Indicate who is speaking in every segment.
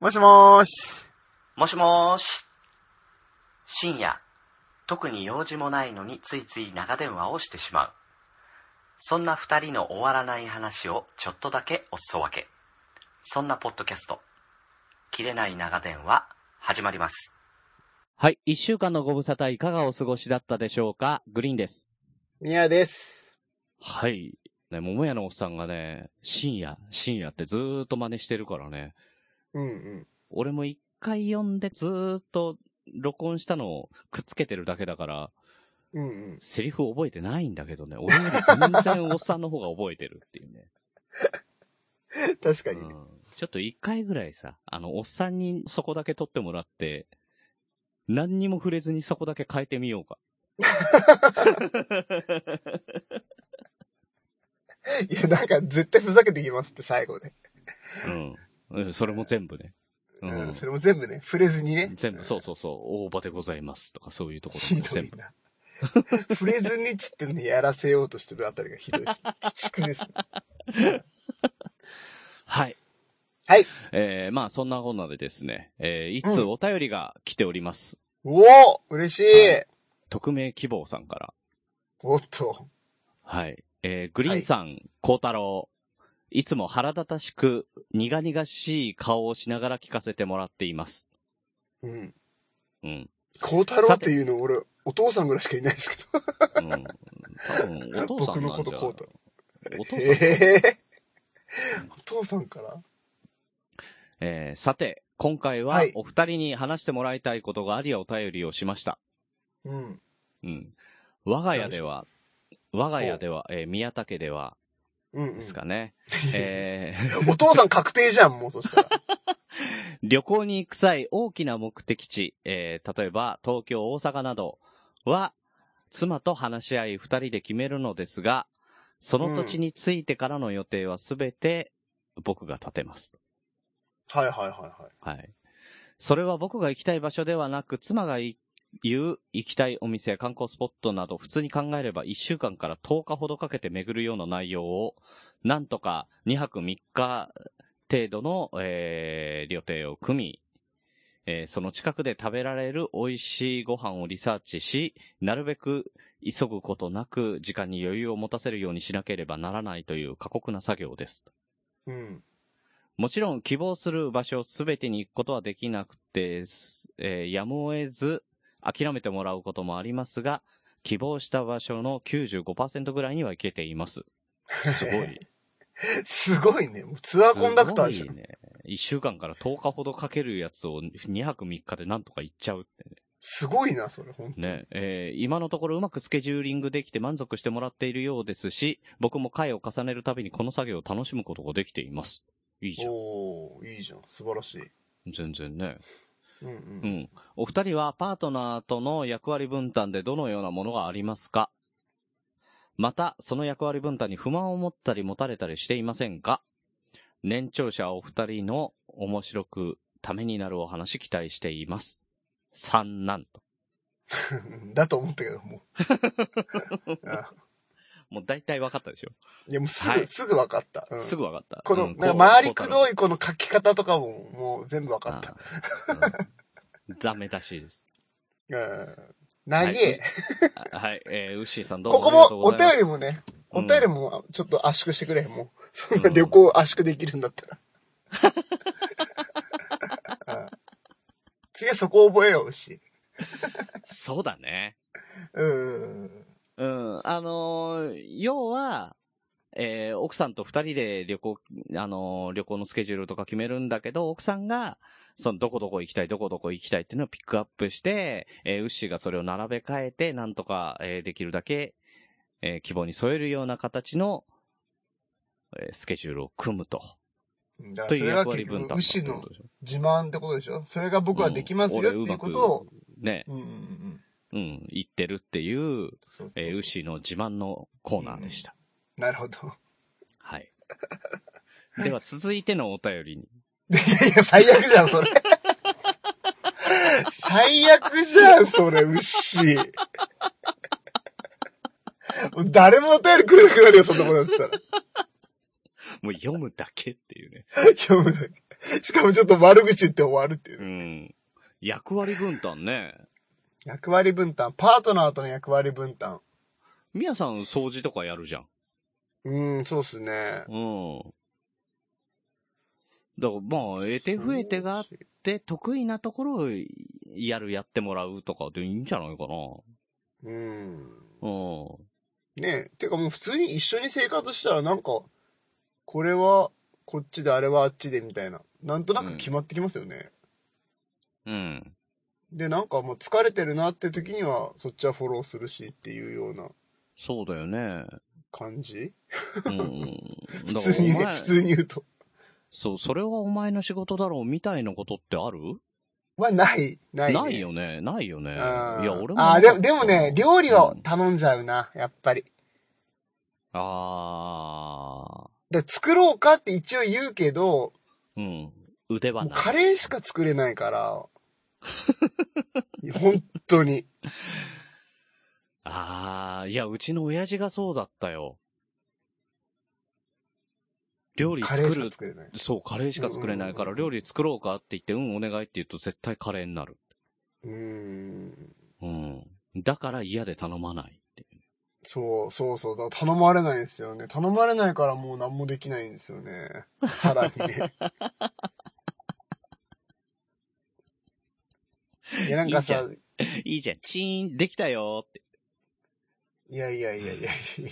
Speaker 1: もしもーし。
Speaker 2: もしもーし。深夜、特に用事もないのについつい長電話をしてしまう。そんな二人の終わらない話をちょっとだけおすそ分け。そんなポッドキャスト、切れない長電話、始まります。
Speaker 3: はい。一週間のご無沙汰いかがお過ごしだったでしょうかグリーンです。
Speaker 4: ミヤです。
Speaker 3: はい。ね、桃屋のおっさんがね、深夜、深夜ってずーっと真似してるからね。
Speaker 4: うんうん。
Speaker 3: 俺も一回読んでずーっと録音したのをくっつけてるだけだから、
Speaker 4: うんうん。
Speaker 3: セリフ覚えてないんだけどね。俺より全然おっさんの方が覚えてるっていう ね。
Speaker 4: 確か
Speaker 3: う
Speaker 4: にね。
Speaker 3: んちょっと一回ぐらいさ、あの、おっさんにそこだけ撮ってもらって、何にも触れずにそこだけ変えてみよ うか。
Speaker 4: いや、なんか絶対ふざけてきますって最後で。
Speaker 3: うんうん。それも全部ね。う
Speaker 4: うんん。それも全部ね、触れずにね。
Speaker 3: 全部、そうそうそう、大場でございますとか、そういうところ
Speaker 4: ひ
Speaker 3: も
Speaker 4: ど
Speaker 3: 全
Speaker 4: い
Speaker 3: 部。
Speaker 4: な。触れずにっつってね、やらせようとしてるあたりがひどいです。鬼畜ですね。
Speaker 3: はい。
Speaker 4: はい。
Speaker 3: えー、まあ、そんなこんなでですね、えー、いつ
Speaker 4: うん
Speaker 3: お便りが来ております。
Speaker 4: おお嬉しい、
Speaker 3: は匿名希望さんから。
Speaker 4: おっと。
Speaker 3: はい。えー、グリーンさん、孝、太郎。いつも腹立たしく、苦々しい顔をしながら聞かせてもらっています。
Speaker 4: うん。
Speaker 3: うん。
Speaker 4: 孝太郎っていうの俺、お父さんぐらいしかいないですけど。
Speaker 3: うん。多分、お父さんなんじ
Speaker 4: 僕のこと
Speaker 3: ゃ
Speaker 4: 孝太
Speaker 3: お父さん。
Speaker 4: へえ。お父さんから
Speaker 3: えーさて、今回は
Speaker 4: はい
Speaker 3: お二人に話してもらいたいことがありお便りをしました。
Speaker 4: うん。
Speaker 3: うん。我が家では、我が家では、えー宮田家では
Speaker 4: うん、うん。
Speaker 3: ですかね。えー
Speaker 4: お父さん確定じゃん、もうそしたら。
Speaker 3: 旅行に行く際、大きな目的地、えー例えば東京、大阪などは、妻と話し合い二人で決めるのですが、その土地についてからの予定はすべて僕が立てます。
Speaker 4: はいはいはいはい。
Speaker 3: はい。それは僕が行きたい場所ではなく、妻がい言う行きたいお店や観光スポットなど、普通に考えれば1週間から10日ほどかけて巡るような内容を、なんとか2泊3日程度の、えー、予定を組み、えーその近くで食べられる美味しいご飯をリサーチし、なるべく急ぐことなく時間に余裕を持たせるようにしなければならないという過酷な作業です。
Speaker 4: うん。
Speaker 3: もちろん希望する場所すべてに行くことはできなくて、すえーやむを得ず諦めてもらうこともありますが、希望した場所の95%ぐらいには行けています。すご い。
Speaker 4: すごいね。もうツアーコンダクターじ
Speaker 3: す
Speaker 4: ゃん
Speaker 3: ご。いね。1週間から10日ほどかけるやつを2泊3日でなんとか行っちゃうって
Speaker 4: すごいな、それ、ほんと。
Speaker 3: ね。えー今のところうまくスケジューリングできて満足してもらっているようですし、僕も回を重ねるたびにこの作業を楽しむことができています。いいじゃん。
Speaker 4: おー、いいじゃん。素晴らしい。
Speaker 3: 全然ね。
Speaker 4: うんう。
Speaker 3: うんん。お二人はパートナーとの役割分担でどのようなものがありますかまた、その役割分担に不満を持ったり持たれたりしていませんか年長者お二人の面白くためになるお話期待しています。三男と。
Speaker 4: だと思ったけど、もう。あ
Speaker 3: もう大体分かったでしょ、
Speaker 4: いや、もうす
Speaker 3: はい
Speaker 4: ぐ、すぐ分かった。うん
Speaker 3: すぐ分かった。
Speaker 4: こ
Speaker 3: う
Speaker 4: の、
Speaker 3: ん
Speaker 4: なんか周りく
Speaker 3: こ
Speaker 4: どいこの書き方とかも、もう全部分
Speaker 3: う
Speaker 4: かった。
Speaker 3: うんダメ出しです。
Speaker 4: うん。長え。
Speaker 3: あはい。えー、ウッシーさんどうも
Speaker 4: こ
Speaker 3: あ
Speaker 4: こ
Speaker 3: りがとう
Speaker 4: も、
Speaker 3: ござ
Speaker 4: お
Speaker 3: います。
Speaker 4: 便りもね、
Speaker 3: う
Speaker 4: お
Speaker 3: ん
Speaker 4: 便りもちょっと圧縮してくれ、もう。そんな
Speaker 3: うん
Speaker 4: 旅行圧縮できるんだ ったら。うん次はそこ覚えようし。
Speaker 3: そうだね。
Speaker 4: うん。
Speaker 3: うん。あのー要は、えー奥さんと二人で旅行、あのー旅行のスケジュールとか決めるんだけど、奥さんが、その、どこどこ行きたい、どこどこ行きたいっていうのをピックアップして、えーウッシーがそれを並べ替えて、なんとか、えーできるだけ、えー希望に添えるような形の、えースケジュールを組むと。
Speaker 4: だか
Speaker 3: と
Speaker 4: ら
Speaker 3: い
Speaker 4: そうれが
Speaker 3: 役
Speaker 4: 結
Speaker 3: 割分担
Speaker 4: 局、
Speaker 3: だって
Speaker 4: 牛
Speaker 3: こ
Speaker 4: の
Speaker 3: とでしょ。
Speaker 4: 自慢ってことでしょそれが僕はできますよっていうことを、
Speaker 3: うん。俺うまくね、
Speaker 4: うんうんうん。
Speaker 3: うん、言ってるっていう、
Speaker 4: そうそうそう
Speaker 3: えーウッシーの自慢のコーナーでした。
Speaker 4: なるほど。
Speaker 3: はい。 では、続いてのお便りに。
Speaker 4: いやいや、最悪じゃん、それ。 最悪じゃん、それ、牛。誰もお便りくれなくなるよ、そんなことだったら。
Speaker 3: もう読むだけっていうね。
Speaker 4: 読むだけ。しかもちょっと悪口言って終わるっていう
Speaker 3: う
Speaker 4: ね。
Speaker 3: ん。役割分担ね。
Speaker 4: 役割分担。パートナーとの役割分担。
Speaker 3: みやさん掃除とかやるじゃん。
Speaker 4: うん、そうっすね。
Speaker 3: うん。だからまあ、得手増えてがあっ、
Speaker 4: そうして
Speaker 3: 得意なところをやる、やってもらうとかでいいんじゃないかな。
Speaker 4: うん。
Speaker 3: うん。
Speaker 4: ねえ。てかもう普通に一緒に生活したらなんか、これはこっちであれはあっちでみたいな。なんとなく決まってきますよね。
Speaker 3: うん。
Speaker 4: で、なんかもう疲れてるなって時には、そっちはフォローするしっていうような
Speaker 3: そうだよね。
Speaker 4: 感じ
Speaker 3: うんうん。だ
Speaker 4: 普通に
Speaker 3: お
Speaker 4: ね、
Speaker 3: 前
Speaker 4: 普通に言うと。
Speaker 3: そう、それはお前の仕事だろうみたいなことってある
Speaker 4: まあ、ない、ない、
Speaker 3: ない。よね。ないよね。い
Speaker 4: うん
Speaker 3: や、俺もなか
Speaker 4: あ
Speaker 3: っ
Speaker 4: ー
Speaker 3: た。
Speaker 4: でも、でもね、料理を頼んじゃうな、やっぱり。
Speaker 3: あ
Speaker 4: で、作ろうかって一応言うけど、
Speaker 3: ー。うん。腕は
Speaker 4: もう
Speaker 3: な。
Speaker 4: カレーしか作れない から。いや本当に。
Speaker 3: あー、いや、うちの親父がそうだったよ。料理
Speaker 4: カレー
Speaker 3: 作
Speaker 4: しか
Speaker 3: る。
Speaker 4: 作れない。
Speaker 3: そう、カレーしか作れないか
Speaker 4: う
Speaker 3: ら、
Speaker 4: んうんう
Speaker 3: 料
Speaker 4: ん
Speaker 3: 理作ろうかって言って、うん、お願いって言うと絶対カレーになる。
Speaker 4: うーん。
Speaker 3: うん。だから嫌で頼まないっていう。
Speaker 4: そう、そうそう。だから頼まれないですよね。頼まれないからもう何もできないんですよね。さらに ね。いや、なんかさ、
Speaker 3: いいじゃん、チーン、できたよって。
Speaker 4: いやいやいやいやいや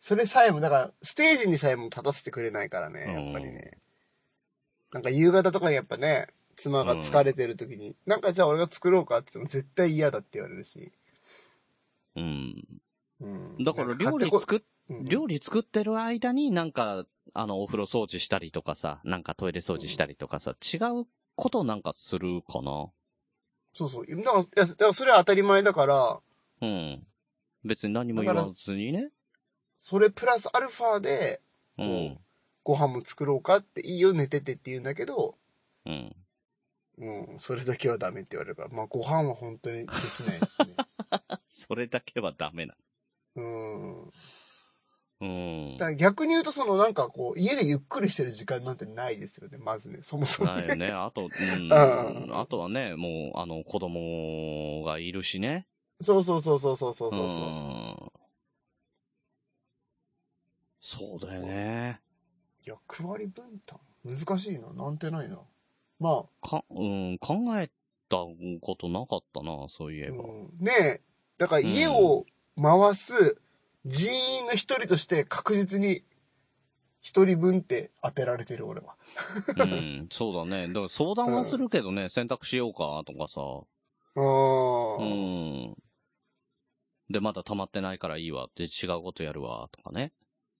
Speaker 4: それさえも、だから、ステージにさえも立たせてくれないからね、やっぱりね。なんか夕方とかにやっぱね、妻が疲れてる時に、なんかじゃあ俺が作ろうかって言っても絶対嫌だって言われるし。
Speaker 3: うん。
Speaker 4: うん
Speaker 3: だから料理作っ、料理作ってる間になんか、あの、お風呂掃除したりとかさ、なんかトイレ掃除したりとかさ、違うことなんかするかな。
Speaker 4: そうそう。だから、いやだからそれは当たり前だから、
Speaker 3: うん。別に何も言わずにね。
Speaker 4: それプラスアルファで、
Speaker 3: う
Speaker 4: ら
Speaker 3: ん。
Speaker 4: ご飯も作ろうかって、いいよ、寝ててって言うんだけど、
Speaker 3: うん。
Speaker 4: うん、それだけはダメって言われるから、まあご飯は本当にできないです ね。
Speaker 3: それだけはダメな。
Speaker 4: うん。
Speaker 3: うん。
Speaker 4: だから逆に言うと、そのなんかこう、家でゆっくりしてる時間なんてないですよね、まずね、そもそも、
Speaker 3: な
Speaker 4: ね。
Speaker 3: いよね。あと、うん。
Speaker 4: うん
Speaker 3: あとはね、もう、あの、子供がいるしね。
Speaker 4: そうそうそうそうそうそう
Speaker 3: う
Speaker 4: そう。
Speaker 3: ん。そうだよね。
Speaker 4: 役割分担難しいな、なんてないな。ま
Speaker 3: か、うん、考えたことなかったな、そうい
Speaker 4: あ、
Speaker 3: え
Speaker 4: う
Speaker 3: ば。
Speaker 4: ん、ねえ、だから家を回す人員の一人として確実に一人分って当てられてる、俺は。
Speaker 3: うん、そうだね。だから相談はするけどね、選択しようかとかさ。
Speaker 4: う。
Speaker 3: うんん。で、まだ溜まってないからいいわって違うことやるわとかね。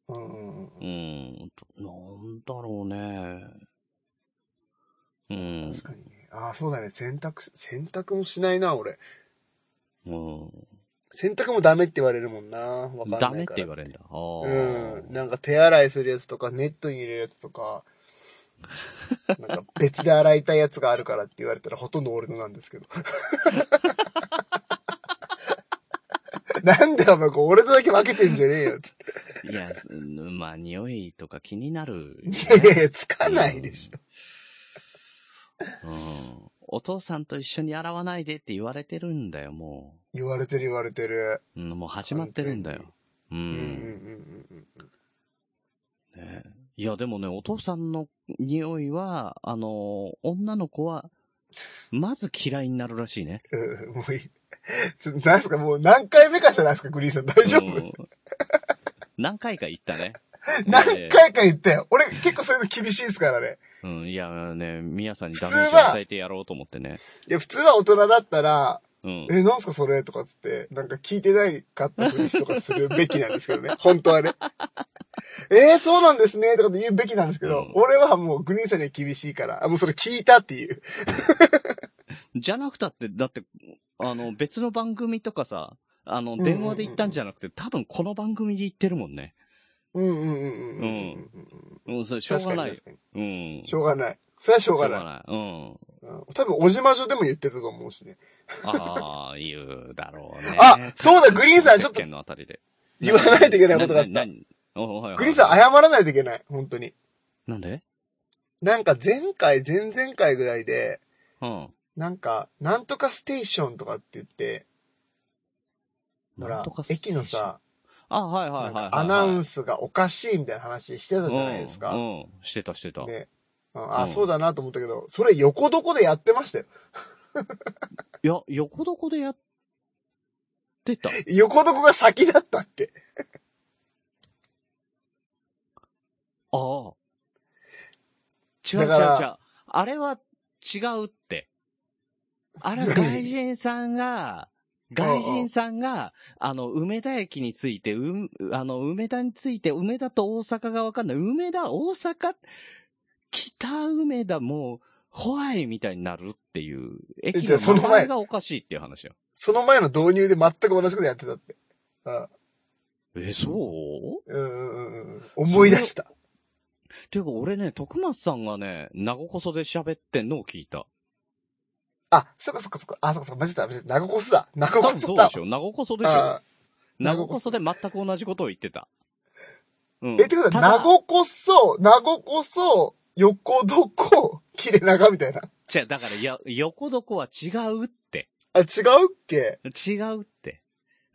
Speaker 4: うんうんうん
Speaker 3: うん。なんだろうね。うん。
Speaker 4: 確かにね。ああ、そうだね。洗濯し、洗濯もしないな、俺。
Speaker 3: う
Speaker 4: 洗濯もダメって言われるもんな。わかん
Speaker 3: ん。
Speaker 4: ないから。
Speaker 3: ダメって言われるんだ。あー
Speaker 4: うん。なんか手洗いするやつとか、ネットに入れるやつ とか、なんか別で洗いたいやつがあるからって言われたらほとんど俺のなんですけど。 なんでお前こう俺とだけ分けてんじゃねえよっつっ
Speaker 3: いや、すまあ、匂いとか気になる。
Speaker 4: て。いやいや、つかないでしょ。
Speaker 3: うん。お父さんと一緒に洗わないでって言われてるんだよ、も
Speaker 4: 言われてる言われてる。
Speaker 3: う。うん、もう始まってるんだよ。う
Speaker 4: うんうんう
Speaker 3: ん。
Speaker 4: んうんうん。
Speaker 3: ねいや、でもね、お父さんの匂いは、あの、女の子は、まず嫌いになるらしいね。
Speaker 4: うん、もういい。ちょなんすかもう何回目かじゃないですか、グリーンさん。大丈夫、
Speaker 3: うん何回か言ったね。
Speaker 4: 何回か言ったよ。俺結構そういうの厳しいですからね。
Speaker 3: うん、いやね、みやさんにダ
Speaker 4: 普
Speaker 3: メ
Speaker 4: 通
Speaker 3: ー
Speaker 4: は
Speaker 3: ジを与えてやろうと思ってね。
Speaker 4: いや、普通は大人だったら、
Speaker 3: うん。
Speaker 4: え、なんすかそれとかっつって、なんか聞いてないかったふりとかするべきなんですけどね、 本当はね。えー、そうなんですねとかって言うべきなんですけ
Speaker 3: う
Speaker 4: ど、
Speaker 3: ん
Speaker 4: 俺はもうグリーンさんには厳しいから、あ、もうそれ聞いたっていう。
Speaker 3: じゃなくたって、だって、あの、別の番組とかさ、あの、
Speaker 4: ん
Speaker 3: 電話で言ったんじゃなくて、多分この番組で言ってるもんね。
Speaker 4: うんうんうんうんうんうんうん。
Speaker 3: うん、それしょう
Speaker 4: 確か
Speaker 3: が
Speaker 4: に
Speaker 3: ない
Speaker 4: 確。かに
Speaker 3: うん。
Speaker 4: しょうがない。それはしょうがない。
Speaker 3: ない。うん。
Speaker 4: うん多分、小島女でも言ってたと思うしね。
Speaker 3: ああ、言うだろうね。
Speaker 4: あそうだグリーンさんちょっと
Speaker 3: 石鹸のあたりで。
Speaker 4: 言わ ないといけないことがあった
Speaker 3: な。ななおはいはい
Speaker 4: グリーンさん謝らないといけない。本当に。
Speaker 3: なんで
Speaker 4: なんか前回、前々回ぐらいで、
Speaker 3: うん。
Speaker 4: なんか、なんとかステーションとかって言って、ほ
Speaker 3: な
Speaker 4: ら
Speaker 3: んとか、ステー
Speaker 4: 駅
Speaker 3: ション
Speaker 4: のさ、
Speaker 3: あ、はいはいはいはい、
Speaker 4: な
Speaker 3: は
Speaker 4: ん
Speaker 3: い。
Speaker 4: かアナウン
Speaker 3: ス
Speaker 4: スがおかしいみたいな話してたじゃないですか。
Speaker 3: うん。うんしてたしてた。
Speaker 4: ね。あ、あ
Speaker 3: うん
Speaker 4: そうだなと思ったけど、それ横どこでやってましたよ。
Speaker 3: いや、横どこでやってた。
Speaker 4: 横どこが先だったって。
Speaker 3: ああ。違う違う
Speaker 4: だから
Speaker 3: 違う。あれは違うって。あれは
Speaker 4: 何
Speaker 3: 外人さん が、外人さんが、あの、梅田駅について、うん、あの、梅田について、梅田と大阪がわかんない。梅田、大阪、北梅田、もう、ホワイみたいになるっていう。駅
Speaker 4: じゃあそ
Speaker 3: の
Speaker 4: の
Speaker 3: 名
Speaker 4: 前
Speaker 3: 前がおかしいっていう話よ。
Speaker 4: その前の導入で全く同じことやってたって。あ
Speaker 3: え、そう
Speaker 4: うんうんうんうん。思い出した。
Speaker 3: ていうか、俺ね、徳松さんがね、名古こそで喋ってんのを聞いた。
Speaker 4: あ、そっかそっかそっか。あ、そっかそっか。マジだ、マジだ。ナゴコスだ。ナゴ
Speaker 3: 多
Speaker 4: コ
Speaker 3: 分
Speaker 4: スだ。
Speaker 3: そうでしょ名古こそでしょ
Speaker 4: あ
Speaker 3: 名古こそで全く同じことを言ってた。うん
Speaker 4: え、ってこと
Speaker 3: た
Speaker 4: は、
Speaker 3: だ
Speaker 4: 名護こそ、名護こそ、横どこ、切れ長みたいな。
Speaker 3: 違う、だから、や、横床は違うって。
Speaker 4: あ、違うっけ
Speaker 3: 違うって。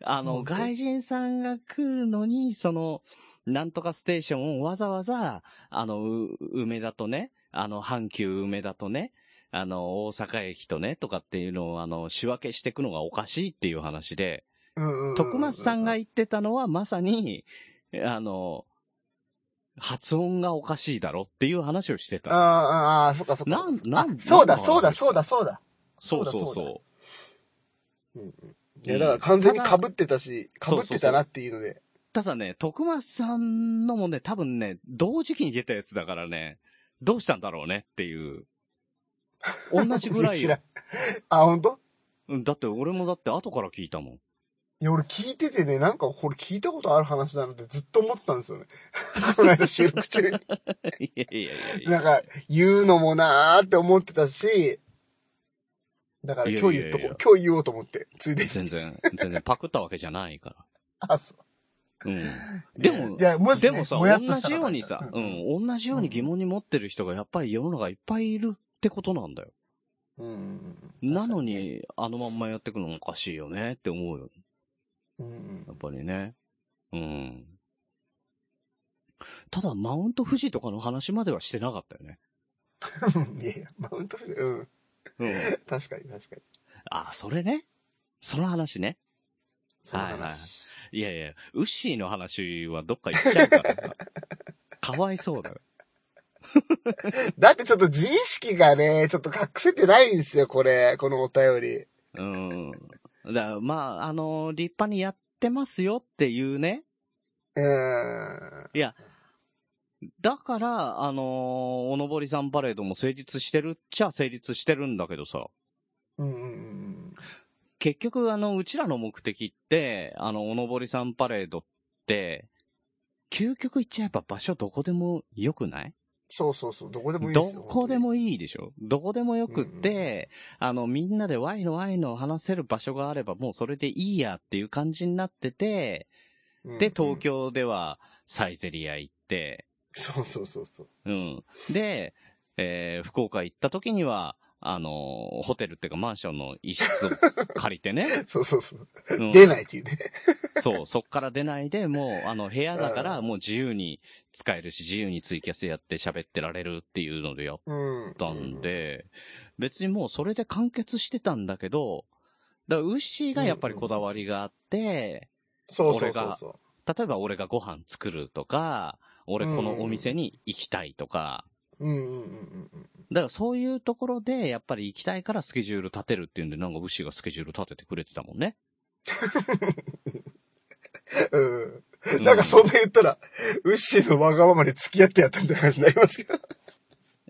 Speaker 3: あの、
Speaker 4: 本当
Speaker 3: 外人さんが来るのに、その、なんとかステーションをわざわざ、あの、う梅田とね、あの、阪急梅田とね、あの、大阪駅とね、とかっていうのを、あの、仕分けしていくのがおかしいっていう話で、
Speaker 4: うんうんうんうん。
Speaker 3: 徳松さんが言ってたのはまさに、あの、発音がおかしいだろっていう話をして
Speaker 4: あ
Speaker 3: た。
Speaker 4: あ、ああ、そっかそっか。
Speaker 3: なんなん
Speaker 4: あそうだ、
Speaker 3: なん
Speaker 4: そうだ、そうだ、そうだ。
Speaker 3: そうそう
Speaker 4: そうだ
Speaker 3: そ
Speaker 4: うんうん
Speaker 3: う。
Speaker 4: いや、だから完全に
Speaker 3: た
Speaker 4: 被ってたし、被
Speaker 3: そうそ
Speaker 4: っ
Speaker 3: うそう
Speaker 4: てたなっていうので。
Speaker 3: ただね、徳松さんのもね、多分ね、同時期に出たやつだからね、どうしたんだろうねっていう。同じぐ らい
Speaker 4: 知
Speaker 3: よ
Speaker 4: らん。あ、本当？
Speaker 3: うんだって俺もだって後から聞いたもん。
Speaker 4: いや、俺聞いててね、なんかこれ聞いたことある話だなってずっと思ってたんですよね。この間収録中に。
Speaker 3: いやいやいやいや。
Speaker 4: なんか、言うのもなーって思ってたし、だから今日言っと
Speaker 3: いやいやい
Speaker 4: こ
Speaker 3: や
Speaker 4: う。今日言おうと思って、ついでに。
Speaker 3: 全然、全然パクったわけじゃないか
Speaker 4: あ、そう。
Speaker 3: ら。うん。でも
Speaker 4: い、や、もしね
Speaker 3: でもさ、
Speaker 4: もやっと
Speaker 3: 同
Speaker 4: した
Speaker 3: じ
Speaker 4: ら
Speaker 3: ようにさ、
Speaker 4: う
Speaker 3: うんん、同じように疑問に持ってる人がやっぱり世の中いっぱいいるってことなんだよ。
Speaker 4: うんうん
Speaker 3: なのに、あのまんまやってくのもおかしいよねって思うよ。
Speaker 4: うんうん
Speaker 3: やっぱりね。うん。ただ、マウント富士とかの話まではしてなかったよね。
Speaker 4: うん。いやいや、マウントフィールうん。
Speaker 3: うん。
Speaker 4: 確かに、確かに。
Speaker 3: あ、それね。その話ね。
Speaker 4: その話
Speaker 3: はいはいいやいや、ウッシーの話はどっか行っちゃうから な。かわいそうだよ。
Speaker 4: だってちょっと自意識がね、ちょっと隠せてないんですよ、これ。このお便り。
Speaker 3: うん。だからまあ、あの立派にやってますよっていうね。
Speaker 4: うーん。
Speaker 3: だから、あのーおのぼりさんパレードも成立してるっちゃ成立してるんだけどさ、
Speaker 4: うんうんうん
Speaker 3: 結局、あの、うちらの目的って、あの、おのぼりさんパレードって、究極言っちゃえば場所どこでも良くない
Speaker 4: そうそうそう、どこでもいいです
Speaker 3: ど
Speaker 4: よ。
Speaker 3: こでもいいでしょどこでもよくって、あの、みんなでワイのワイの話せる場所があればもうそれでいいやっていう感じになってて、
Speaker 4: 本当に、
Speaker 3: で、東
Speaker 4: 京。
Speaker 3: 京ではサイゼリア行って、
Speaker 4: そうそうそうそう。
Speaker 3: うん。で、えー福岡行った時には、あのーホテルっていうかマンションの一室を借りて ね。
Speaker 4: そうそうそう。
Speaker 3: うん
Speaker 4: 出ないっていうね。
Speaker 3: そう、そっから出ないで、もう、あの、部屋だから、もう自由に使えるし、自由にツイキャスやって喋ってられるっていうのでやっ
Speaker 4: うん。
Speaker 3: たんで、別にもうそれで完結してたんだけど、だから、ウッシーがやっぱりこだわりがあって、
Speaker 4: そうそう
Speaker 3: 俺
Speaker 4: そう
Speaker 3: が
Speaker 4: そ
Speaker 3: 例えば俺がご飯作るとか、俺このお店に行きたいとか、
Speaker 4: う。うんうんうんうんうん。
Speaker 3: だからそういうところで、やっぱり行きたいからスケジュール立てるっていうんで、なんかウッシーがスケジュール立ててくれてたもんね。
Speaker 4: うん。 なんかそんな言ったら、ウッシーのわがままに付き合ってやったみたいな感じになりますけど。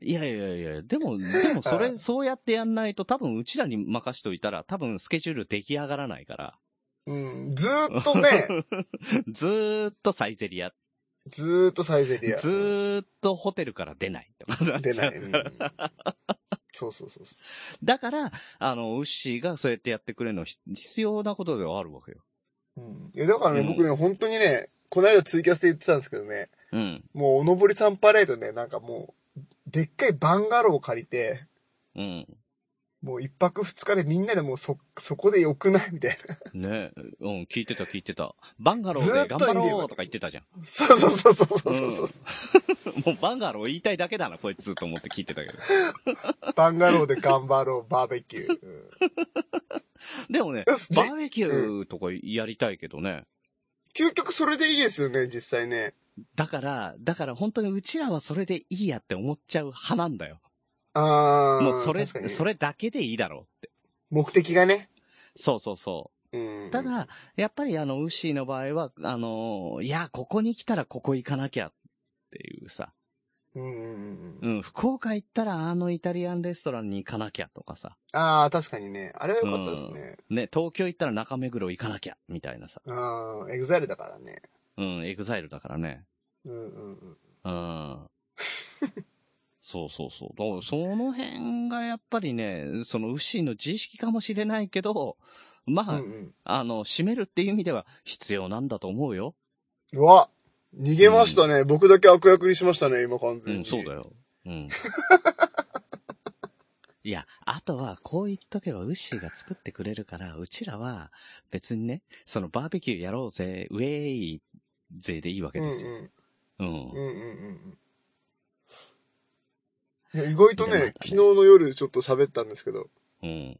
Speaker 3: いやいやいや、でも、でもそれ、そうやってやんないと多分うちらに任しといたら、多分スケジュール出来上がらないから、
Speaker 4: うん。ずーっとね、
Speaker 3: ずーっとサイゼリア、
Speaker 4: ずーっとサイゼリア。
Speaker 3: ずーっとホテルから出ないと かなっ
Speaker 4: 出
Speaker 3: ち
Speaker 4: な
Speaker 3: ゃ
Speaker 4: い。
Speaker 3: う
Speaker 4: うんそうそうそうそ
Speaker 3: だから、あの、ウッシーがそうやってやってくれるのひ必要なことではあるわけよ。
Speaker 4: う。うん。いや、だからね、
Speaker 3: うん
Speaker 4: 僕ね、本当にね、この間ツイキャスで言ってたんですけどね、
Speaker 3: うん。
Speaker 4: もうおのぼりさんパレードね、なんかもう、でっかいバンガローを借りて、
Speaker 3: うん。
Speaker 4: もう一泊二日でみんなでもうそ、そこでよくないみたい
Speaker 3: ねうん、聞いてた聞いてた。バンガローで頑張ろうとか言ってたじゃん。
Speaker 4: な。そうそうそうそうそうそうそう、
Speaker 3: もうバンガロー言いたいだけだな、こいつと思って聞いてたけ ど。
Speaker 4: バンガローで頑張ろう、バーベキュー。うん
Speaker 3: でもね、
Speaker 4: よしじ
Speaker 3: バーベキューとかやりたいけどね。
Speaker 4: 究極それでいいですよね、実際ね。
Speaker 3: だから、だから本当にうちらはそれでいいやって思っちゃう派なんだよ。
Speaker 4: あー。
Speaker 3: もうそれ、
Speaker 4: 確かに
Speaker 3: それだけでいいだろうって。
Speaker 4: 目的がね。
Speaker 3: そうそうそう。
Speaker 4: うん。
Speaker 3: た、だ、やっぱりあの、ウッシーの場合は、あのー、いや、ここに来たらここ行かなきゃっていうさ、
Speaker 4: うんうんうんう。
Speaker 3: うんん、福岡行ったらあのイタリアンレストランに行かなきゃとかさ、
Speaker 4: あー、確かにね。あれは良かったですね。
Speaker 3: ね、東京行ったら中目黒行かなきゃ、みたいなさ、
Speaker 4: あー、エグザイルだからね。
Speaker 3: うん、エグザイルだからね、
Speaker 4: うんうんうん。
Speaker 3: うん。そうそうそう。だからその辺がやっぱりね、そのウッシーの自意識かもしれないけど、まあ、
Speaker 4: うんうん。
Speaker 3: あの、締めるっていう意味では必要なんだと思うよ。
Speaker 4: うわ逃げましたね、僕だけ悪役にしましたね、今完全に。
Speaker 3: うん、そうだ。よ。 うん。いや、あとは、こう言っとけば、ウッシーが作ってくれるから、うちらは、別にね、そのバーベキューやろうぜ、ウェーイ、ぜでいいわ
Speaker 4: う
Speaker 3: け
Speaker 4: んう
Speaker 3: ですよ。
Speaker 4: ん。
Speaker 3: うん。
Speaker 4: うんうんうんうん。いや意外と
Speaker 3: で
Speaker 4: ね
Speaker 3: もまたね
Speaker 4: 昨日の夜ちょっと喋ったんですけど、
Speaker 3: うん。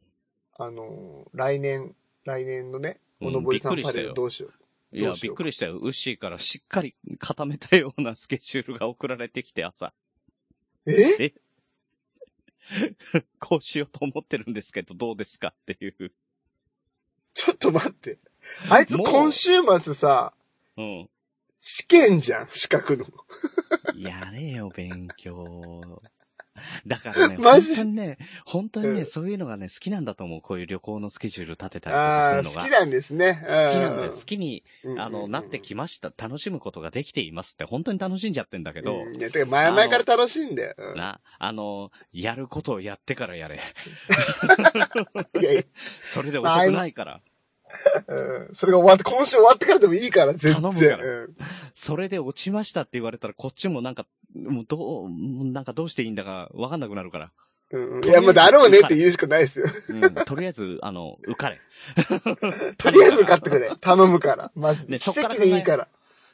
Speaker 4: あのー来年、来年のね、
Speaker 3: うん
Speaker 4: おのぼりさん
Speaker 3: びっくり
Speaker 4: パ
Speaker 3: した
Speaker 4: レー
Speaker 3: よ
Speaker 4: ドどうしよ
Speaker 3: いや
Speaker 4: どう、し
Speaker 3: びっ
Speaker 4: ようか
Speaker 3: くりしたよ。ウッシーからしっかり固めたようなス ケジュールが送られてきて、朝、
Speaker 4: う。え
Speaker 3: こうしようと思ってるんですけど、どうですかっていう。
Speaker 4: ちょっと待って。あいつ
Speaker 3: もう
Speaker 4: 今週末さ、
Speaker 3: うん。
Speaker 4: 試験じゃん、資格の。
Speaker 3: やれよ、勉強。だからね、
Speaker 4: マ
Speaker 3: 本
Speaker 4: ジ
Speaker 3: 当にね、本当に
Speaker 4: う
Speaker 3: ね、
Speaker 4: ん
Speaker 3: そういうのがね、好きなんだと思う。こういう旅行のスケジュール立てたりとかす
Speaker 4: あ
Speaker 3: る
Speaker 4: あ、
Speaker 3: のが。
Speaker 4: 好きなんですね。
Speaker 3: 好きなんだよ。好きに、
Speaker 4: うん
Speaker 3: あの、なってきました。楽しむことができていますって、本当に楽しんじゃってんだけど、
Speaker 4: うんいや、てか前々から楽しいんだよ。うん
Speaker 3: な、あの、やることをやってからやれ。
Speaker 4: いやいや、
Speaker 3: それで遅くないから。
Speaker 4: うんそれが終わって、今週終わってからでもいいから、全然。
Speaker 3: 頼むから
Speaker 4: うん
Speaker 3: それで落ちましたって言われたら、こっちもなんか、もうどう、もうなんかどうしていいんだかわかんなくなるから。
Speaker 4: うんうんいや、まあ、だろうねって言うしかないで すよ。
Speaker 3: うん、とりあえず、あの、受かれ。
Speaker 4: とりあえず受かってくれ。頼むから。マジで。
Speaker 3: ね
Speaker 4: 奇
Speaker 3: そっから
Speaker 4: 跡でいいから。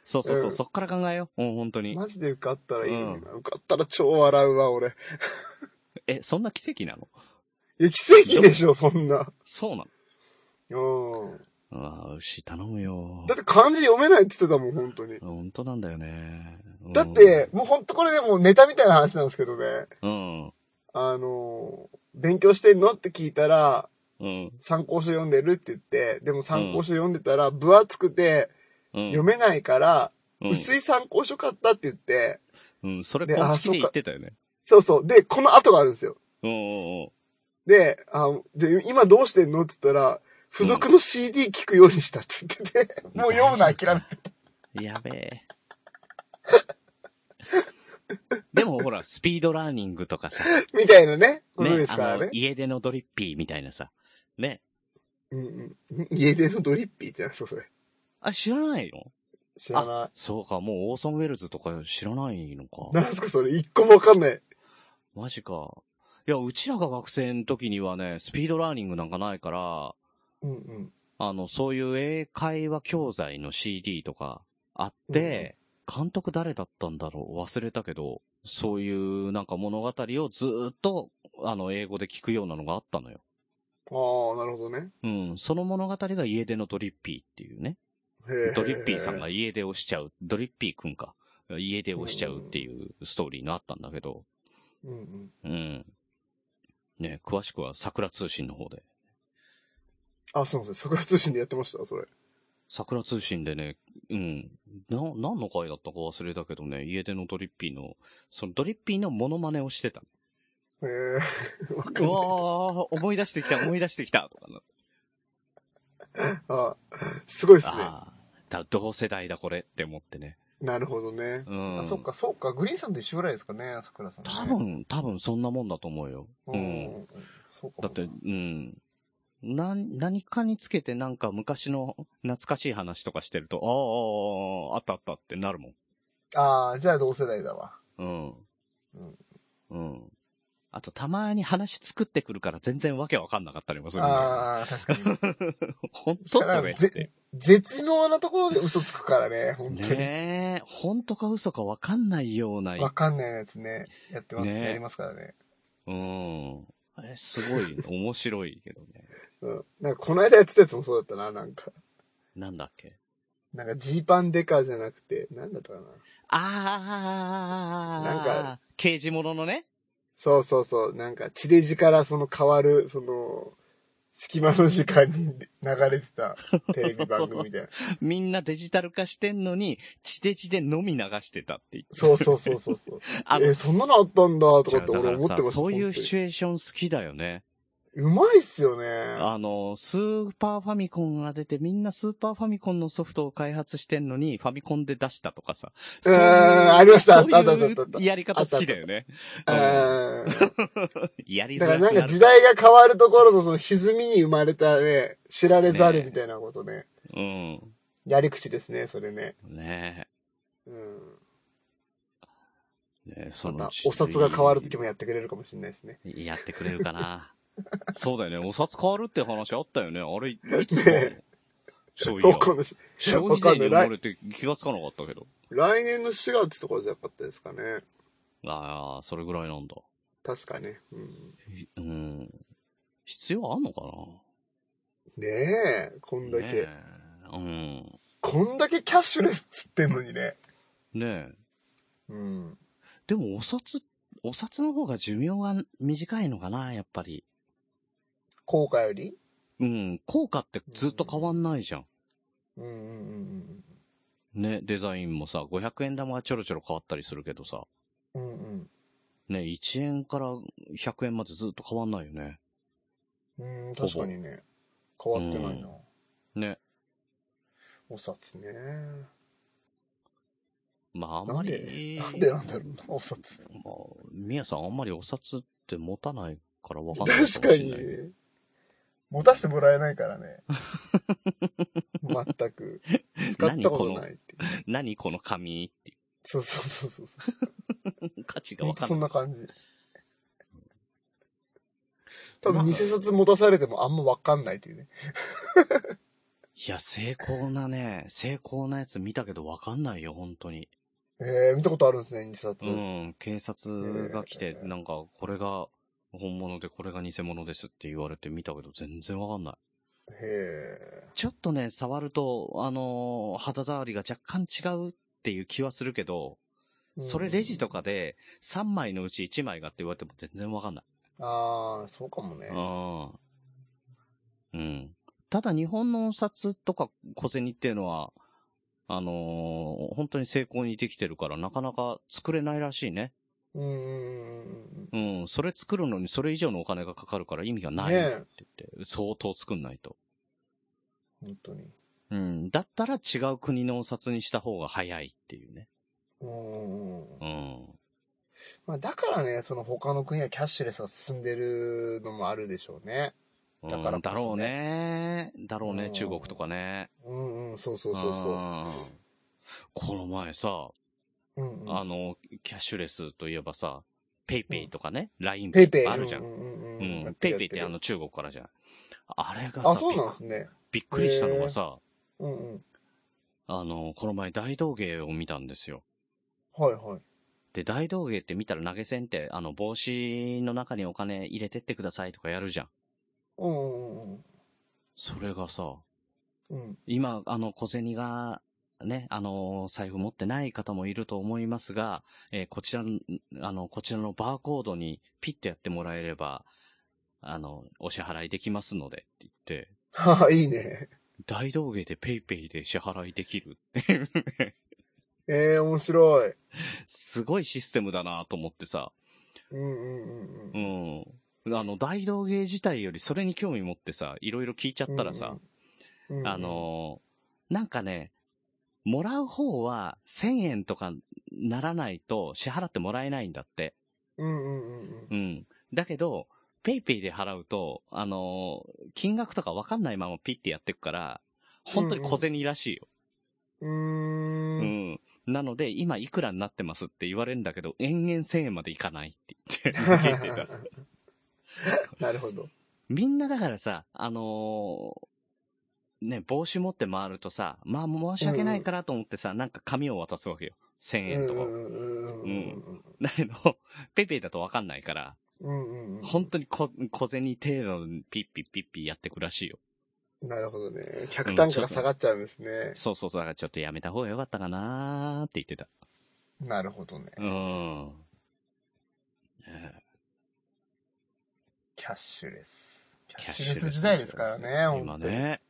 Speaker 3: そうそうそう、
Speaker 4: うん
Speaker 3: そっから考えよう。うん、本当に。
Speaker 4: マジで受かったらいいのにな。受かったら超笑うわ、俺。
Speaker 3: え、そんな奇跡なの
Speaker 4: いや、奇跡でしょ、そんな。
Speaker 3: そうなの
Speaker 4: うん。
Speaker 3: うわ牛頼むよ
Speaker 4: だっ。て漢字読めないって言ってたもん、本当に。
Speaker 3: 本当なんだよね。うん
Speaker 4: だって、、もう本当これでもうネタみたいな話なんですけどね。
Speaker 3: うん。
Speaker 4: あのー、勉強してんのって聞いたら、
Speaker 3: うん。
Speaker 4: 参考書読んでるって言って、でも参考書読んでたら、分厚くて
Speaker 3: うん。
Speaker 4: 読めないから、
Speaker 3: うん、
Speaker 4: 薄い参考書買ったって言って、
Speaker 3: うん、それ
Speaker 4: で
Speaker 3: 公
Speaker 4: あ
Speaker 3: 式
Speaker 4: そう
Speaker 3: で
Speaker 4: か
Speaker 3: 言ってたよね。
Speaker 4: そうそう。で、この後があるんですよ。
Speaker 3: うんうんうん。
Speaker 4: で、あで今どうしてんのって言ったら、付属の CD 聞くようにしたって言ってて、もう読むの諦め
Speaker 3: めやべえ。でもほら、スピードラーニングとかさ、ね、
Speaker 4: みたいなね、ことです
Speaker 3: あ
Speaker 4: から
Speaker 3: の
Speaker 4: ね、。
Speaker 3: 家出のドリッピーみたいなさ、ね。
Speaker 4: うんうん、家出のドリッピーってなんですか、それ。
Speaker 3: あれ知らないの
Speaker 4: 知らな
Speaker 3: そうか、もうオーソンウェルズとか知らないの
Speaker 4: い。な
Speaker 3: か。
Speaker 4: んすか、それ。一個もわかんない。
Speaker 3: マジか。いや、うちらが学生の時にはね、スピードラーニングなんかないから、
Speaker 4: うんうん。
Speaker 3: あの、そういう英会話教材の CD とかあって、監督誰だったんだろう忘れたけど、そういうなんか物語をずーっと、あの、英語で聞くようなのがあったのよ。
Speaker 4: ああ、なるほどね。
Speaker 3: うん。その物語が家出のドリッピーっていうね。
Speaker 4: へえ
Speaker 3: ドリッピーさんが。家出をしちゃう。ドリッピーくんか。家出をしちゃうっていうストーリーがあったんだけど、
Speaker 4: うんうん。
Speaker 3: うん。ね、詳しくは桜通信の方で。
Speaker 4: あ、すいません。桜通信でやってました、それ。
Speaker 3: 桜通信でね、うん。な、何の回だったか忘れたけどね、家出のドリッピーの、そのドリッピーのモノマネをしてた。
Speaker 4: へえ。 わ
Speaker 3: う
Speaker 4: か
Speaker 3: ん
Speaker 4: ない。
Speaker 3: わー、思い出してきた、思い出してきたと かな。
Speaker 4: あすごいですね。
Speaker 3: あーだ、同世代だこれって思ってね。
Speaker 4: なるほどね。
Speaker 3: うん。
Speaker 4: あ、そっか、そっか。グリーンさんと一緒ぐらいですかね、桜さんね、
Speaker 3: 多分、多分そんなもんだと思うよ。
Speaker 4: う
Speaker 3: うんん。。
Speaker 4: そう
Speaker 3: だ
Speaker 4: か。
Speaker 3: って、うん。な、何かにつけてなんか昔の懐かしい話とかしてると、あーあー、あーあったあったってなるもん。
Speaker 4: ああ、じゃあ同世代だわ。
Speaker 3: うん。
Speaker 4: うん
Speaker 3: うん。あと、たまに話作ってくるから全然わけわかんなかったりもするんだ
Speaker 4: ああ、確かに。
Speaker 3: よ。ほんと それって。
Speaker 4: 絶妙なところで嘘つくからね、本当に。
Speaker 3: ねえ、本当か嘘かわかんないような。
Speaker 4: わかんないやつね、やってます、
Speaker 3: ね
Speaker 4: やりますからね。
Speaker 3: うん。え、すごい、面白いけどね。
Speaker 4: うん。なんか、この間やってたやつもそうだったな、なんか。
Speaker 3: なんだっけ
Speaker 4: なんか、ジーパンデカじゃなくて、なんだったかな。
Speaker 3: あー、
Speaker 4: なんか、
Speaker 3: 刑事物のね。
Speaker 4: そうそうそう、なんか、地デジからその変わる、その、隙間の時間に流れてたテレビ番組みたいな。
Speaker 3: みんなデジタル化してんのに、地デジでのみ流してたって言って。
Speaker 4: そうそうそうそうそう。
Speaker 3: あ
Speaker 4: え
Speaker 3: の、
Speaker 4: そんなのあったんだ、とかっ
Speaker 3: 違うだ
Speaker 4: て俺
Speaker 3: から
Speaker 4: 思って
Speaker 3: さ
Speaker 4: ました。
Speaker 3: そういうシチ
Speaker 4: ュ
Speaker 3: ュエーション好きだよね。
Speaker 4: うまいっすよね。
Speaker 3: あの、スーパーファミコンが出てみんなスーパーファミコンのソフトを開発してんのにファミコンで出したとかさ。
Speaker 4: う
Speaker 3: そういうん
Speaker 4: ありました
Speaker 3: そう
Speaker 4: あったあったあったあっ
Speaker 3: い
Speaker 4: た
Speaker 3: うやり方好きだよね。
Speaker 4: うん。
Speaker 3: やりづ
Speaker 4: だから
Speaker 3: ら
Speaker 4: な
Speaker 3: く
Speaker 4: ん
Speaker 3: な
Speaker 4: か
Speaker 3: る。
Speaker 4: 時代が変わるところのその歪みに生まれたね、知られざるみたいなことね。
Speaker 3: うん。
Speaker 4: やり口ですね、それね。
Speaker 3: ね
Speaker 4: うん。
Speaker 3: え。ねえそ
Speaker 4: ま
Speaker 3: の
Speaker 4: た
Speaker 3: うち、
Speaker 4: お札が変わるときもやってくれるかもしれないですね。
Speaker 3: やってくれるかな。そうだよね。お札変わるって話あったよね。あれ、いつ変わるのそういや
Speaker 4: わ。かんない
Speaker 3: 消費税に生まれて気がつかなかったけど。
Speaker 4: 来年の4月とかじゃなかったですかね。
Speaker 3: ああ、それぐらいなんだ。
Speaker 4: 確かね。うん、
Speaker 3: うん。必要あんのか
Speaker 4: ねえ、こん
Speaker 3: な
Speaker 4: だけ、
Speaker 3: ねえ。うん。
Speaker 4: こんだけキャッシュレスっつってんのにね。
Speaker 3: ねえ。
Speaker 4: うん。
Speaker 3: でもお札、お札の方が寿命が短いのかな、やっぱり。
Speaker 4: 効果より
Speaker 3: うん。効果ってずっと変わんないじゃん。
Speaker 4: うんうんうん
Speaker 3: ね、デザインもさ、500円玉がちょろちょろ変わったりするけどさ。
Speaker 4: うん。うんうん。
Speaker 3: ね、1円から100円までずっと変わんないよね。
Speaker 4: うん、
Speaker 3: ぼ
Speaker 4: 確かにね。変わってないな。
Speaker 3: ね。
Speaker 4: お札ね。
Speaker 3: まああん
Speaker 4: な
Speaker 3: ま
Speaker 4: ん
Speaker 3: り
Speaker 4: で、。なんでなんだろうな、お札。
Speaker 3: まあ、みやさんあんまりお札って持たないからわかんない
Speaker 4: 確
Speaker 3: も
Speaker 4: か
Speaker 3: しん
Speaker 4: に
Speaker 3: ない。。
Speaker 4: 持たせてもらえないから ね。全く。使っ
Speaker 3: 何
Speaker 4: た
Speaker 3: こ
Speaker 4: こと
Speaker 3: の
Speaker 4: な、いって。
Speaker 3: 何この紙ってい
Speaker 4: そうそうそうそうそう
Speaker 3: 価値がわ
Speaker 4: う。
Speaker 3: かん
Speaker 4: そ
Speaker 3: ない。
Speaker 4: んな感じ。 多分偽札持たされてもあんまわかんないっていうね。
Speaker 3: いや、成功なね、成功なやつ見たけどわかんないよ、本当に。
Speaker 4: えー、見たことあるんですね、偽札。
Speaker 3: うん、警察が来て、
Speaker 4: えー
Speaker 3: なんか、これが本物でこれが偽物ですって言われて見たけど全然わかんない。
Speaker 4: へえ。
Speaker 3: ちょっとね、触ると、あのー肌触りが若干違うっていう気はするけど、それレジと
Speaker 4: か。
Speaker 3: かで3枚のうち1枚がって言われても全然わかんない。
Speaker 4: ああ、そうかもね。
Speaker 3: うん。うん。ただ日本のお札とか小銭っていうのは、あのー本当に成功にできてるからなかなか作れないらしいね。
Speaker 4: うんうんうん
Speaker 3: うん。それ作るのにそれ以上のお金がかかるから意味がないっ
Speaker 4: ね
Speaker 3: て
Speaker 4: え
Speaker 3: 言って、相当作んないと。
Speaker 4: うん。本当に。
Speaker 3: うん。だったら違う国のお札にした方が早いっていうね。
Speaker 4: うんうんうん。
Speaker 3: うん。
Speaker 4: まあ、だからね、その他の国はキャッシュレスが進んでるのもあるでしょうね。
Speaker 3: うん
Speaker 4: だからこそ
Speaker 3: だ
Speaker 4: ね
Speaker 3: ろうね。だろう
Speaker 4: う
Speaker 3: ね、
Speaker 4: ん
Speaker 3: 中国とかね。
Speaker 4: うんうん、そうそうそうそう。
Speaker 3: うんこの前さ、
Speaker 4: うんうん、
Speaker 3: あの、キャッシュレスといえばさ、ペイペイとかね、ライン
Speaker 4: ペ
Speaker 3: ペ
Speaker 4: イ
Speaker 3: イ
Speaker 4: ペイ。
Speaker 3: あるじゃん。
Speaker 4: ん
Speaker 3: う
Speaker 4: や
Speaker 3: ん
Speaker 4: っ。て
Speaker 3: ペ
Speaker 4: る
Speaker 3: イペイって
Speaker 4: や
Speaker 3: あ
Speaker 4: る
Speaker 3: の中国からじゃん。あれが
Speaker 4: あ、
Speaker 3: さ、
Speaker 4: そうなん
Speaker 3: びっ
Speaker 4: ですね。
Speaker 3: びっくりしたのがさ、
Speaker 4: うんうん。
Speaker 3: あの、この前大道芸を見たんですよ。
Speaker 4: はいはい。
Speaker 3: で、大道芸って見たら投げ銭って、あの、帽子の中にお金入れてってくださいとかやるじゃん。
Speaker 4: うんうんうん
Speaker 3: それがさ、
Speaker 4: うん。うん。
Speaker 3: 今、あの、小銭が、ね、あの、財布持ってない方もいると思いますが、えーこちらの、あの、こちらのバーコードにピッてやってもらえれば、あの、お支払いできますのでって言って、
Speaker 4: はあ、いいね。
Speaker 3: 大道芸でペイペイで支払いできるっていうね、
Speaker 4: ええ面白い。
Speaker 3: すごいシステムだなと思ってさ、
Speaker 4: うんうんうん
Speaker 3: う
Speaker 4: うん。
Speaker 3: ん。あの、大道芸自体よりそれに興味持ってさ、いろいろ聞いちゃったらさ、
Speaker 4: うんうん、
Speaker 3: あのーなんかね、もらう方は1000円とかならないと支払ってもらえないんだって。
Speaker 4: うんうんうんうん。
Speaker 3: うん。だけど、ペイペイで払うと、あのー金額とかわかんないままピッてやってくから、本当に小銭らしいよ。
Speaker 4: う
Speaker 3: うん。
Speaker 4: ーん。
Speaker 3: なので、今いくらになってますって言われるんだけど、延々1000円までいかないって 言って、逃げてた。
Speaker 4: なるほど。
Speaker 3: みんなだからさ、あのーね、帽子持って回るとさ、まあ申し訳ないからと思ってさ、なんか紙を渡すわけよ。1000円とかを。
Speaker 4: うんうん
Speaker 3: だけど、 ペイペイだとわかんないから、
Speaker 4: うんうんうん。
Speaker 3: 本当に小小銭程度にピッピッピッピやってくらしいよ。
Speaker 4: なるほどね。客単価が下がっちゃうんですね。
Speaker 3: そうそうそう、だからちょっとやめた方がよかったかなーって言ってた。
Speaker 4: なるほどね。
Speaker 3: うん。ね
Speaker 4: キャッシュレス。キャ
Speaker 3: キャ
Speaker 4: ッ
Speaker 3: ッ
Speaker 4: シ
Speaker 3: シ
Speaker 4: ュ
Speaker 3: ュ
Speaker 4: レ
Speaker 3: レ
Speaker 4: ス
Speaker 3: ス
Speaker 4: 時代ですからね、
Speaker 3: 今
Speaker 4: 本当に。
Speaker 3: ね。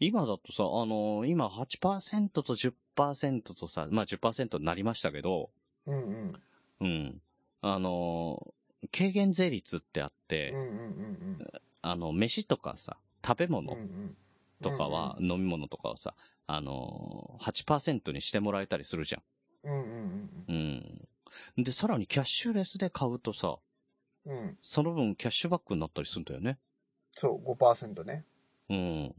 Speaker 3: 今だとさ、あのー今8%と10%とさ、まあ10%になりましたけど、
Speaker 4: うんうん。
Speaker 3: うん。あのー軽減税率ってあっ
Speaker 4: う
Speaker 3: て、
Speaker 4: んうんうん
Speaker 3: あの、飯とかさ、食べ
Speaker 4: うん。う
Speaker 3: 物
Speaker 4: んうん
Speaker 3: とかは、、飲み物とかはさ、あのー、8%にしてもらえたりするじゃ
Speaker 4: うんうんうん
Speaker 3: ん。うん。で、さらにキャッシュレスで買うとさ、
Speaker 4: うん。うん。
Speaker 3: その分キャッシュバックになったりするんだよね。
Speaker 4: そう、5%ね。
Speaker 3: うん。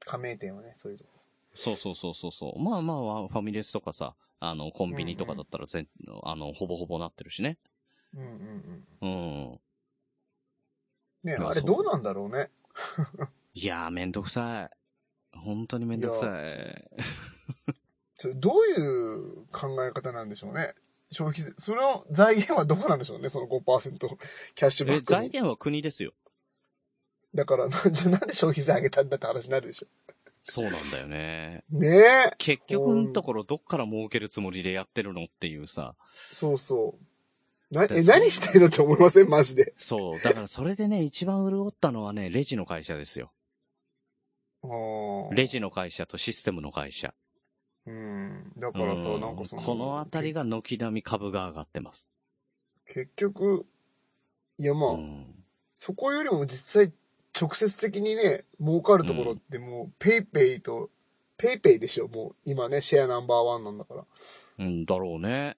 Speaker 4: 加盟店はね、そういうとこ。
Speaker 3: そうそうそうそうそう。まあまあ、ファミレスとかさ、あの、コンビニとかだったら全、あの、ほぼほぼなってるしね。
Speaker 4: うんうんうん。
Speaker 3: うん。
Speaker 4: ね
Speaker 3: まあ
Speaker 4: あれ
Speaker 3: そう
Speaker 4: どうなんだろうね。
Speaker 3: いやー、めんどくさい。本当にめんどくさい。
Speaker 4: ちょどういう考え方なんでしょうね。消費税、その財源はどこなんでしょうね、その5%キャッシュバ
Speaker 3: え、
Speaker 4: ックの。
Speaker 3: 財源は国ですよ。
Speaker 4: だから、 なんじゃなんで消費税上げたんだって話になるでしょ。
Speaker 3: そうなんだよね。
Speaker 4: ねえ。
Speaker 3: 結局のところどっから儲けるつもりでやってるのっていうさ。
Speaker 4: そうそう。な、
Speaker 3: だ
Speaker 4: え、
Speaker 3: そう
Speaker 4: 何したいのって思いませんマジで。
Speaker 3: そう。だからそれでね、一番潤ったのはね、レジの会社ですよ。レ
Speaker 4: レ
Speaker 3: ジの会社とシステムの会社。
Speaker 4: うん。だ
Speaker 3: う
Speaker 4: からさ、
Speaker 3: ん
Speaker 4: なんかその。
Speaker 3: このあたりが軒並み株が上がってます。
Speaker 4: け。結局、いやまあ、
Speaker 3: うん。
Speaker 4: そこよりも実際、直接的にね、儲かるところってもう、ペイペイと、ペイペイでしょ、もう。今ね、シェアナンバーワンなんだから。
Speaker 3: うんだろうね。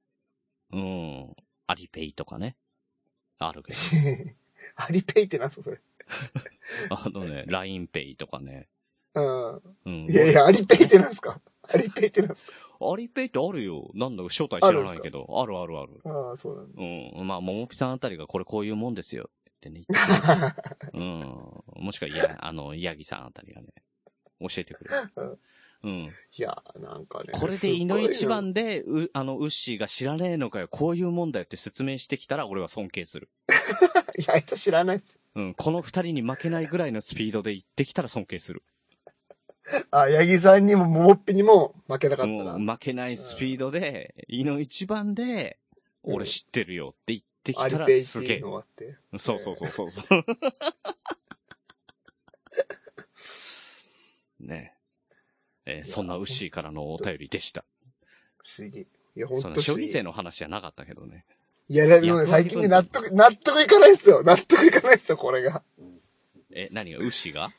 Speaker 3: うん。アリペイとかね。あるけ ど。
Speaker 4: アリペイってなんすか、それ。
Speaker 3: あのね、ラインペイとかね。
Speaker 4: う
Speaker 3: うん
Speaker 4: ん。い。やいや、アリペイってなんすか。アリペイってなんすか。
Speaker 3: アリペイってあるよ。なんだか正体知らないけど。あるあるある。
Speaker 4: ああ、そうなんだ。
Speaker 3: うん。まあ、ももぴさんあたりがこれこういうもんですよ。ってね。うん。もしくは、い や、あの、ヤギさんあたりがね。教えてくれる。うん。
Speaker 4: いや、なんかね。
Speaker 3: これで、
Speaker 4: すごい
Speaker 3: いの一
Speaker 4: な。
Speaker 3: 番で、う、あの、ウッシーが知らねえのかよ、こういうもんだよって説明してきたら、俺は尊敬する。
Speaker 4: いや、あいつ知らないっす。
Speaker 3: うん。この二人に負けないぐらいのスピードで行ってきたら尊敬する。
Speaker 4: あ、八木さんにも、ももっぴにも負けなかった
Speaker 3: も
Speaker 4: な
Speaker 3: う。負けないスピードで、いの一番で、
Speaker 4: うん
Speaker 3: 俺知ってるよって言って
Speaker 4: ア
Speaker 3: きた
Speaker 4: リ
Speaker 3: ら
Speaker 4: ペイチ
Speaker 3: すげ
Speaker 4: ー
Speaker 3: え。
Speaker 4: ノあって。
Speaker 3: そうそうそうそう そう。ねえ。えーそんなウッシーからのお便りでした。
Speaker 4: 不思議。いや、ほん
Speaker 3: そ
Speaker 4: と
Speaker 3: の
Speaker 4: 不
Speaker 3: 消
Speaker 4: 思議
Speaker 3: 費。税の話じゃなかったけどね。
Speaker 4: いや、でもね、最近ね、納得、納得いかないっすよ。納得いかないっすよ、これが。
Speaker 3: え、何がウッシー が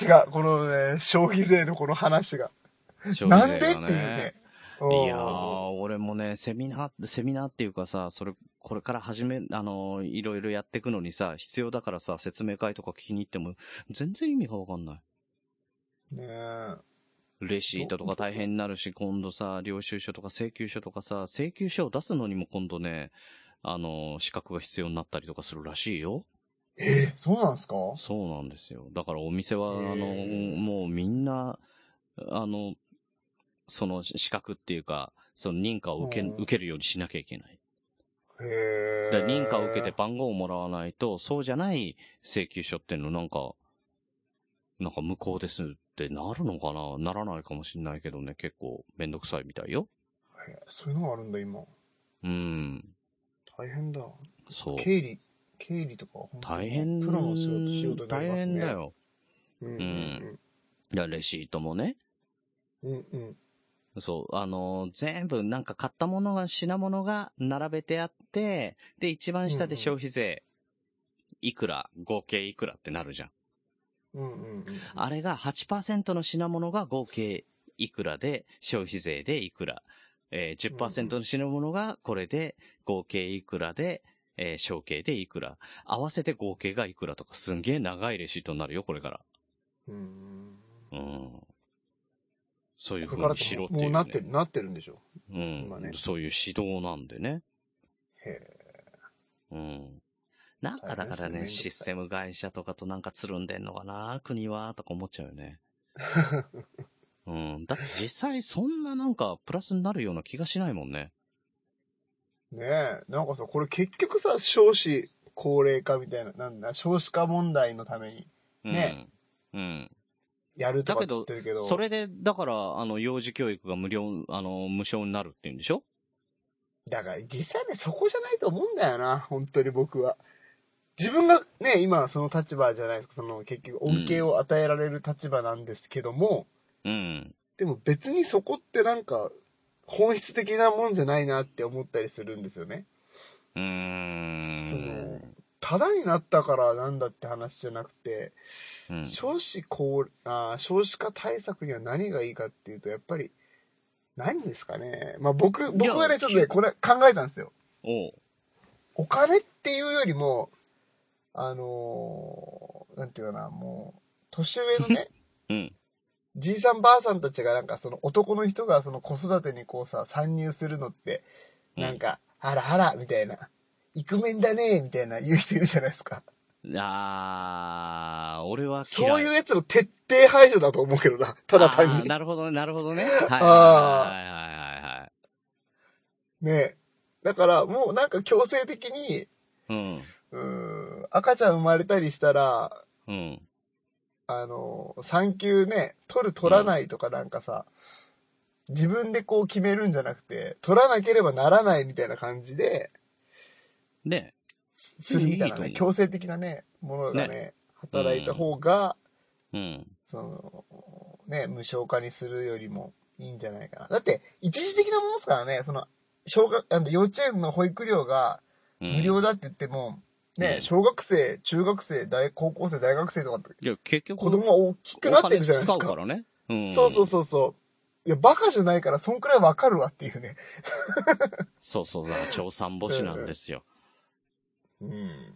Speaker 4: 違う、このね、消費税のこの話が。
Speaker 3: 消
Speaker 4: なん
Speaker 3: 費
Speaker 4: で
Speaker 3: 税
Speaker 4: ってい
Speaker 3: が
Speaker 4: う
Speaker 3: ね。
Speaker 4: ね。
Speaker 3: いや
Speaker 4: うん
Speaker 3: ー、俺もね、セミナー、セミナーっていうかさ、それ、これから始め、あのー、いろいろやっていくのにさ、必要だからさ、説明会とか聞きに行っても、全然意味がわかんない。
Speaker 4: ねえ
Speaker 3: レシートとか大変になるし、今度さ、領収書とか請求書とかさ、請求書を出すのにも今度ね、あのー、資格が必要になったりとかするらしいよ。
Speaker 4: え、そうなんですか
Speaker 3: そうなんですよ。だからお店は、あ
Speaker 4: へ
Speaker 3: の
Speaker 4: ー
Speaker 3: ー、もうみんな、あの、その資格っていうか、その認可を受け、
Speaker 4: うん
Speaker 3: 受けるようにしなきゃいけない。
Speaker 4: へえ。
Speaker 3: で認可を受けて番号をもらわないと、そうじゃない請求書っていうのなんか、なんか無効ですってなるのかなならないかもしんないけどね、結構めんどくさいみたいよ。
Speaker 4: へえそういうのがあるんだ、今。
Speaker 3: うん。
Speaker 4: 大変だ。
Speaker 3: そう。
Speaker 4: 経理、経理とか、本当
Speaker 3: 大変、
Speaker 4: プロの仕事仕事になり
Speaker 3: 大
Speaker 4: ますね。
Speaker 3: 変だ。よ。
Speaker 4: うんうん
Speaker 3: いや、レシートもね。
Speaker 4: うん。うんうん。
Speaker 3: そう、あのー全部なんか買ったものが、品物が並べてあって、で、一番下で消費税、いくら、合計いくらってなるじゃん。
Speaker 4: うんうんうん。
Speaker 3: あれが8%の品物が合計いくらで、消費税でいくら。えー10%の品物がこれで合計いくらで、えー、小計でいくら。合わせて合計がいくらとか、すんげえ長いレシートになるよ、これから。
Speaker 4: うん。
Speaker 3: うん。そういう
Speaker 4: こ
Speaker 3: 風
Speaker 4: れから
Speaker 3: に
Speaker 4: って
Speaker 3: しろっていう、
Speaker 4: も
Speaker 3: ね。
Speaker 4: うなってる、なってるんでしょ。
Speaker 3: うん
Speaker 4: 今ね
Speaker 3: そういう指導なんでね。
Speaker 4: へえ。
Speaker 3: うん。なんかだから
Speaker 4: 大変ですねめんど
Speaker 3: ね、
Speaker 4: くさい
Speaker 3: システム会社とかとなんかつるんでんのかな、国は、とか思っちゃうよ ね。うん。だって実際そんななんかプラスになるような気がしないもんね。
Speaker 4: ねえ、なんかさ、これ結局さ、少子高齢化みたいな、なんだ、少子化問題のためにね
Speaker 3: うん。うん。
Speaker 4: やると
Speaker 3: だけ
Speaker 4: かっ
Speaker 3: ど
Speaker 4: つってるけど、
Speaker 3: それで、だから、あの、幼児教育が無料、あの、無償になるって言うんでしょ
Speaker 4: だから実際ね、そこじゃないと思うんだよな、本当に僕は。自分がね、今その立場じゃないですか、その結局恩恵を与えられる立場なんですけども、
Speaker 3: うん。
Speaker 4: でも別にそこってなんか、本質的なもんじゃないなって思ったりするんですよね。
Speaker 3: うーん。
Speaker 4: ただになったからなんだって話じゃなくて、
Speaker 3: うん。
Speaker 4: 少子高あー少子化対策には何がいいかっていうと、やっぱり、何ですかね。まあ僕、僕はね、ちょっとね、これ考えたんですよ。
Speaker 3: おう。
Speaker 4: お金っていうよりも、あのーなんていうかな、もう、年上のね、
Speaker 3: うん。
Speaker 4: じいさんばあさんたちがなんかその男の人がその子育てにこうさ、参入するのって、なんか、あらあら、みたいな、イクメンだね、みたいな言う人いるじゃないですか。
Speaker 3: あー、俺は嫌い。
Speaker 4: そういうやつの徹底排除だと思うけどな、ただ単
Speaker 3: あー
Speaker 4: に。
Speaker 3: なるほどね、なるほど ね。はい。はいはいはいはいはい。
Speaker 4: ねえ。だからもうなんか強制的に、
Speaker 3: うん。
Speaker 4: うーん、赤ちゃん生まれたりしたら、
Speaker 3: うん。
Speaker 4: あの、産休ね、取る取らないとかなんかさ、自分でこう決めるんじゃなくて、取らなければならないみたいな感じで、
Speaker 3: ね。
Speaker 4: するみたいなね、
Speaker 3: いいと思
Speaker 4: 強制的なね、ものがね、働いた
Speaker 3: うん
Speaker 4: 方が、
Speaker 3: うん。
Speaker 4: その、ね、無償化にするよりもいいんじゃないかな。だって、一時的なものですからね、その、小学、あの幼稚園の保育料が
Speaker 3: うん
Speaker 4: 無料だって言っても、ね
Speaker 3: う、ん
Speaker 4: 小学生、中学生、大、高校生、大学生とかって
Speaker 3: いや、結局、
Speaker 4: 子供が大きくなってるじゃないで
Speaker 3: お金使う
Speaker 4: すか。
Speaker 3: からね。うん。
Speaker 4: そうそうそうそう。いや、バカじゃないから、そんくらいわかるわっていうね。
Speaker 3: そうそう。だから、調査母子なんですよ。
Speaker 4: うん。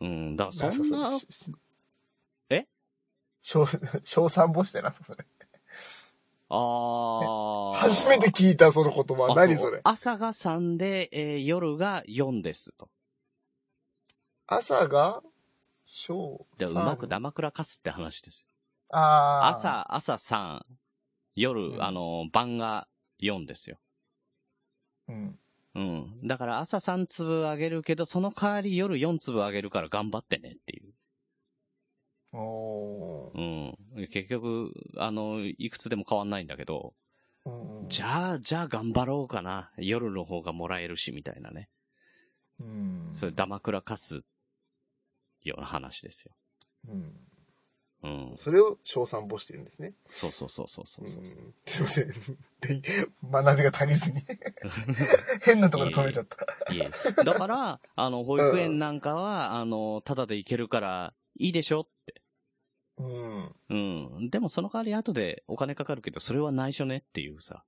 Speaker 3: うん。だから、そんな、
Speaker 4: か
Speaker 3: い
Speaker 4: そ
Speaker 3: え
Speaker 4: 小、小三母子ってなんすかそれ。
Speaker 3: あー。
Speaker 4: 初めて聞いた、その言葉。
Speaker 3: あ
Speaker 4: 何
Speaker 3: う
Speaker 4: それ。
Speaker 3: 朝が3で、えー夜が4ですと。
Speaker 4: 朝が、小
Speaker 3: で、
Speaker 4: 三
Speaker 3: うまくダマクラかすって話です。
Speaker 4: あー。
Speaker 3: 朝、朝3、夜、
Speaker 4: うん
Speaker 3: あの、晩が4ですよ。
Speaker 4: うん。
Speaker 3: うん。だから朝3粒あげるけど、その代わり夜4粒あげるから頑張ってねっていう。
Speaker 4: おー
Speaker 3: うん。結局、あの、いくつでも変わんないんだけど、
Speaker 4: うんうん
Speaker 3: じゃあ、じゃあ頑張ろうかな。夜の方がもらえるし、みたいなね。
Speaker 4: うん。
Speaker 3: そういうダマクラかすような話ですよ。
Speaker 4: うん。
Speaker 3: うん。
Speaker 4: それを小三母子って言うんですね。
Speaker 3: そうそうそうそうそうそう。
Speaker 4: うんすいません。 で学びが足りずに。 変なところで止めちゃった。
Speaker 3: いえ。だから、あの、保育園なんかは、あの、ただで行けるから、いいでしょ
Speaker 4: うん。
Speaker 3: うん。でもその代わり後でお金かかるけど、それは内緒ねっていうさ。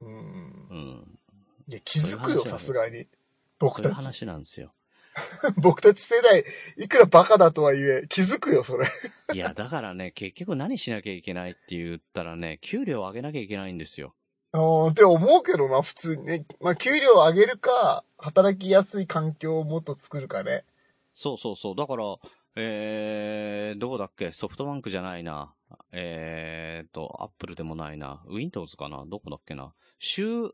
Speaker 4: うん
Speaker 3: う。ん。
Speaker 4: いや、気づくよ、
Speaker 3: そういう話なん
Speaker 4: さ
Speaker 3: です
Speaker 4: すがに。僕
Speaker 3: そういう
Speaker 4: たち。
Speaker 3: 話なんですよ。
Speaker 4: 僕たち世代、いくらバカだとはいえ、気づくよ、それ。
Speaker 3: いや、だからね、 結局何しなきゃいけないって言ったらね、給料上げなきゃいけないんですよ。
Speaker 4: あーって思うけどな、普通にね。まあ、給料を上げるか、働きやすい環境をもっと作るかね。
Speaker 3: そうそうそう。だから、えー、どこだっけソフトバンクじゃないな。えーと、アップルでもないな。Windows かなどこだっけな。週、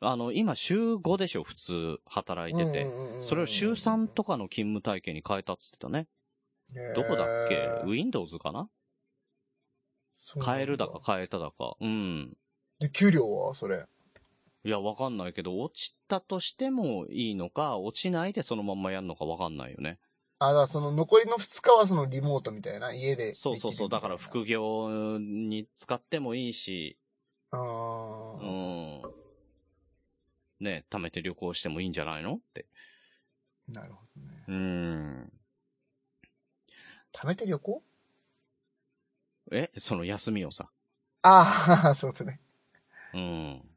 Speaker 3: あの、今週5でしょ普通働いてて。それを週3とかの勤務体系に変えたっつってたね。どこだっけ ?Windows かな変えるだか。変えただか。うん。
Speaker 4: で、給料はそれ。
Speaker 3: いや、わかんないけど、落ちたとしてもいいのか、落ちないでそのまんまやるのかわかんないよね。
Speaker 4: あ、だからその残りの2日はそのリモートみたいな、家でできるみたいな。
Speaker 3: そうそうそう。だから副業に使ってもいいし、
Speaker 4: あ
Speaker 3: う
Speaker 4: ー
Speaker 3: ん。ね、貯めて旅行してもいいんじゃないのって。
Speaker 4: なるほどね。
Speaker 3: うん。
Speaker 4: 貯めて旅行
Speaker 3: え、その休みをさ。
Speaker 4: ああ、 そうですね。
Speaker 3: うん。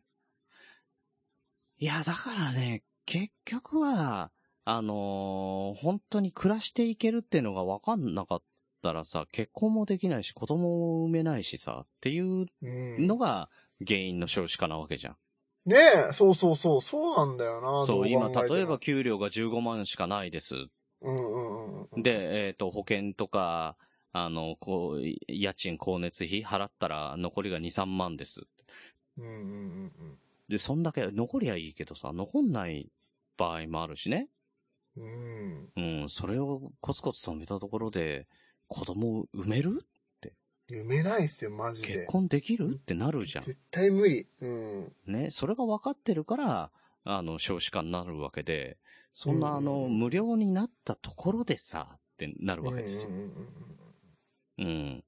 Speaker 3: いや、だからね、結局は、あのー本当に暮らしていけるっていうのが分かんなかっったらさ、結婚もできないし、子供も産めないしさ、っていう
Speaker 4: うん。
Speaker 3: のが原因の少子化なわけじゃん。
Speaker 4: ねえ、そうそうそう、そうなんだよな。ど
Speaker 3: そう、今、
Speaker 4: 考ても
Speaker 3: 例えば、給料が15万しかないです。
Speaker 4: うんうんうんうん。、
Speaker 3: で、えっ、と、保険とか、あの、こう、家賃、光熱費払ったら残りが2、3万です。
Speaker 4: うんうんうんうん。
Speaker 3: で、そんだけ、残りゃいいけどさ、残んない場合もあるしね。
Speaker 4: うん。
Speaker 3: うん、それをコツコツ貯めたところで、子供を産める
Speaker 4: 埋めないっすよ、マジで。
Speaker 3: 結婚できるってなるじゃん。
Speaker 4: 絶対無理。うん。
Speaker 3: ね、それが分かってるから、あの、少子化になるわけで、そんな、あの、
Speaker 4: うん
Speaker 3: 無料になったところでさ、ってなるわけですよ
Speaker 4: う。んうん
Speaker 3: うん。
Speaker 4: うん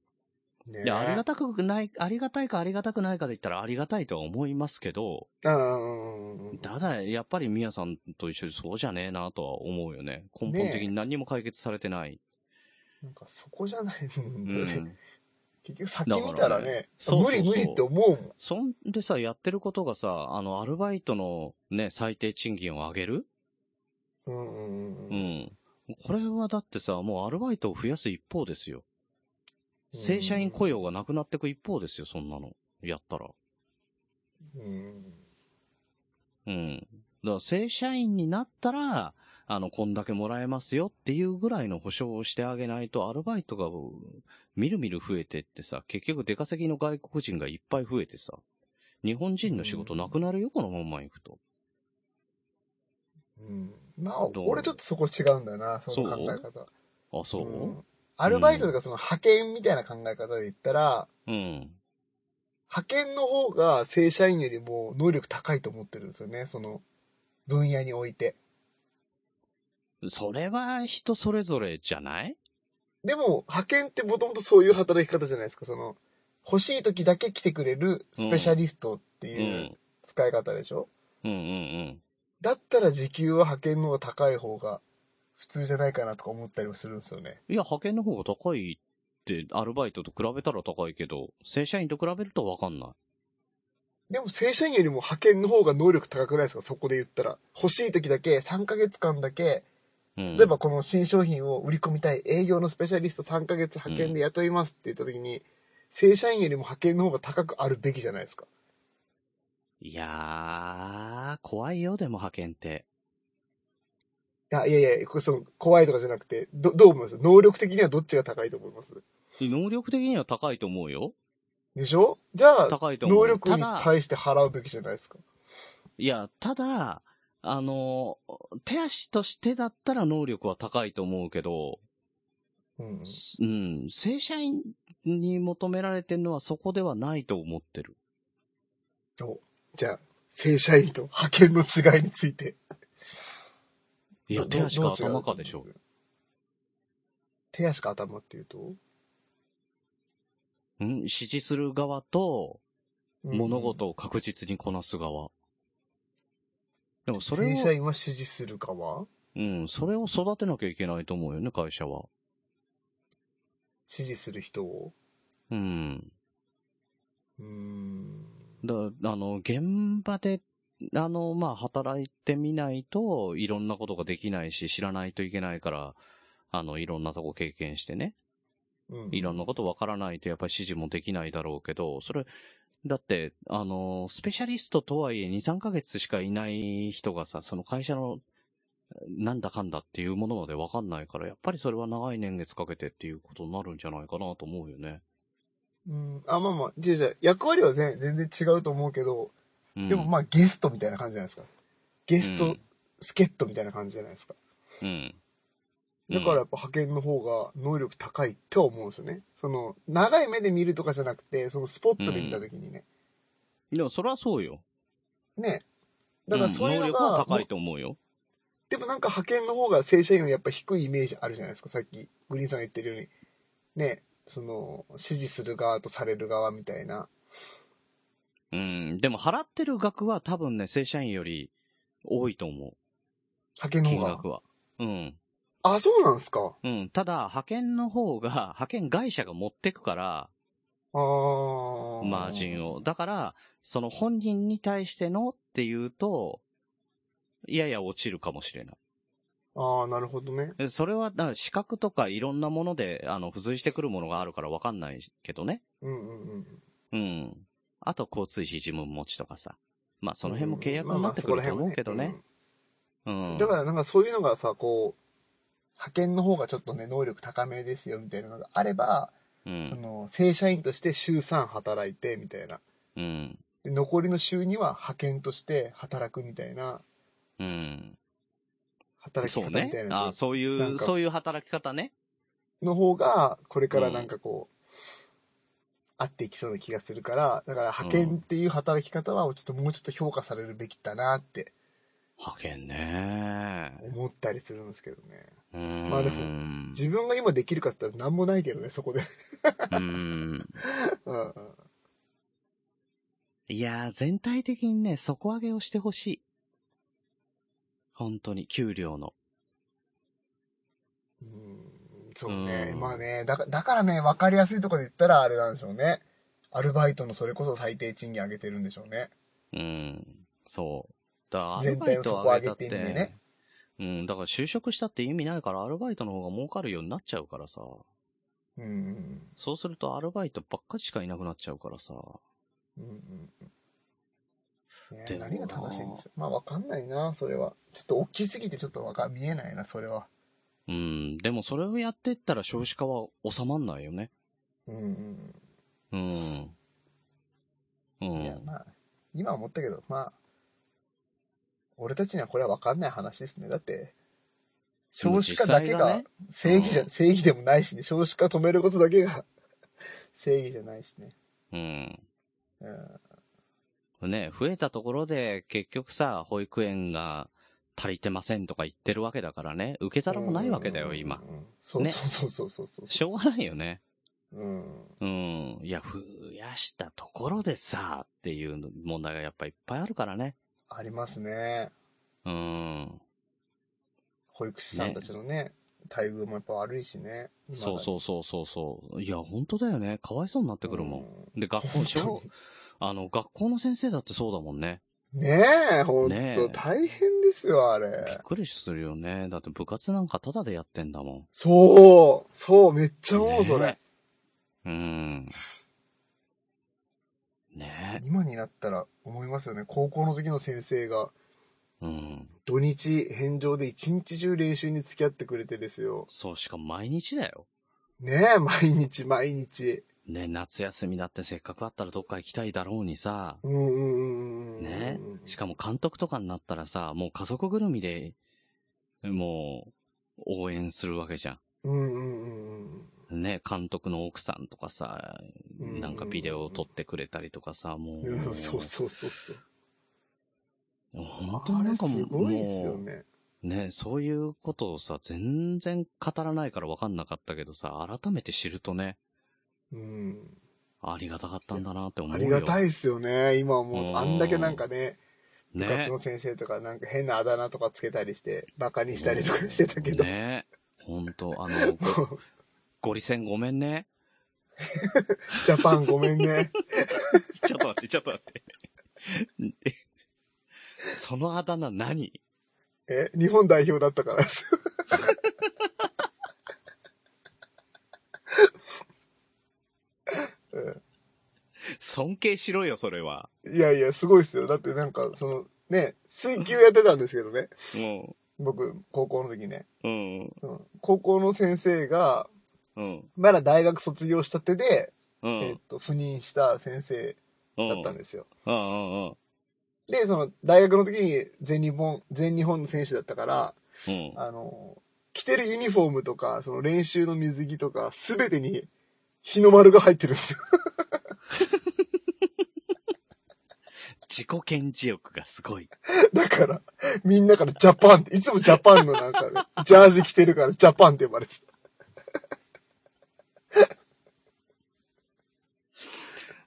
Speaker 4: うん。
Speaker 3: いや、ありが
Speaker 4: た
Speaker 3: たくない、ありがたいかありがたくないかで言ったらありがたいとは思いますけど、
Speaker 4: うんうんうんうん。
Speaker 3: ただ、やっぱりみやさんと一緒にそうじゃねえなとは思うよね。根本的に何にも解決されてない。
Speaker 4: なんかそこじゃない。
Speaker 3: うん。
Speaker 4: 結局先見たら
Speaker 3: だから
Speaker 4: ね、
Speaker 3: そうそうそう
Speaker 4: 無理無理って思うもん。
Speaker 3: そんでさ、やってることがさ、あの、アルバイトのね、最低賃金を上げる
Speaker 4: うんうん
Speaker 3: う
Speaker 4: うん。
Speaker 3: ん。これはだってさ、もうアルバイトを増やす一方ですよ。正社員雇用がなくなってく一方ですよ、そんなの。やったら。
Speaker 4: うん。
Speaker 3: うん。だから正社員になったら、あの、こんだけもらえますよっていうぐらいの保証をしてあげないと、アルバイトがみるみる増えてってさ、結局出稼ぎの外国人がいっぱい増えてさ、日本人の仕事なくなるよ、このまんま行くと。
Speaker 4: うん。まあ、
Speaker 3: どう
Speaker 4: 俺ちょっとそこ違うんだよな、その考え方。
Speaker 3: あ、そううん
Speaker 4: アルバイトとかその派遣みたいな考え方で言ったら、
Speaker 3: うん。
Speaker 4: 派遣の方が正社員よりも能力高いと思ってるんですよね、その分野において。
Speaker 3: それは人それぞれじゃない
Speaker 4: でも、派遣ってもともとそういう働き方じゃないですか、その、欲しい時だけ来てくれるスペシャリストって
Speaker 3: う。
Speaker 4: いうん使い方でしょ、
Speaker 3: うんうんうん。
Speaker 4: だったら時給は派遣の方が高い方が普通じゃないかなとか思ったりもするんですよね。
Speaker 3: いや、派遣の方が高いって、アルバイトと比べたら高いけど、正社員と比べるとわかんない。
Speaker 4: でも正社員よりも派遣の方が能力高くないですかそこで言ったら。欲しい時だけ3ヶ月間だけ、
Speaker 3: うん、
Speaker 4: 例えばこの新商品を売り込みたい営業のスペシャリスト3ヶ月派遣で雇いますって言った時に、正社員よりも派遣の方が高くあるべきじゃないですか。
Speaker 3: いやー、怖いよ、でも派遣って。
Speaker 4: いやいやいや、これその怖いとかじゃなくて、どどう思います能力的にはどっちが高いと思います
Speaker 3: 能力的には高いと思うよ。
Speaker 4: でしょじゃあ、
Speaker 3: 高いと思う。
Speaker 4: 能力
Speaker 3: た
Speaker 4: に
Speaker 3: だ、
Speaker 4: 対して払うべきじゃないですか。
Speaker 3: いや、ただ、あの、手足としてだったら能力は高いと思うけど、
Speaker 4: うん、
Speaker 3: すうん、正社員に求められてるのはそこではないと思ってる。
Speaker 4: じゃあ、正社員と派遣の違いについて。
Speaker 3: いや、
Speaker 4: ど
Speaker 3: 手足か頭か
Speaker 4: どう違う
Speaker 3: でしょ。
Speaker 4: 手足か頭っていうと
Speaker 3: うん、指示する側と、物。事を確実にこなす側。でも
Speaker 4: そ
Speaker 3: そ
Speaker 4: れ
Speaker 3: れ
Speaker 4: 正社
Speaker 3: を、
Speaker 4: 員は支持するかは
Speaker 3: うん、それを育てなきゃいけないと思うよね、会社は。
Speaker 4: 支持する人を
Speaker 3: うん。
Speaker 4: うーん。
Speaker 3: だあの、現場で、あの、まあ、働いてみないといろんなことができないし、知らないといけないから、あの、いろんなとこ経験してね、
Speaker 4: うん
Speaker 3: いろんなことわからないとやっぱり指示もできないだろうけど、それ、だって、あの、スペシャリストとはいえ2、3ヶ月しかいない人がさ、その会社の、なんだかんだっていうものまでわかんないから、やっぱりそれは長い年月かけてっていうことになるんじゃないかなと思うよね。
Speaker 4: うん。あ、まあまあ、じゃあじゃあ役割は全全然違うと思うけど、
Speaker 3: うん、
Speaker 4: でもまあゲストみたいな感じじゃないですか。ゲス
Speaker 3: う
Speaker 4: ト
Speaker 3: ん、
Speaker 4: 助っ人みたいな感じじゃないですか。
Speaker 3: うん。
Speaker 4: だからやっぱ派遣の方が能力高いとは思うんですよね。その、長い目で見るとかじゃなくて、そのスポットで見た時にね。
Speaker 3: うん。でもそれはそうよ。
Speaker 4: ね。だからそういう
Speaker 3: 能
Speaker 4: の
Speaker 3: 力
Speaker 4: が、
Speaker 3: は高いと思うよ。
Speaker 4: でもなんか派遣の方が正社員よりやっぱ低いイメージあるじゃないですか。さっきグリーンさんが言ってるように。ね、その、支持する側とされる側みたいな。
Speaker 3: うん。でも払ってる額は多分ね、正社員より多いと思
Speaker 4: 派遣
Speaker 3: う。
Speaker 4: の
Speaker 3: 金
Speaker 4: 方が。
Speaker 3: 額は。うん。
Speaker 4: あ、そうなんですか。
Speaker 3: うん。ただ、派遣の方が、 派遣会社が持ってくから、
Speaker 4: あー。
Speaker 3: マージンを。だから、その本人に対してのっていうと、いやや落ちるかもしれない。
Speaker 4: あああ、なるほどね。
Speaker 3: でそれは、だから視覚とかいろんなもので、あの、付随してくるものがあるからわかんないけどね。
Speaker 4: うんうんうん。
Speaker 3: うん。あと、交通費自分持ちとかさ。まあ、その辺も契約になってくると思うけどね。うん。
Speaker 4: だからなんかそういうのがさ、こう、派遣の方がちょっとね、能力高めですよみたいなのがあれば、
Speaker 3: う
Speaker 4: そ
Speaker 3: ん。
Speaker 4: の正社員として週3働いてみたいな。
Speaker 3: うん。
Speaker 4: で残りの週には派遣として働くみたいな、
Speaker 3: うん。
Speaker 4: 働き
Speaker 3: そ
Speaker 4: 方
Speaker 3: う
Speaker 4: みた
Speaker 3: ね。
Speaker 4: いな
Speaker 3: あ
Speaker 4: や
Speaker 3: あ
Speaker 4: つ
Speaker 3: そうい
Speaker 4: なん
Speaker 3: う、
Speaker 4: か
Speaker 3: そういう働き方ね。
Speaker 4: の方が、これからなんかこう、合っていきそうな気がするから、だから派遣っていう働き方は、ちょっともうちょっと評価されるべきだなって
Speaker 3: 派遣ね。
Speaker 4: 思ったりするんですけどね。
Speaker 3: うん。
Speaker 4: まあでも
Speaker 3: うん。
Speaker 4: 自分が今できるかって言ったら何もないけどね、そこで。 うんうん
Speaker 3: いやー、全体的にね、底上げをしてほしい。本当に、給料の。
Speaker 4: うんそうね。
Speaker 3: うん
Speaker 4: まあね、だかだからね、わかりやすいところで言ったらあれなんでしょうね。アルバイトのそれこそ最低賃金上げてるんでしょうね。
Speaker 3: うん。そう。だから、アル
Speaker 4: 全
Speaker 3: バ
Speaker 4: 体
Speaker 3: イ
Speaker 4: を
Speaker 3: ト
Speaker 4: 底
Speaker 3: を
Speaker 4: 上
Speaker 3: 上げ
Speaker 4: げ
Speaker 3: たっ
Speaker 4: って
Speaker 3: て。
Speaker 4: 意味でね
Speaker 3: うん、だから就職したって意味ないから、アルバイトの方が儲かるようになっちゃうからさ。
Speaker 4: うんうん
Speaker 3: そうするとアルバイトばっかりしかいなくなっちゃうからさ。
Speaker 4: うん。うんうんうんね
Speaker 3: でもな
Speaker 4: 何が正しいんでしょう。まあわかんないな、それは。ちょっと大きすぎてちょっとわか見えないな、それは。
Speaker 3: うん、でもそれをやってったら少子化は収まんないよね。
Speaker 4: うんうん
Speaker 3: うん。う
Speaker 4: うん。いや
Speaker 3: ん、。
Speaker 4: まあ、今思ったけど、まあ、俺たちにはこれはわかんない話ですね。だって、少子化だけ
Speaker 3: でも実際
Speaker 4: が
Speaker 3: ね
Speaker 4: 正義じゃ、正義でもないしね。少子化止めることだけが 正義じゃないしね。
Speaker 3: うん。
Speaker 4: うん。
Speaker 3: ね、増えたところで結局さ、保育園が足りてませんとか言ってるわけだからね、受け皿もないわけだよ、今
Speaker 4: うん。。そう
Speaker 3: ね
Speaker 4: そうそうそうそうそう。
Speaker 3: しょうがないよね。
Speaker 4: うん。
Speaker 3: うん。いや、増やしたところでさ、っていう問題がやっぱいっぱいあるからね。
Speaker 4: ありますね。
Speaker 3: うん。
Speaker 4: 保育士さんたちのね、待遇もやっぱ悪いしね。
Speaker 3: そう
Speaker 4: う。
Speaker 3: そうそうそうそう。いや、本当だよね。かわいそうになってくるもん。で、 学校、小
Speaker 4: 本当に
Speaker 3: あの、学校の先生だってそうだもんね。
Speaker 4: ねえ、ほんと、
Speaker 3: ねえ
Speaker 4: 大変ですよ、あ
Speaker 3: びっ
Speaker 4: れ。
Speaker 3: くりするよね。だって部活なんかタダでやってんだもん。
Speaker 4: そう、そう、めっちゃ思う、それ。
Speaker 3: ねうん。ね
Speaker 4: 今になったら思いますよね。高校の時の先生が、
Speaker 3: え。うん。
Speaker 4: 土日、返上で一日中練習に付き合ってくれてですよ。
Speaker 3: そう、しかも毎日だよ。
Speaker 4: ねえ、毎日、毎日。
Speaker 3: ね、夏休みだってせっかくあったらどっか行きたいだろうにさ。
Speaker 4: うんうんうんうん。
Speaker 3: ね。しかも監督とかになったらさ、もう家族ぐるみで、もう、応援するわけじゃ
Speaker 4: うんうんうん
Speaker 3: ん。ね、監督の奥さんとかさ、
Speaker 4: うん。
Speaker 3: なんかビデオを撮ってくれたりとかさ、もう。
Speaker 4: うんそうそうそうそう。
Speaker 3: 本当になんかもう、
Speaker 4: あれすごいですよ
Speaker 3: も
Speaker 4: ね。
Speaker 3: うね、そういうことをさ、全然語らないから分かんなかったけどさ、改めて知るとね、
Speaker 4: うん。
Speaker 3: ありがたかったんだなって思
Speaker 4: あ
Speaker 3: うよ。
Speaker 4: りがた
Speaker 3: い。
Speaker 4: いですよね。今
Speaker 3: う
Speaker 4: も
Speaker 3: ん
Speaker 4: う、あんだけなんかね、部
Speaker 3: ね
Speaker 4: 活。の先生とかなんか変なあだ名とかつけたりして、バカにしたりとかしてたけど。
Speaker 3: ね。本当あ の、ご
Speaker 4: もう
Speaker 3: ゴリ戦ごめんね。
Speaker 4: ジャパンごめ んね。
Speaker 3: ちょっと待って、ちょっと待って。えそのあだ名何
Speaker 4: え、日本代表だったか らです。う
Speaker 3: 尊敬しろよ、それは。
Speaker 4: んいやいや、すごいですよ。だってなんか、その、ね、水球やってたんですけどね。
Speaker 3: う ん。
Speaker 4: 僕、高校の時ね。
Speaker 3: うん。
Speaker 4: うん高校の先生が、
Speaker 3: うん。
Speaker 4: まだ大学卒業したてで、
Speaker 3: う
Speaker 4: えっ
Speaker 3: ん。
Speaker 4: と、赴任した先生
Speaker 3: う
Speaker 4: だ
Speaker 3: ん。
Speaker 4: ったんですよ。
Speaker 3: うんうんうん。
Speaker 4: で、その、大学の時に全日本、全日本の選手だったから、
Speaker 3: うん。
Speaker 4: あの、着てるユニフォームとか、その練習の水着とか、すべてに日の丸が入ってるんですよ。
Speaker 3: 自己顕示欲がすごい。
Speaker 4: だから、みんなからジャパンって、いつもジャパンのなんかね、ジャージ着てるからジャパンって呼ばれてた。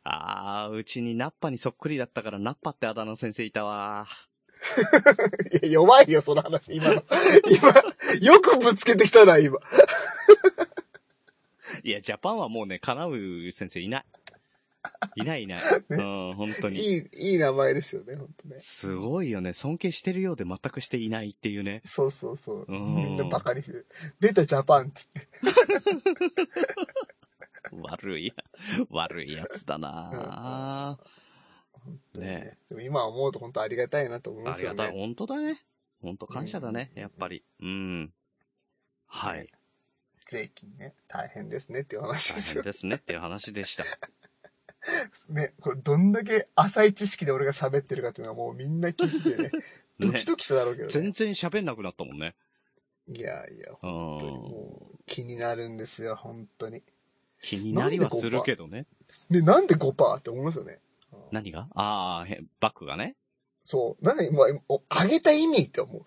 Speaker 3: あー、うちにナッパにそっくりだったから、ナッパってあだ名先生いたわ。
Speaker 4: いや、弱いよ、その話、今の。今、よくぶつけてきたな、今。
Speaker 3: いや、ジャパンはもうね、叶う先生いない。いないいない。うん、本当
Speaker 4: い
Speaker 3: に。
Speaker 4: い、いい名前ですよね、本当ね。
Speaker 3: すごいよね。尊敬してるようで全くしていないっていうね。
Speaker 4: そうそうそう。
Speaker 3: うん
Speaker 4: みんなバカにしてる。出たジャパンっつって。
Speaker 3: 悪いや、悪いやつだなぁね
Speaker 4: でも今思うと本当ありがたいなと思い
Speaker 3: え。
Speaker 4: ま
Speaker 3: あ
Speaker 4: す
Speaker 3: り
Speaker 4: よ
Speaker 3: がたい。
Speaker 4: ね。
Speaker 3: 本当だね。本当感謝だね。やっぱり。うん。はい。
Speaker 4: 税金ね。大変ですねっていう話で
Speaker 3: 大
Speaker 4: す
Speaker 3: 変
Speaker 4: よ。
Speaker 3: ですねっていう話でした。
Speaker 4: ね。これどんだけ浅い知識で俺が喋ってるかっていうのはもうみんな聞いててね。 ド
Speaker 3: ね
Speaker 4: キ。ドキしただろうけどね。
Speaker 3: 全然喋んなくなったもんね。
Speaker 4: いやいや、
Speaker 3: う
Speaker 4: 本当に
Speaker 3: ん。
Speaker 4: もう気になるんですよ、本当に。
Speaker 3: 気になりはするけどね。
Speaker 4: で、なんで5%って思いますよね。うん
Speaker 3: 何がああ、へバックがね。
Speaker 4: そう。なんで、まあ、お上げた意味って思う。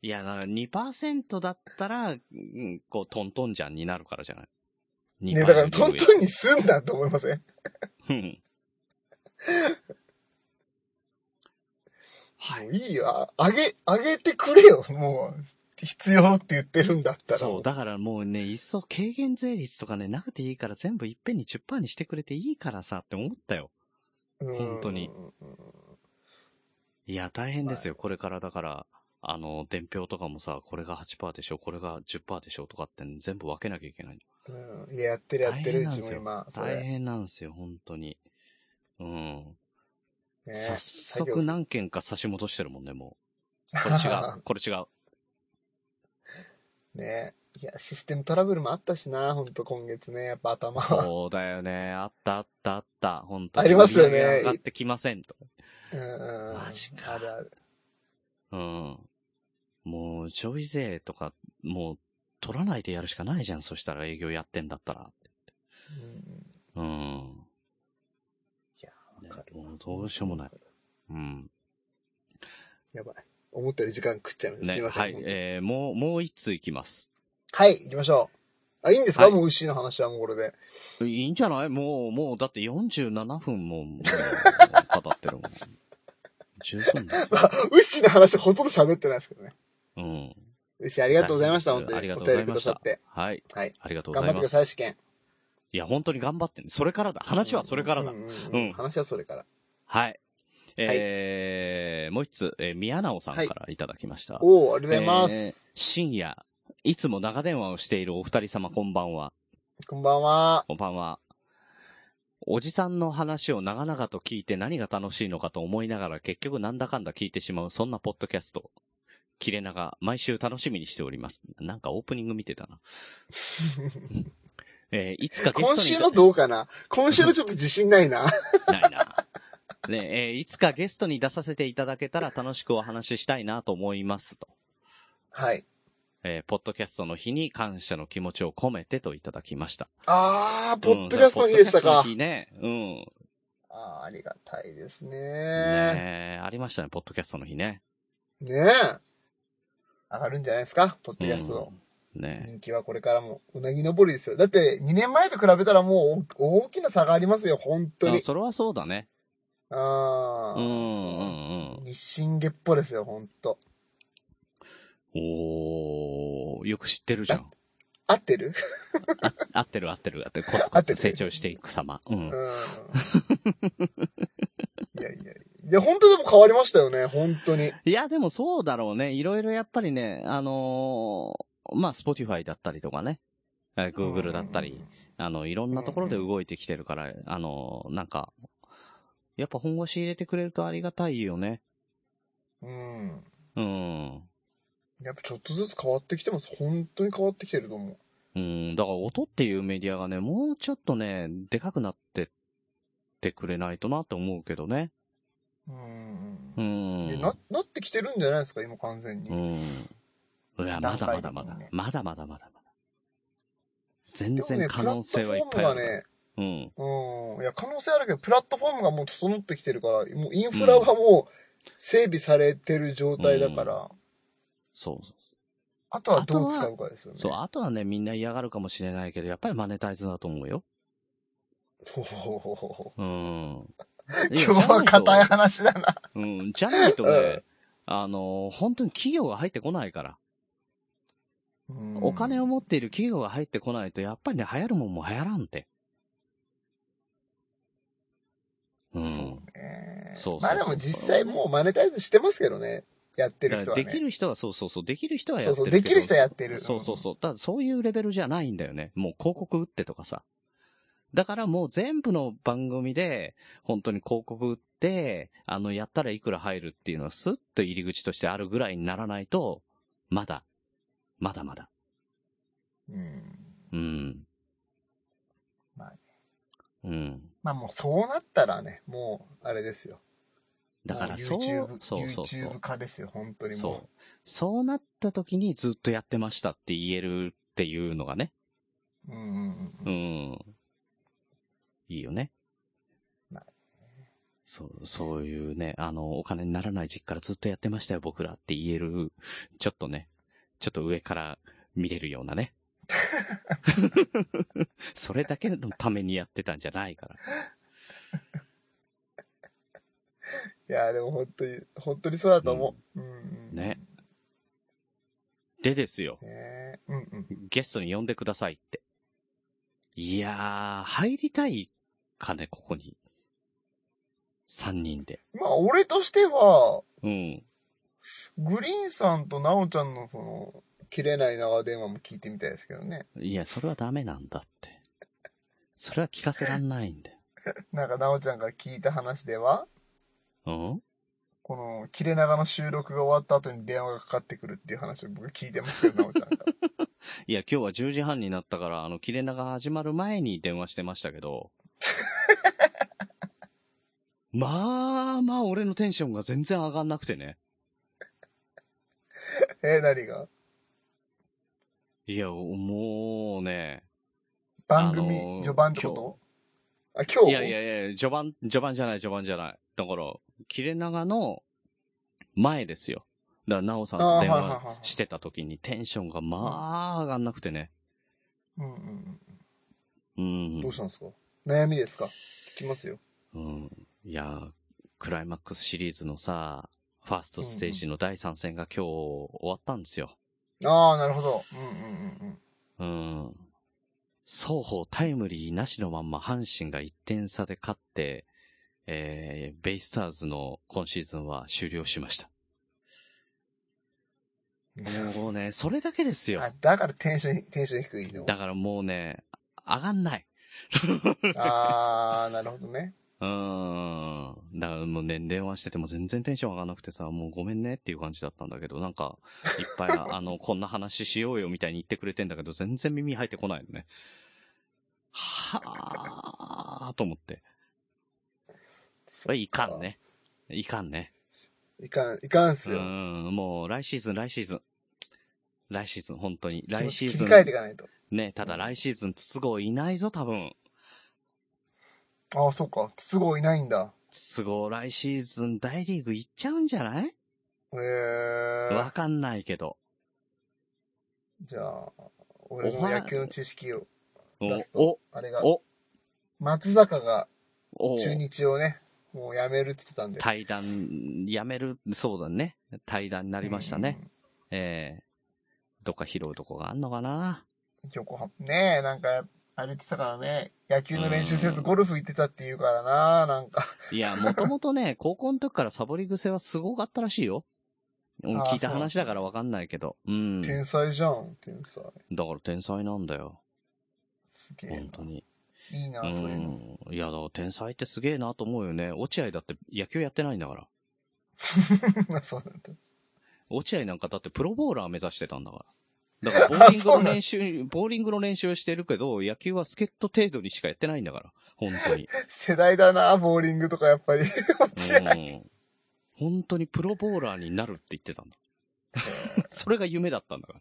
Speaker 3: いや、だから2%だったら、うんこう、トントンじゃんになるからじゃない。
Speaker 4: ね、だからトントンにすんだと思いません
Speaker 3: に。はい。
Speaker 4: もういいよ。あ上げ、上げてくれよ。もう、必要って言ってるんだったら。
Speaker 3: そう、だからもうね、いっそ軽減税率とかね、なくていいから全部いっぺんに10%にしてくれていいからさって思ったよ。
Speaker 4: うん。
Speaker 3: 本当にいや、大変ですよ。これからだから、あの、伝票とかもさ、これが8%でしょ、これが10%でしょとかって全部分けなきゃいけない。
Speaker 4: うん。いや、やってるやって
Speaker 3: 大変
Speaker 4: る、
Speaker 3: なん
Speaker 4: 自
Speaker 3: ですよ
Speaker 4: 分今。それ
Speaker 3: 大変なんですよ、本当に。うん。
Speaker 4: ね
Speaker 3: 早速何件か差し戻してるもんね、もう。これ違う、これ違う。
Speaker 4: ねいや、システムトラブルもあったしな、本当今月ね。やっぱ頭は。
Speaker 3: そうだよね。あったあったあった。本当に。
Speaker 4: ありますよね
Speaker 3: 売上上がってきませんと。
Speaker 4: うんうんうん
Speaker 3: マジか
Speaker 4: あるある。
Speaker 3: うん。もう、消費税とか、もう、取らないでやるしかないじゃん。そしたら営業やってんだったら。う
Speaker 4: うんうん
Speaker 3: ん。
Speaker 4: いや、
Speaker 3: ねもうどうしようもない。うん。
Speaker 4: やばい。思ったより時間食っちゃいました。す
Speaker 3: ね、
Speaker 4: いません。
Speaker 3: は
Speaker 4: はいい。。
Speaker 3: えー、もう、もう一通いきます。
Speaker 4: はい、行きましょう。あ、いいんですか、
Speaker 3: はい
Speaker 4: もう牛の話はもうこれで。
Speaker 3: いいんじゃないもう、もう、だって47分も、もう語ってるもん。十分 ですよ。
Speaker 4: まあ、牛の話ほとんど喋ってないですけどね。
Speaker 3: うん。
Speaker 4: 牛あ
Speaker 3: あ
Speaker 4: りがとうございました、本当に。
Speaker 3: ありがとうございまし
Speaker 4: お
Speaker 3: た
Speaker 4: 便りくださ。
Speaker 3: はい。
Speaker 4: って。はい。
Speaker 3: ありがとうご
Speaker 4: 頑
Speaker 3: ざ
Speaker 4: 張
Speaker 3: いま
Speaker 4: ってくださ
Speaker 3: す
Speaker 4: い、。試験。
Speaker 3: いや、本当に頑張ってね。それからだ。話はそれからだ。
Speaker 4: う
Speaker 3: う
Speaker 4: んうん
Speaker 3: ん
Speaker 4: 話はそれから。
Speaker 3: はい。えーもう一つ、えー宮直さんからいただきました。
Speaker 4: おお、ありがとうございます。
Speaker 3: えー深夜、いつも長電話をしているお二人様、こんばんは。
Speaker 4: こんばんは。
Speaker 3: こんばんは。おじさんの話を長々と聞いて何が楽しいのかと思いながら結局なんだかんだ聞いてしまうそんなポッドキャスト。切れ長、毎週楽しみにしております。なんかオープニング見てたな。 えーいつかゲストに
Speaker 4: 今週のどうかな今週のちょっと自信ないな。
Speaker 3: ないな。 ねえーいつかゲストに出させていただけたら楽しくお話ししたいなと思いますと。
Speaker 4: はい。
Speaker 3: えーポッドキャストの日に感謝の気持ちを込めてといただきました。
Speaker 4: あー、ポッドキャストの日でした
Speaker 3: うん
Speaker 4: か
Speaker 3: ポッドキャストの。日ね。うん。
Speaker 4: あー、ありがたいですね。
Speaker 3: ねえありましたね、ポッドキャストの日ね。
Speaker 4: ねえ。上がるんじゃないですかポッドキャスト
Speaker 3: う
Speaker 4: の
Speaker 3: んね
Speaker 4: 人気はこれからも。うなぎ登りですよ。だって、2年前と比べたらもうお大きな差がありますよ、本当
Speaker 3: あ
Speaker 4: に。
Speaker 3: それはそうだね。
Speaker 4: あ
Speaker 3: うん、うん、
Speaker 4: ー。日進月歩ですよ、本当
Speaker 3: うん。おー、よく知ってるじゃ ん。
Speaker 4: 合ってる
Speaker 3: 合ってる合ってる合ってる。コツ
Speaker 4: 合
Speaker 3: コ
Speaker 4: って
Speaker 3: ツ
Speaker 4: る
Speaker 3: 成長していく様。 うん。
Speaker 4: うんいやいやいや。いや、本当でも変わりましたよね、本当に。
Speaker 3: いや、でもそうだろうね。いろいろやっぱりね、あのーまあ、Spotify だったりとかね、えー Google だったり、あの、いろんなところで動いてきてるから、あのーなんか、やっぱ本腰入れてくれるとありがたいよね。
Speaker 4: うん。うん。
Speaker 3: うん。
Speaker 4: やっぱちょっとずつ変わってきてます。本当に変わってきてると思
Speaker 3: う
Speaker 4: う。
Speaker 3: ん、だから音っていうメディアがね、もうちょっとね、でかくなってってくれないとなって思うけどね。
Speaker 4: うん
Speaker 3: う。
Speaker 4: で
Speaker 3: ん。
Speaker 4: な、なってきてるんじゃないですか、今完全に。
Speaker 3: うん。いや、まだまだまだ
Speaker 4: 段階的にね。
Speaker 3: まだまだまだまだ。全
Speaker 4: でも
Speaker 3: 然
Speaker 4: ね
Speaker 3: 可能性はいっぱいあるから。うん。
Speaker 4: プラットフォームがね、うん。いや、可能性あるけど、プラットフォームがもう整ってきてるから、もうインフラはもう整備されてる状態だから、
Speaker 3: そうそう。
Speaker 4: あとはどう使うかですよね。
Speaker 3: そう、あとはね、みんな嫌がるかもしれないけど、やっぱりマネタイズだと思うよ。
Speaker 4: ほほほほほ。
Speaker 3: うん。いや
Speaker 4: 今日は硬い
Speaker 3: じゃない
Speaker 4: 話だな。
Speaker 3: とうん、じゃないと
Speaker 4: う
Speaker 3: ね
Speaker 4: ん、
Speaker 3: あの、本当に企業が入ってこないから。
Speaker 4: うん
Speaker 3: お金を持っている企業が入ってこないと、やっぱりね、流行るもんも流行らんて。うん。
Speaker 4: えー
Speaker 3: そうそうそう
Speaker 4: まあでも実際もうマネタイズしてますけどね。やってる
Speaker 3: だ
Speaker 4: 人
Speaker 3: から
Speaker 4: はね。
Speaker 3: できる人は、そうそうそう、できる人はや
Speaker 4: そ
Speaker 3: って
Speaker 4: うそう、
Speaker 3: る
Speaker 4: で
Speaker 3: けど。
Speaker 4: きる人はやってる。
Speaker 3: そうそうそう。ただそういうレベルじゃないんだよね。もう広告打ってとかさ。だからもう全部の番組で、本当に広告打って、あの、やったらいくら入るっていうのはスッと入り口としてあるぐらいにならないと、まだ、まだまだ。
Speaker 4: うん。う
Speaker 3: う
Speaker 4: ん。
Speaker 3: ん。
Speaker 4: まあね
Speaker 3: うん。
Speaker 4: まあもうそうなったらね、もう、あれですよ。
Speaker 3: だから
Speaker 4: も
Speaker 3: そう
Speaker 4: YouTube
Speaker 3: う、そうそうそう
Speaker 4: YouTube。化ですよ、本当にもう。
Speaker 3: そう。そうなった時にずっとやってましたって言えるっていうのがね。
Speaker 4: うんうんう。
Speaker 3: うんん。いいよね
Speaker 4: まあ。
Speaker 3: そう、そういうね、あの、お金にならない時期からずっとやってましたよ、僕らって言える、ちょっとね、ちょっと上から見れるような ね。それだけのためにやってたんじゃないから。
Speaker 4: いや、でも本当に、本当にそうだと思う。うん、うん。
Speaker 3: ね。でですよ、
Speaker 4: ねうんうん。
Speaker 3: ゲストに呼んでくださいって。いやー、入りたいかね、ここに。三人で。
Speaker 4: まあ俺としては、
Speaker 3: うん。
Speaker 4: グリーンさんとナオちゃんのその、切れない長電話も聞いてみたいですけどね。
Speaker 3: いや、それはダメなんだって。それは聞かせらんないんだよ。
Speaker 4: なんかナオちゃんから聞いた話では、
Speaker 3: うん
Speaker 4: この、切れ長の収録が終わった後に電話がかかってくるっていう話を僕聞いてますけど、なおちゃんから。
Speaker 3: いや、今日は10時半になったから、あの、切れ長始まる前に電話してましたけど。まあまあ、俺のテンションが全然上がんなくてね。
Speaker 4: えー、何が
Speaker 3: いや、もうね。
Speaker 4: 番
Speaker 3: あのー
Speaker 4: 組、序盤ってことあ、今日
Speaker 3: いやいやいや、序盤、序盤じゃない、序盤じゃない。だから、切れ長の前ですよ。だから、なおさんと電
Speaker 4: あーはいはいはいは
Speaker 3: 話
Speaker 4: い
Speaker 3: してた時にテンションがまあ上がんなくてね。
Speaker 4: うんうん
Speaker 3: う
Speaker 4: うんん。どうしたんですか悩みですか聞きますよ。
Speaker 3: うん。いやー、クライマックスシリーズのさ、ファーストステージの第3戦が今日終わったんですよ。
Speaker 4: ああ、なるほど。うんうんうんうん。
Speaker 3: うん。双方タイムリーなしのまんま阪神が1点差で勝って、えー、ベイスターズの今シーズンは終了しました。もうね、それだけですよ
Speaker 4: あ。だからテンション、テンション低いの。
Speaker 3: だからもうね、上がんない。
Speaker 4: ああ、なるほどね。
Speaker 3: うーん。だからもうね、電話してても全然テンション上がらなくてさ、もうごめんねっていう感じだったんだけど、なんか、いっ ぱい、あの、こんな話しようよみたいに言ってくれてんだけど、全然耳入ってこないのね。はぁーと思って。これいかんね。いかんね。
Speaker 4: いかん、いかんっ
Speaker 3: う
Speaker 4: すよ。
Speaker 3: ーん、もう来シーズン、来シーズン。来シーズン、本当に。来シーズ
Speaker 4: 切り替え
Speaker 3: ン
Speaker 4: てい。かないと。
Speaker 3: ね、ただ来シーズン、筒子いないぞ、多分。
Speaker 4: ああ、そうか。都合いないんだ。
Speaker 3: 筒子来シーズン、大リーグ行っちゃうんじゃない
Speaker 4: ええ
Speaker 3: わ
Speaker 4: ー。
Speaker 3: かんないけど。
Speaker 4: じゃあ、俺の野球の知識を、ラス
Speaker 3: お
Speaker 4: ト、、あれが、
Speaker 3: お、
Speaker 4: 松坂が
Speaker 3: お、
Speaker 4: 中日をね、もう辞めるって言ってたんで。
Speaker 3: 対談、やめる、そうだね。対談にな
Speaker 4: あ
Speaker 3: りましたね。。ええどっか拾うとこがあんのかな
Speaker 4: 横浜。ねえ、なんか、あれ言ってたからね、野球の練習せずゴルフ行ってたって言うからな、なんか。
Speaker 3: いや、もともと ね、高校の時からサボり癖はすごかったらしいよ。うん
Speaker 4: あー
Speaker 3: 聞いた話だからわかんないけど。うん。だ
Speaker 4: 天才じゃん、天才。
Speaker 3: から天才なんだよ。
Speaker 4: すげえ
Speaker 3: 本当に。
Speaker 4: な。いいな
Speaker 3: う、
Speaker 4: そういうの。
Speaker 3: ん。いや、だから天才ってすげえなと思うよね。落合だって野球やってないんだから。
Speaker 4: そうなんだ。
Speaker 3: 落合なんかだってプロボーラー目指してたんだから。だからボーリング
Speaker 4: そう
Speaker 3: の
Speaker 4: なん
Speaker 3: 練 習、ボーリングの練習をしてるけど、野球は助っ人程度にしかやってないんだから。本当に。
Speaker 4: 世代だな、ボーリングとかやっぱり。落合
Speaker 3: うん本当にプロボーラーになるって言ってたんだ。それが夢だったんだか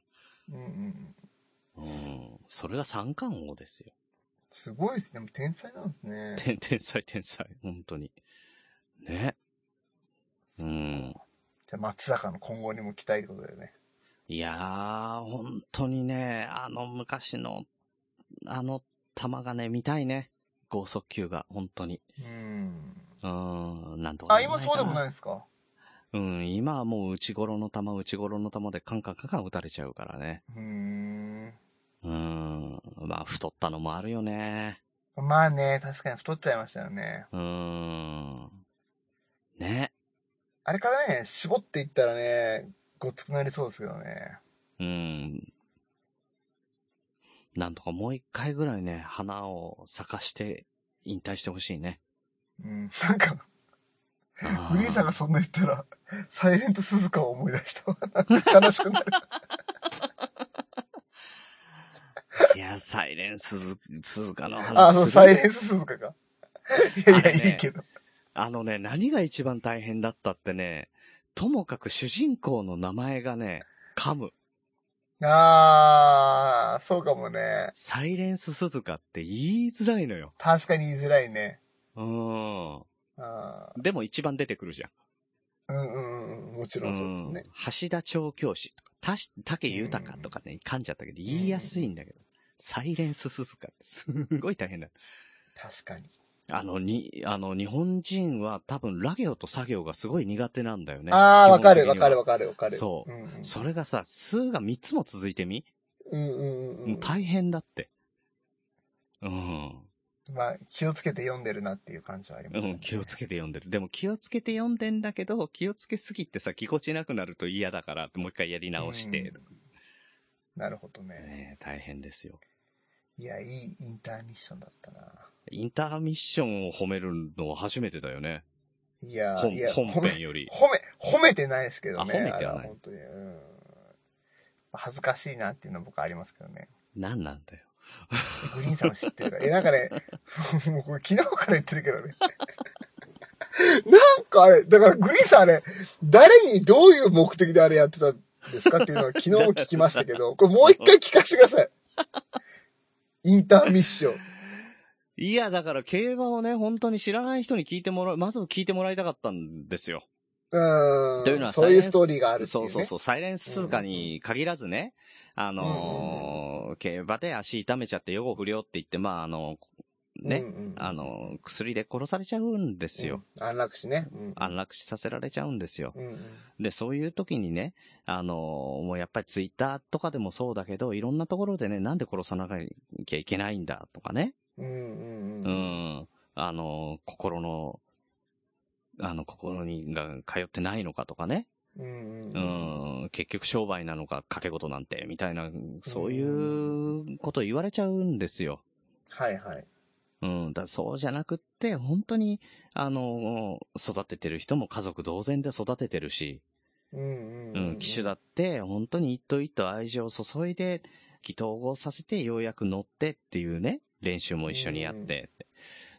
Speaker 4: うんうん。
Speaker 3: ら。うん。それが三冠王ですよ。
Speaker 4: すごいですね。でも天才なんですね。
Speaker 3: 天、天才天才。本当に。ね。うん。
Speaker 4: じゃあ松坂の今後にも期待ってことだよね。
Speaker 3: いやー、本当にね、あの昔の、あの球がね、見たいね。剛速球が、本当に。
Speaker 4: うん。
Speaker 3: うーん、なんとか
Speaker 4: あ、今そうでもない
Speaker 3: い。
Speaker 4: ですか
Speaker 3: うん、今はもう内頃の球、内頃の球でカンカンカンカン打たれちゃうからね。
Speaker 4: うーん。
Speaker 3: うーん、まあ太ったのもあるよね。
Speaker 4: まあね、確かに太っちゃいましたよね。
Speaker 3: うーん。ね。
Speaker 4: あれからね、絞っていったらね、ごっつくなりそうですけどね。
Speaker 3: うん。なんとかもう一回ぐらいね、花を咲かして引退してほしい ね。
Speaker 4: うん。なんか、
Speaker 3: あ
Speaker 4: グリーンさん
Speaker 3: ー
Speaker 4: がそんな言ったら、 サイレント鈴鹿を思い出したわ。悲しくなる。
Speaker 3: いや、サイレン鈴、鈴鹿の
Speaker 4: あ、
Speaker 3: 話
Speaker 4: そう、
Speaker 3: する
Speaker 4: サイレンス鈴鹿か。いやい
Speaker 3: あ
Speaker 4: や、
Speaker 3: れね
Speaker 4: いいけど。
Speaker 3: あのね、何が一番大変だったってね、ともかく主人公の名前がね、噛む。
Speaker 4: あー、そうかもね。
Speaker 3: サイレンス鈴鹿って言いづらいのよ。
Speaker 4: 確かに言いづらいね。
Speaker 3: うーん。
Speaker 4: あ
Speaker 3: でも一番出てくるじゃん。
Speaker 4: ーうんうんうん。もちろんそうですね。
Speaker 3: 橋田調教師とか、たし、竹豊とかね、噛んじゃったけど、言いやすいんだけど、サイレンス鈴鹿ってすごい大変だよ。
Speaker 4: 確かに。
Speaker 3: あの、に、あの、日本人は多分、ラ行と作業がすごい苦手なんだよね。
Speaker 4: あー、わ
Speaker 3: 基本
Speaker 4: か
Speaker 3: 的
Speaker 4: る
Speaker 3: には
Speaker 4: わかるわかるわかる。
Speaker 3: そう
Speaker 4: うんうん。
Speaker 3: それがさ、数が3つも続いてみ、
Speaker 4: うんうんうん
Speaker 3: もう大変だって。うん。
Speaker 4: うん。まあ、気をつけて読んでるなっていう感じはありま
Speaker 3: う
Speaker 4: すね。
Speaker 3: ん、気をつけて読んでる。でも気をつけて読んでんだけど、気をつけすぎてさ、ぎこちなくなると嫌だから、もう一回やり直して。
Speaker 4: なるほどね。
Speaker 3: ねえ大変ですよ。
Speaker 4: いや、いいインターミッションだったな。
Speaker 3: インターミッションを褒めるのは初めてだよね。
Speaker 4: いや、
Speaker 3: 本
Speaker 4: いや
Speaker 3: 本
Speaker 4: 褒め
Speaker 3: 編より。
Speaker 4: 褒め、褒めてないですけどね。
Speaker 3: あ褒めてはない
Speaker 4: あれ本当に。うん。恥ずかしいなっていうのは僕ありますけどね。
Speaker 3: 何なんだよ。
Speaker 4: グリーンさんは知ってるから。え、なんかね、 もうこれ昨日から言ってるけどね。なんかあれ、だからグリーンさんあれ、誰にどういう目的であれやってたんですかっていうのは昨日聞きましたけど、これもう一回聞かせてく ださい。インターミッション。
Speaker 3: いや、だから競馬をね、本当に知らない人に聞いてもらう、まず聞いてもらいたかったんですよ。
Speaker 4: うん。
Speaker 3: というのは
Speaker 4: そういうストーリーがあるっていう、
Speaker 3: そう
Speaker 4: ね。
Speaker 3: そうそう、サイレンス鈴鹿に限らずね、あのー競馬で足痛めちゃって予後不良って言って、まあ、あの、ね、
Speaker 4: うんうん
Speaker 3: あの、薬で殺されちゃうんですよ。
Speaker 4: うん安楽死ね。うん
Speaker 3: 安楽死させられちゃうんですよ。
Speaker 4: うんうん
Speaker 3: で、そういう時にね、あの、もうやっぱりツイッターとかでもそうだけど、いろんなところでね、なんで殺さなきゃいけないんだとかね。
Speaker 4: うんうん
Speaker 3: う
Speaker 4: うん。
Speaker 3: ん。あの、心の、あの、心にが通ってないのかとかね。
Speaker 4: うん
Speaker 3: う
Speaker 4: うん
Speaker 3: ん。結局商売なのか、賭け事なんて、みたいな、そういうこと言われちゃうんですよ。
Speaker 4: はいはい。
Speaker 3: うん、だそうじゃなくって、本当に、あの、育ててる人も家族同然で育ててるし、
Speaker 4: うんう
Speaker 3: うん
Speaker 4: うん
Speaker 3: ん、機種だって、本当に一頭一頭愛情を注いで、意気統合させて、ようやく乗ってっていうね、練習も一緒にやって、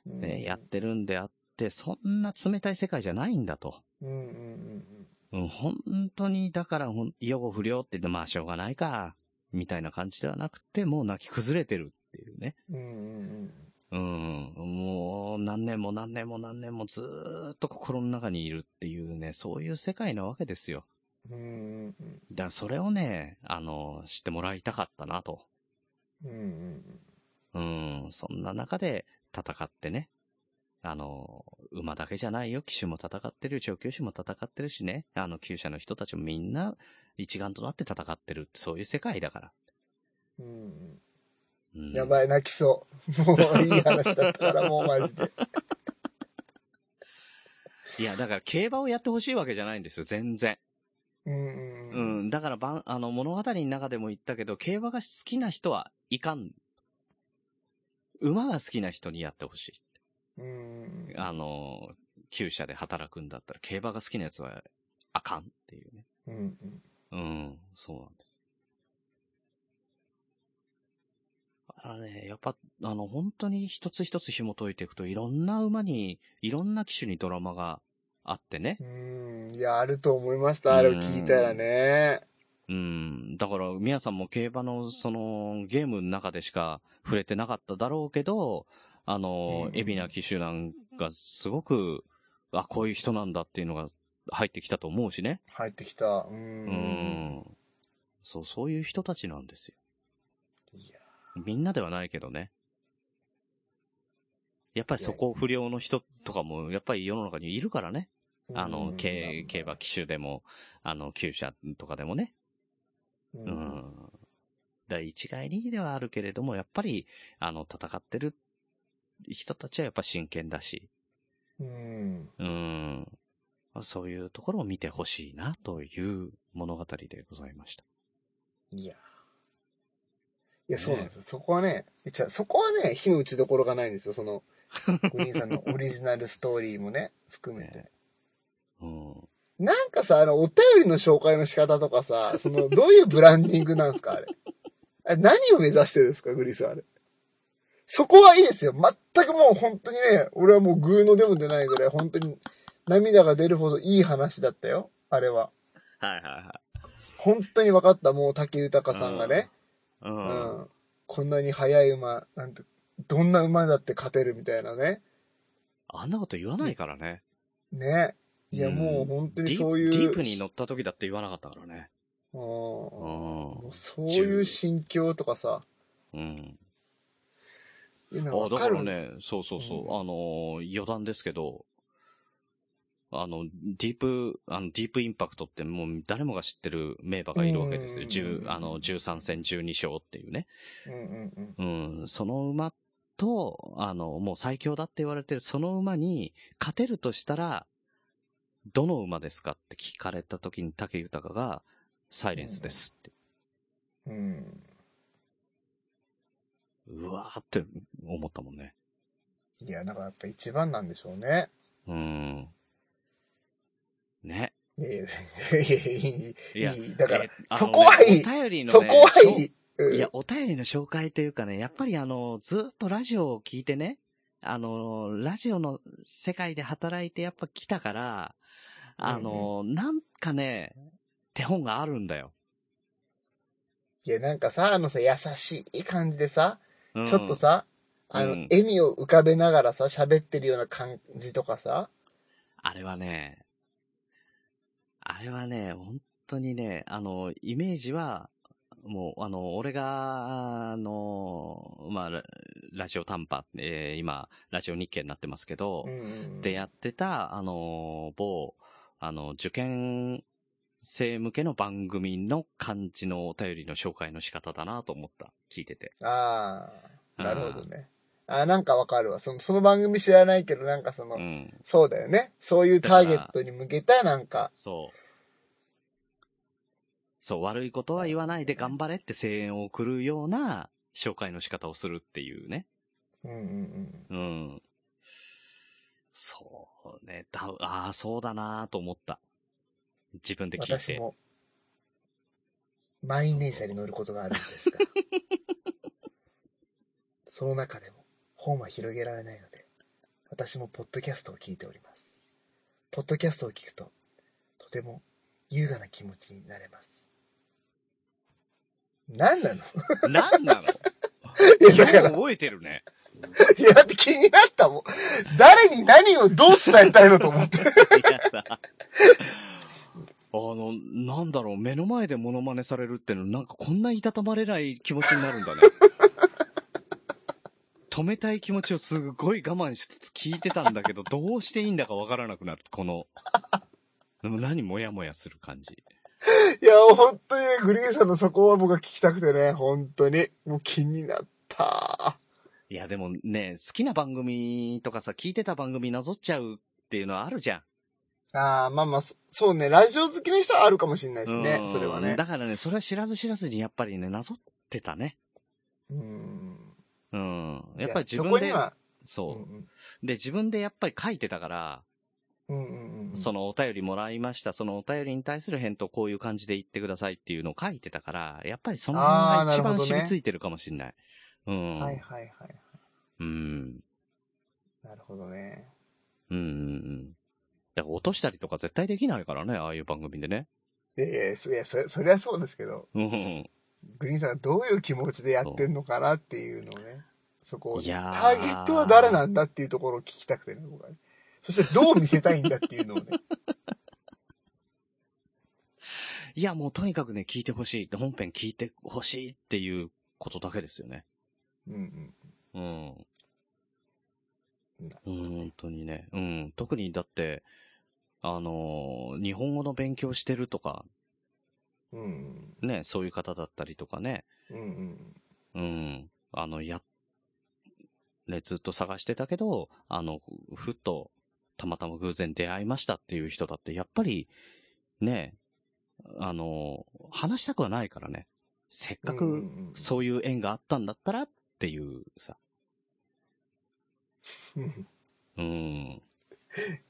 Speaker 4: うん
Speaker 3: ねやってるんであって、そんな冷たい世界じゃないんだと。
Speaker 4: うんうんうん
Speaker 3: うん、本当に、だからほん、予後不良って言って、まあ、しょうがないか、みたいな感じではなくて、もう泣き崩れてるっていうね。
Speaker 4: うんうんうん
Speaker 3: うん。もう何年も何年も何年もずーっと心の中にいるっていうね、そういう世界なわけですよ。
Speaker 4: うんうんうんうん
Speaker 3: だからそれをね、あの、知ってもらいたかったなと。
Speaker 4: うんうん
Speaker 3: うん。そんな中で戦ってね。あの、馬だけじゃないよ。騎手も戦ってる、調教師も戦ってるしね。あの、厩舎の人たちもみんな一丸となって戦ってる。そういう世界だから。
Speaker 4: うんうん
Speaker 3: うん、
Speaker 4: やばい、泣きそう。もういい話だったから、もうマジで。
Speaker 3: いや、だから競馬をやってほしいわけじゃないんですよ。全然。
Speaker 4: うんう
Speaker 3: うんん、だからばん、あの、物語の中でも言ったけど、競馬が好きな人はいかん。馬が好きな人にやってほし
Speaker 4: うんうん
Speaker 3: い。あの、厩舎で働くんだったら、競馬が好きなやつはあかんっていうね。
Speaker 4: うんうん
Speaker 3: うん、そうなんです。あらね、やっぱ、あの、本当に一つ一つ紐解いていくと、いろんな馬に、いろんな機種にドラマがあってね。
Speaker 4: うんいや、あると思いました。あれを聞いたらね。
Speaker 3: うん。だから、宮さんも競馬の、その、ゲームの中でしか触れてなかっただろうけど、あの
Speaker 4: う、ん
Speaker 3: 海老名騎手なんか、すごく、あ、こういう人なんだっていうのが入ってきたと思うしね。
Speaker 4: 入ってきた。う。
Speaker 3: うんん。そう、そういう人たちなんですよ。
Speaker 4: いや
Speaker 3: みんなではないけどね。やっぱりそこ不良の人とかも、やっぱり世の中にいるからね。あ
Speaker 4: うんうん
Speaker 3: の、
Speaker 4: うん
Speaker 3: 競競馬騎手でも、あの、厩舎とかでもね。
Speaker 4: う
Speaker 3: うんん。だから一概にではあるけれども、やっぱり、あの、戦ってる人たちはやっぱ真剣だし、
Speaker 4: うん。
Speaker 3: うん。そういうところを見てほしいなという物語でございました。
Speaker 4: いや。いや、そうなんですよ。そこはね、じゃそこはね、火の打ちどころがないんですよ。その、グリーンさんのオリジナルストーリーもね、含めて。
Speaker 3: ねうん。
Speaker 4: なんかさ、あの、お便りの紹介の仕方とかさ、その、どういうブランディングなんですか、あれ。あれ何を目指してるんですか、グリス、あれ。そこはいいですよ。全くもう本当にね、俺はもうグーのでも出ないぐらい、本当に涙が出るほどいい話だったよ、あれは。
Speaker 3: はいは
Speaker 4: 本当に分かった、もう竹
Speaker 3: い
Speaker 4: 豊さんがね。。
Speaker 3: う。
Speaker 4: うん
Speaker 3: うん
Speaker 4: ん。こんなに速い馬、なんて、どんな馬だって勝てるみたいなね。
Speaker 3: あんなこと言わないからね。
Speaker 4: ね。いや、
Speaker 3: うん
Speaker 4: もう本当
Speaker 3: デ
Speaker 4: に
Speaker 3: ィ
Speaker 4: そういう。
Speaker 3: ディープに乗った時だって言わなかったからね。う
Speaker 4: うんも
Speaker 3: ん
Speaker 4: うそういう心境とかさ。。
Speaker 3: うん。
Speaker 4: いうの
Speaker 3: あ
Speaker 4: は
Speaker 3: だ
Speaker 4: 分
Speaker 3: か
Speaker 4: る
Speaker 3: ら。ね、そうそうそう、
Speaker 4: うん
Speaker 3: あのー、余談ですけど、あの、ディープ、あの、ディープインパクトってもう誰もが知ってる名馬がいるわけですよ。
Speaker 4: うん
Speaker 3: 十あの、13戦12勝っていうね。
Speaker 4: うんうんうん。
Speaker 3: うん、その馬と、あの、もう最強だって言われてるその馬に勝てるとしたら、どの馬ですかって聞かれた時に武豊が、サイレンスですって。
Speaker 4: うん。
Speaker 3: うわーって思ったもんね。
Speaker 4: いや、だからやっぱ一番なんでしょうね。
Speaker 3: うん。ね。
Speaker 4: いやいやいやい
Speaker 3: い
Speaker 4: や
Speaker 3: や
Speaker 4: い、いい。だから、
Speaker 3: あのね
Speaker 4: そこはいい
Speaker 3: お便りの、ね、
Speaker 4: そこはいい。
Speaker 3: しょ
Speaker 4: うん
Speaker 3: いや、、お便りの紹介というかね、やっぱりあの、ずーっとラジオを聞いてね、あの、ラジオの世界で働いてやっぱ来たから、あの、なんかね、手本があるんだよ。
Speaker 4: いや、なんかさ、あのさ、優しい感じでさ、
Speaker 3: うん
Speaker 4: ちょっと、さ、あの、
Speaker 3: うん
Speaker 4: 笑みを浮かべながらさ、喋ってるような感じとかさ、
Speaker 3: あれはね、あれはね、本当にね、あの、イメージは、もう、あの、俺が、あの、まあ、ララジオ短波、えー今、ラジオ日経になってますけど、
Speaker 4: うんうん
Speaker 3: でやってた、あのー某、あの、受験生向けの番組の感じのお便りの紹介の仕方だなと思った。聞いてて。
Speaker 4: ああ、なるほどね。あーなんかわかるわ。その、その番組知らないけど、なんかその、
Speaker 3: うん。
Speaker 4: そうだよね。そういうターゲットに向けた、なんか、
Speaker 3: そう。そう、悪いことは言わないで頑張れって声援を送るような紹介の仕方をするっていうね。
Speaker 4: うんうんうん。
Speaker 3: うん。そうね。だ、ああ、そうだなと思った。自分で聞い
Speaker 4: 私
Speaker 3: て。
Speaker 4: も、満員電車に乗ることがあるんで すが、その中でも本は広げられないので、私もポッドキャストを聞いております。ポッドキャストを聞くと、とても優雅な気持ちになれます。何なの
Speaker 3: なんなの
Speaker 4: いや、だから、い
Speaker 3: よく覚えてるね。
Speaker 4: や、だって気になったもん。誰に何をどう伝えたいの と思って。
Speaker 3: いやさ、あの、なんだろう、目の前でモノマネされるっての、なんかこんないたたまれない気持ちになるんだね。 止めたい気持ちをすごい我慢しつつ聞いてたんだけど、どうしていいんだかわからなくなる、この。でも何もやもやする感じ。
Speaker 4: いや、本当にねグリーンさんのそこは僕は聞きたくてね、本当に。もう気になった。
Speaker 3: いや、でもね、好きな番組とかさ、聞いてた番組なぞっちゃうっていうのはあるじゃん。
Speaker 4: ああ、まあまあ、そそうね、ラジオ好きの人はあるかもしれないですね
Speaker 3: う、ん
Speaker 4: それはね
Speaker 3: だ。からね、それは知らず知らずにやっぱりね、なぞってたね。
Speaker 4: うん。
Speaker 3: うん。やっぱり自
Speaker 4: いやそこ
Speaker 3: 分
Speaker 4: に
Speaker 3: で、
Speaker 4: は、う
Speaker 3: そ
Speaker 4: ん
Speaker 3: う。
Speaker 4: うん
Speaker 3: で、自分でやっぱり書いてたから、
Speaker 4: うんうんうん。
Speaker 3: そのお便りもらいました、そのお便りに対する返答こういう感じで言ってくださいっていうのを書いてたから、やっぱりその辺
Speaker 4: あー
Speaker 3: が
Speaker 4: な
Speaker 3: 一
Speaker 4: るほど
Speaker 3: 番
Speaker 4: ね
Speaker 3: 染みついてるかもしんない。うん。
Speaker 4: はいはいはいはい。
Speaker 3: うん。
Speaker 4: なるほどね。
Speaker 3: うんうんうん。だから落としたりとか絶対できないからね、ああいう番組でね。
Speaker 4: いやいや、そいやそそりゃそうですけど、
Speaker 3: うん。
Speaker 4: グリーンさんがどういう気持ちでやってんのかなっていうのをね、そこをね、
Speaker 3: い
Speaker 4: タ
Speaker 3: やー
Speaker 4: ーゲットは誰なんだっていうところを聞きたくてね、僕はね。そしてどう見せたいんだっていう のをね。
Speaker 3: いや、もうとにかくね、聞いてほしい、本編聞いてほしいっていうことだけですよね。
Speaker 4: うんうん。
Speaker 3: うん。
Speaker 4: なる
Speaker 3: うん本当にね。うん。特にだって、あのー日本語の勉強してるとか、
Speaker 4: うんうん。
Speaker 3: ね、そういう方だったりとかね。
Speaker 4: うんうん。
Speaker 3: うん。あの、や、ね、ずっと探してたけど、あの、ふっと、たまたま偶然出会いましたっていう人だって、やっぱり、ね、あの、話したくはないからね。せっか
Speaker 4: うん
Speaker 3: く、そういう縁があったんだったらっていうさ。
Speaker 4: うんうん
Speaker 3: うん。
Speaker 4: い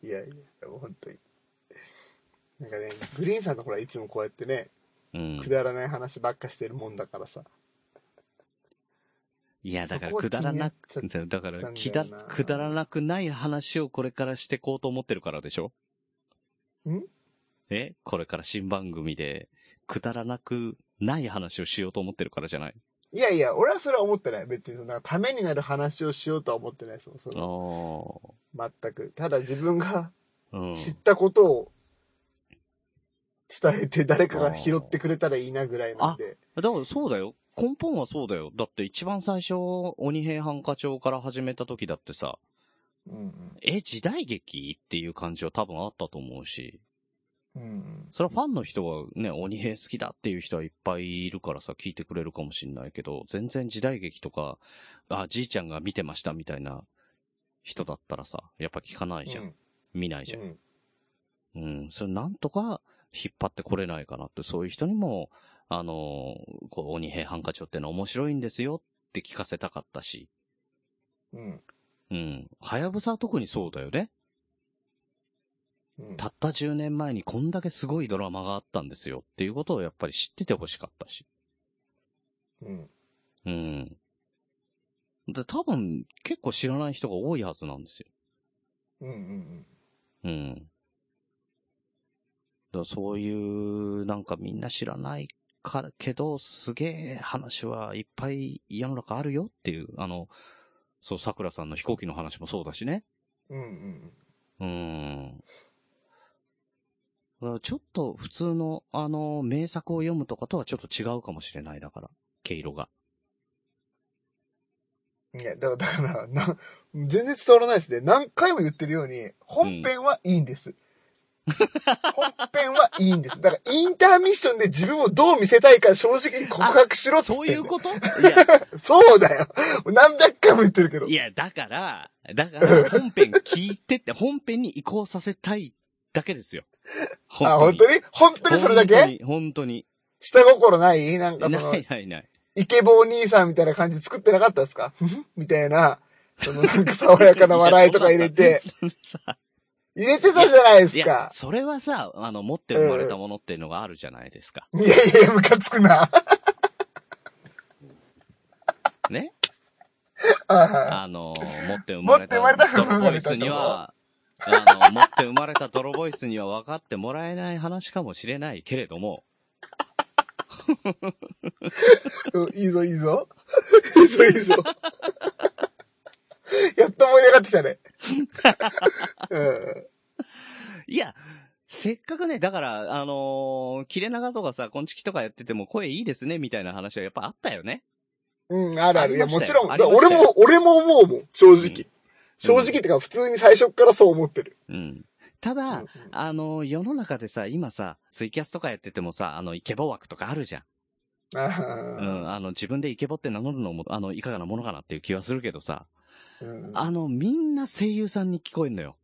Speaker 4: やいや、でも本当に。なんかね、グリーンさんのほら、いつもこうやってね、
Speaker 3: うん
Speaker 4: く。だらない話ばっかしてるもんだからさ。
Speaker 3: いや、だから
Speaker 4: そこ
Speaker 3: く
Speaker 4: は気
Speaker 3: だら
Speaker 4: にな
Speaker 3: な
Speaker 4: っちゃっ
Speaker 3: く、だから、き
Speaker 4: た
Speaker 3: だ、
Speaker 4: んだよな
Speaker 3: くだらなくない話をこれからしてこうと思ってるからでしょ
Speaker 4: ん
Speaker 3: えこれから新番組で、くだらなくない話をしようと思ってるからじゃない
Speaker 4: いやいや、俺はそれは思ってない。別に、なんかためになる話をしようとは思ってない。そのそ
Speaker 3: あ
Speaker 4: の
Speaker 3: ー
Speaker 4: 全く。ただ自分が
Speaker 3: うん。
Speaker 4: 知ったことを伝えて、誰かが拾ってくれたらいいなぐらいなんで。
Speaker 3: だからそうだよ。根本はそうだよ。だって一番最初、鬼平犯科帳から始めた時だってさ、
Speaker 4: うん
Speaker 3: え、時代劇っていう感じは多分あったと思うし、
Speaker 4: うん。うん
Speaker 3: それはファンの人はね、鬼平好きだっていう人はいっぱいいるからさ、聞いてくれるかもしんないけど、全然時代劇とか、あ、じいちゃんが見てましたみたいな人だったらさ、やっぱ聞かないじゃん。見ないじゃん
Speaker 4: う。ん
Speaker 3: うん、それなんとか引っ張ってこれないかなって、そういう人にも、あのー、こう、鬼平犯科帳ってのは面白いんですよって聞かせたかったし、
Speaker 4: うん。
Speaker 3: うん。はやぶさは特にそうだよね。
Speaker 4: うん
Speaker 3: たった10年前にこんだけすごいドラマがあったんですよっていうことをやっぱり知っててほしかったし。
Speaker 4: うん。
Speaker 3: うん。で、多分結構知らない人が多いはずなんですよ。
Speaker 4: うんうん
Speaker 3: うん。だからそういう、なんかみんな知らないから、けど、すげえ話はいっぱい世の中あるよっていう、あの、そう、桜さんの飛行機の話もそうだしね。
Speaker 4: うん。うん
Speaker 3: う
Speaker 4: うん
Speaker 3: ん。だからちょっと普通の、あの、名作を読むとかとはちょっと違うかもしれない、だから、毛色 が。
Speaker 4: うん。いや、だから、だからな、全然伝わらないですね。何回も言ってるように、本編はいいんです。本編はいいんです。だから、インターミッションで自分をどう見せたいか正直に告白しろって言
Speaker 3: そ
Speaker 4: っ
Speaker 3: う
Speaker 4: て
Speaker 3: い
Speaker 4: ん
Speaker 3: う
Speaker 4: の
Speaker 3: こといや、
Speaker 4: そうだよ。何百回も言ってるけど
Speaker 3: い。や、だから、だから、本編聞いてって、本編に移行させたいだけですよ。本
Speaker 4: あ、本当に本当にそれだ
Speaker 3: 本当
Speaker 4: け
Speaker 3: に本当に。
Speaker 4: 下心ないなんかそ
Speaker 3: な
Speaker 4: の
Speaker 3: い、ないない。
Speaker 4: イケボお兄さんみたいな感じ作ってなかったですかみたいな、そのなんか爽やかな笑いとか入れ
Speaker 3: い
Speaker 4: て、
Speaker 3: や。 そんなさ
Speaker 4: 入れてたじゃないで
Speaker 3: い
Speaker 4: す
Speaker 3: や
Speaker 4: か、。
Speaker 3: それはさ、あの、持って生まれたものっていうのがあるじゃないですか。
Speaker 4: いやいや、ムカつくな。
Speaker 3: ね
Speaker 4: はいは
Speaker 3: あの、持って生まれた
Speaker 4: 持って生まれた
Speaker 3: 泥ボイスには、あの、持って生まれた泥ボイスには分かってもらえない話かもしれないけれども、
Speaker 4: いうんいいぞ、いいぞ。 いいぞ、いいぞ。 やっと盛り上がってきたね。 うん
Speaker 3: いや、せっかくね、だから、あのー切れ長とかさ、こんちきとかやってても声いいですね、みたいな話はやっぱあったよね。
Speaker 4: うん、あるある。いや、
Speaker 3: ありま
Speaker 4: も
Speaker 3: し
Speaker 4: ち
Speaker 3: たよ
Speaker 4: ろん。
Speaker 3: あ
Speaker 4: だ
Speaker 3: りまし
Speaker 4: 俺
Speaker 3: たよ
Speaker 4: も、俺も思うもん、正
Speaker 3: う
Speaker 4: 直。正直ってか、普通に最初っからそう思ってる。
Speaker 3: うん。ただ、あのー世の中でさ、今さ、ツイキャスとかやっててもさ、あの、イケボ枠とかあるじゃん。
Speaker 4: あ
Speaker 3: う
Speaker 4: ー
Speaker 3: ん、あの、自分でイケボって名乗るのも、あの、いかがなものかなっていう気はするけどさ、
Speaker 4: うん
Speaker 3: あの、みんな声優さんに聞こえんのよ。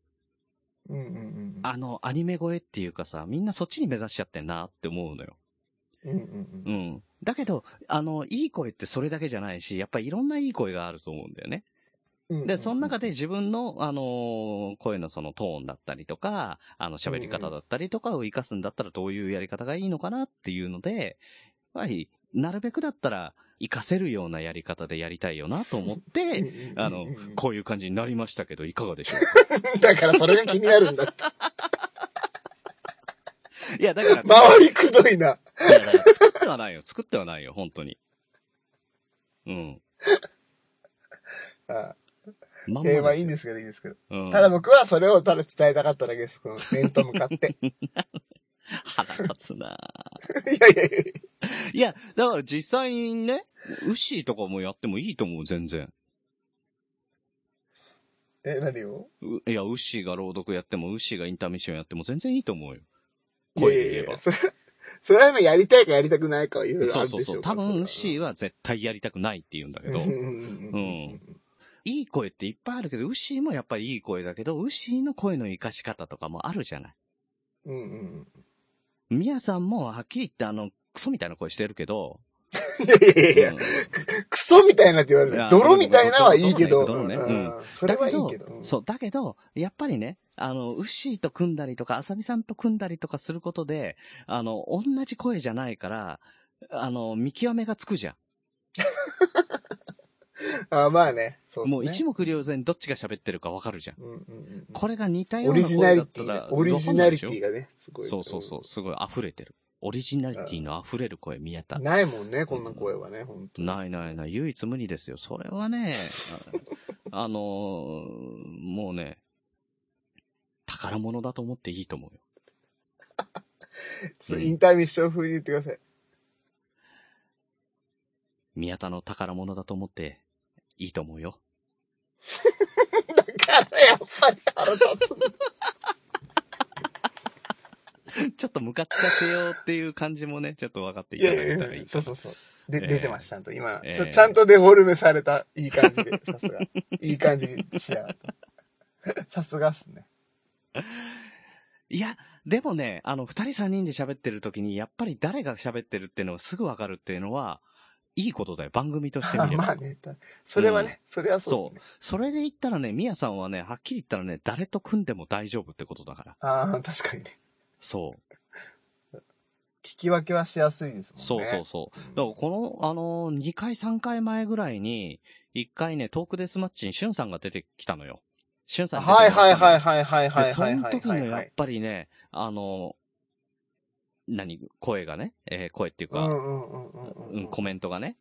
Speaker 4: うんうんうん
Speaker 3: あの、アニメ声っていうかさ、みんなそっちに目指しちゃってんなって思うのよ。
Speaker 4: うんうんう
Speaker 3: うんん。だけど、あの、いい声ってそれだけじゃないし、やっぱりいろんないい声があると思うんだよね。
Speaker 4: うんうん
Speaker 3: で、その中で自分の、あのー声のそのトーンだったりとか、あの、喋り方だったりとかを活かすんだったらどういうやり方がいいのかなっていうので、やっぱり、なるべくだったら、活かせるようなやり方でやりたいよなと思っ
Speaker 4: うんう
Speaker 3: て、
Speaker 4: んうんうん
Speaker 3: あの、こういう感じになりましたけど、いかがでしょう
Speaker 4: だからそれが気になるん だって。
Speaker 3: かいや、だから、
Speaker 4: 周りくどいな。
Speaker 3: いや、だから作ってはないよ、作ってはないよ、本当に。うん。
Speaker 4: あ
Speaker 3: まんま
Speaker 4: ーえーまあ
Speaker 3: です
Speaker 4: いいん
Speaker 3: よ
Speaker 4: ですけど、いいんですけど。
Speaker 3: うん。
Speaker 4: ただ僕はそれをただ伝えたかっただけです。この面と向か って。
Speaker 3: 腹立つない
Speaker 4: やいやいやい
Speaker 3: いや、だから実際にね、ウッシーとかもやってもいいと思う、全然。
Speaker 4: や。え、何を
Speaker 3: ういや、ウッシーが朗読やっても、ウッシーがインターミッションやっても全然いいと思うよ。
Speaker 4: いや
Speaker 3: 声
Speaker 4: い
Speaker 3: で言え
Speaker 4: やいや
Speaker 3: ば。
Speaker 4: それ、それはやりたいかやりたくないかはいろいろあ
Speaker 3: そう
Speaker 4: るでし
Speaker 3: そ
Speaker 4: ょ
Speaker 3: うそう。多
Speaker 4: から
Speaker 3: 分、ウッシーは絶対やりたくないって言うんだけど
Speaker 4: うんう、んうんうん
Speaker 3: いい声っていっぱいあるけど、ウシーもやっぱりいい声だけど、ウシーの声の活かし方とかもあるじゃない。
Speaker 4: うんうん
Speaker 3: ミヤさんもはっきり言ってあの、クソみたいな声してるけど、
Speaker 4: うん。いやいやいや
Speaker 3: う
Speaker 4: い
Speaker 3: ん
Speaker 4: や、クソみたいなって言われ
Speaker 3: い
Speaker 4: る
Speaker 3: や。
Speaker 4: 泥みたいなはいいけど。
Speaker 3: 泥ね泥ね
Speaker 4: うんそれはいいけど。うん
Speaker 3: そう、だけど、やっぱりね、あの、ウッシーと組んだりとか、アサミさんと組んだりとかすることで、あの、同じ声じゃないから、あの、見極めがつくじゃ
Speaker 4: あまあね。そ
Speaker 3: ん。
Speaker 4: う
Speaker 3: もう
Speaker 4: です
Speaker 3: 一
Speaker 4: ね。
Speaker 3: 目瞭然どっちが喋ってるかわかるじゃん。
Speaker 4: うんうんうん
Speaker 3: これが似たよ
Speaker 4: オ
Speaker 3: うな
Speaker 4: リジナ
Speaker 3: 声だ
Speaker 4: リ
Speaker 3: っ
Speaker 4: テ
Speaker 3: た
Speaker 4: ィが
Speaker 3: ら、
Speaker 4: オリジナリティ
Speaker 3: が。
Speaker 4: がね、すごい。
Speaker 3: そうそうそう、すごい溢れてる。オリジナリティの溢れる声、宮田
Speaker 4: うん。。ないもんね、こんな声はね、本当に
Speaker 3: ないないない、唯一無二ですよ。それはね、ああのーもうね、宝物だと思っていいと思うよ。
Speaker 4: ちょっとインターミッション風に言ってください。
Speaker 3: 宮田の宝物だと思っていいと思うよ。
Speaker 4: だから、やっぱり腹立つな。
Speaker 3: ちょっとムカつかせようっていう感じもね、ちょっと分かってい
Speaker 4: い
Speaker 3: た
Speaker 4: や
Speaker 3: だい
Speaker 4: い
Speaker 3: た
Speaker 4: や
Speaker 3: らい
Speaker 4: い
Speaker 3: い
Speaker 4: や、そうそうそう。で、
Speaker 3: ええ
Speaker 4: 出てました、ちゃんと今、
Speaker 3: ええ
Speaker 4: ちょ。ちゃんとデフォルメされた、いい感じで、さすが。いい感じに仕上がった。さすがっすね。
Speaker 3: いや、でもね、あの、二人三人で喋ってる時に、やっぱり誰が喋ってるっていうのがすぐ分かるっていうのは、いいことだよ、番組として
Speaker 4: あ
Speaker 3: 見れば。
Speaker 4: まあね、たそれはね、それはそ
Speaker 3: そうう
Speaker 4: ですね。
Speaker 3: それで言ったらね、宮さんはね、はっきり言ったらね、誰と組んでも大丈夫ってことだから。
Speaker 4: ああ、確かにね。
Speaker 3: そう。
Speaker 4: 聞き分けはしやすいですもんね。
Speaker 3: そうそうそう。
Speaker 4: うん
Speaker 3: だからこの、あのー、2回3回前ぐらいに、1回ね、トークデスマッチにしゅんさんが出てきたのよ。しゅんさんに出て
Speaker 4: はい
Speaker 3: もら
Speaker 4: は
Speaker 3: っ
Speaker 4: い
Speaker 3: たのよ
Speaker 4: はいはいはいはい
Speaker 3: で、そ
Speaker 4: はい
Speaker 3: の
Speaker 4: はい
Speaker 3: 時の
Speaker 4: はいは
Speaker 3: やっ
Speaker 4: い。
Speaker 3: ぱりね、あの、何、声がね、えー声っていう
Speaker 4: う
Speaker 3: か、
Speaker 4: ん
Speaker 3: う
Speaker 4: う
Speaker 3: ん
Speaker 4: んうんうんうんうん。
Speaker 3: コメントがね、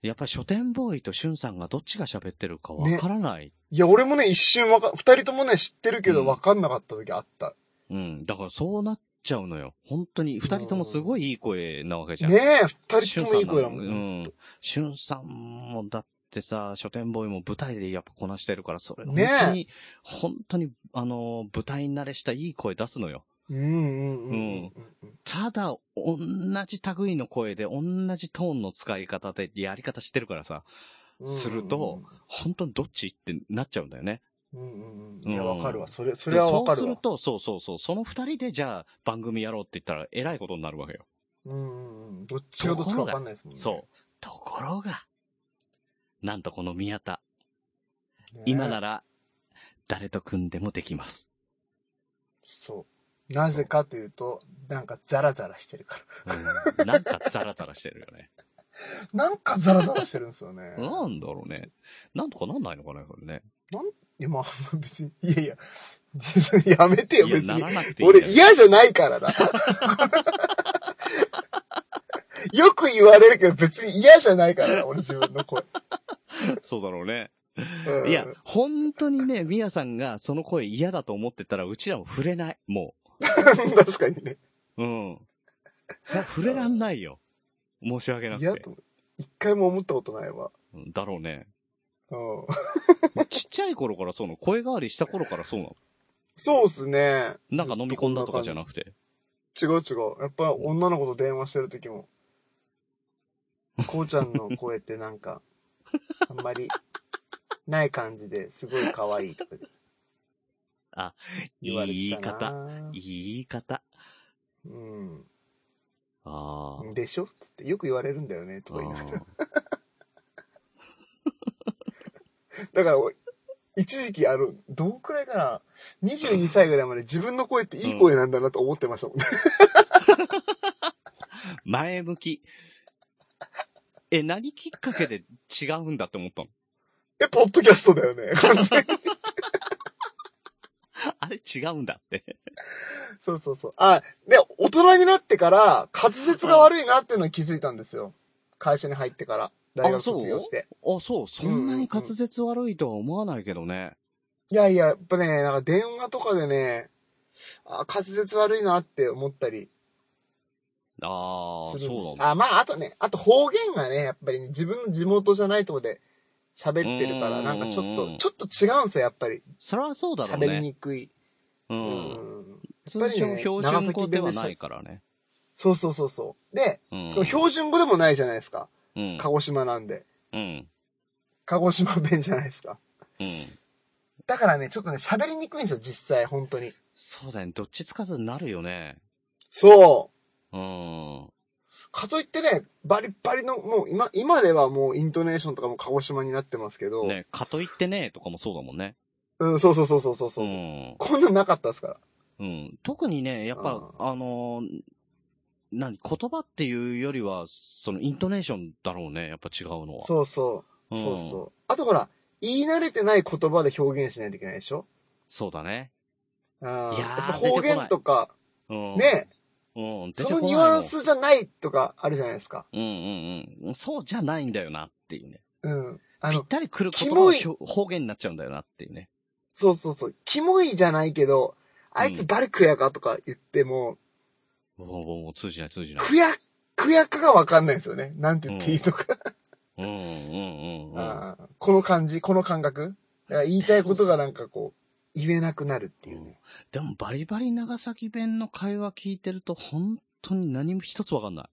Speaker 3: やっぱり書店ボーイとしゅんさんがどっちが喋ってるかわからない。
Speaker 4: いや、俺もね、一瞬わか、二人ともね、知ってるけ
Speaker 3: うん
Speaker 4: ど、わかんなかった時あった。
Speaker 3: うん、だからそうなっちゃうのよ。本当に、二人ともすごいいい声なわけじゃん。
Speaker 4: ねえ、二
Speaker 3: しゅんさん
Speaker 4: 人ともいい声だも。
Speaker 3: なんうん。しゅんさんも、だってさ、書店ボーイも舞台でやっぱこなしてるから、それ、本
Speaker 4: ねえ
Speaker 3: 当に、本当に、あの、舞台慣れしたいい声出すのよ。
Speaker 4: うんうんうんうんうん。
Speaker 3: ただ、同じ類の声で、同じトーンの使い方で、やり方知ってるからさ、
Speaker 4: うん
Speaker 3: すると、本当にどっちってなっちゃうんだよね。
Speaker 4: うんうんうん。いや、
Speaker 3: うん
Speaker 4: わかるわ。それ、それはわか
Speaker 3: でそうす
Speaker 4: るわ
Speaker 3: る。と、そうそうそう、その二人でじゃあ番組やろうって言ったら、えらいことになるわけよ。
Speaker 4: うんうんうん。どっちがどっちかわかんないですもんね。
Speaker 3: そう。ところが、なんとこの宮田、今な
Speaker 4: ら。
Speaker 3: ら、誰と組んでもできます。
Speaker 4: そう。なぜかというと、なんかザラザラしてるか
Speaker 3: うんなんかザラザラしてるよ ね。
Speaker 4: ら。なんかザラザラしてるんですよね。
Speaker 3: なんだろうね。なんとかなんないのかな、これね。
Speaker 4: いや、まあ、別に、いやい や、やめてよ、
Speaker 3: いや、
Speaker 4: 別
Speaker 3: な
Speaker 4: に。
Speaker 3: らなくていいんだよ。
Speaker 4: 俺嫌じゃないからな。 よく言われるけど、別に嫌じゃないからな、俺自分の声。
Speaker 3: そうだろうね。
Speaker 4: うん
Speaker 3: いや、本当にね、ミヤさんがその声嫌だと思ってたら、うちらも触れない。も
Speaker 4: 確かにね。
Speaker 3: う。うん。それは触れらんないよ。申し訳な
Speaker 4: 嫌
Speaker 3: くて。
Speaker 4: と思う。一回も思ったことないわ。
Speaker 3: うんだろうね。
Speaker 4: うん。
Speaker 3: もうちっちゃい頃からそうなの。声変わりした頃からそうなの。
Speaker 4: そうっすね。
Speaker 3: なんか飲み込んだとかじゃなくて。
Speaker 4: 違う違う。やっぱ女の子と電話してる時も、こうちゃんの声ってな んか、あんまり、ない感じですごい可愛いとか
Speaker 3: あ
Speaker 4: 言われてたな。
Speaker 3: いい言い方。
Speaker 4: うん。
Speaker 3: ああ。
Speaker 4: でしょつって、よく言われるんだよね、とか言いながら。だから、お一時期、あの、どんくらいかな、22歳ぐらいまで自分の声っていい声なんだなと思ってましたも んね。
Speaker 3: 前向き。え、何きっかけで違うんだって思ったの
Speaker 4: え、ポッドキャストだよね。完全に
Speaker 3: あれ違うんだって。
Speaker 4: そうそうそう。あ、で、大人になってから、滑舌が悪いなっていうのに気づいたんですよ。会社に入ってから、大学卒業して。
Speaker 3: あ、そう。そんなに滑舌悪いとは思わないけどね。
Speaker 4: いやいや、やっぱね、なんか電話とかでね、あ、滑舌悪いなって思ったり
Speaker 3: ああ、
Speaker 4: するんです
Speaker 3: そうだ
Speaker 4: あ、まあ、あとね、あと方言がね、やっぱりね、自分の地元じゃないとこで喋ってるか
Speaker 3: う
Speaker 4: ら、
Speaker 3: ん
Speaker 4: なんかちょっと、ちょっと違うんですよ、やっぱり。
Speaker 3: それはそうだろう
Speaker 4: 喋り
Speaker 3: ね。
Speaker 4: にくい。
Speaker 3: う。
Speaker 4: うんん。
Speaker 3: 通常標準語ではないからね。
Speaker 4: そうそうそうそう。で、
Speaker 3: うん。
Speaker 4: その標準語でもないじゃないですか。
Speaker 3: うん
Speaker 4: 鹿児島なんで。
Speaker 3: うん。
Speaker 4: 鹿児島弁じゃないですか。
Speaker 3: うん。
Speaker 4: だからね、ちょっとね、喋りにくいんですよ、実際、本当に。
Speaker 3: そうだよね。どっちつかずになるよね。
Speaker 4: そう。
Speaker 3: うん。
Speaker 4: かといってね、バリッバリの、もう今、今ではもうイントネーションとかも鹿児島になってますけど、
Speaker 3: ね、かといってね、とかもそうだもんね。
Speaker 4: うん、そうそうそうそうそうそうう、
Speaker 3: ん。
Speaker 4: こんなんなかったですから。
Speaker 3: うん。特にね、やっぱ、あのー何、言葉っていうよりは、その、イントネーションだろうね。やっぱ違うのは。
Speaker 4: そうそうう。
Speaker 3: ん
Speaker 4: そうそう。あとほら、言い慣れてない言葉で表現しないといけないでしょ
Speaker 3: そうだね。
Speaker 4: いや
Speaker 3: いやー
Speaker 4: 方言とか、
Speaker 3: うん。
Speaker 4: ね、
Speaker 3: うん。出て
Speaker 4: そ
Speaker 3: こな
Speaker 4: の
Speaker 3: いもん
Speaker 4: ニュアンスじゃないとかあるじゃないですか。
Speaker 3: うんうんうん。そうじゃないんだよなっていうね。
Speaker 4: うん。あ
Speaker 3: ぴっ
Speaker 4: の、
Speaker 3: たり来る言
Speaker 4: キ
Speaker 3: 葉
Speaker 4: モ
Speaker 3: はいひょ方言になっちゃうんだよなっていうね。
Speaker 4: そうそうそう。キモいじゃないけど、あいつバルクやかとか言っても、
Speaker 3: もう、もうもう通じない通 じない。
Speaker 4: クヤ、クヤかがわかんないですよね。なんて言っていいとか。
Speaker 3: うんうんうんうん。
Speaker 4: あーこの感じ、この感覚。だから言いたいことがなんかこう、言えなくなるっていうね。
Speaker 3: でもバリバリ長崎弁の会話聞いてると本当に何も一つわかんない。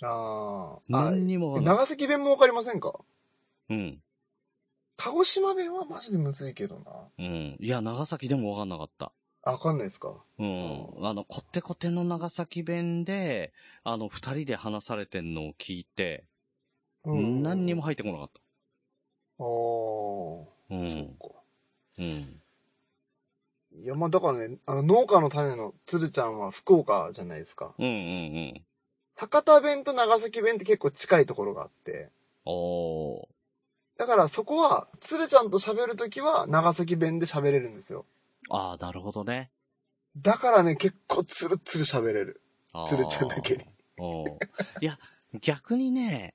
Speaker 4: あーあ。
Speaker 3: 何にもわかんない。
Speaker 4: 長崎弁もわかりませんか
Speaker 3: うん。
Speaker 4: 鹿児島弁はマジでむずいけどな。
Speaker 3: うん。いや、長崎でもわかんなかった。
Speaker 4: あ、わかんないですか
Speaker 3: うん。あの、こってこての長崎弁で、あの、二人で話されてんのを聞いて、何にも。入ってこなかっ
Speaker 4: お
Speaker 3: た。う
Speaker 4: ー。そ
Speaker 3: ん。
Speaker 4: っか。
Speaker 3: うん。
Speaker 4: いや、まあだからね、あの、農家の種の鶴ちゃんは福岡じゃないですか。
Speaker 3: うんうんうん。
Speaker 4: 博多弁と長崎弁って結構近いところがあって。
Speaker 3: おー。
Speaker 4: だからそこは、鶴ちゃんと喋るときは長崎弁で喋れるんですよ。
Speaker 3: ああ、なるほどね。
Speaker 4: だからね、結構ツルツル喋れる。
Speaker 3: あー
Speaker 4: 鶴ちゃんだけに。
Speaker 3: おういや、逆にね、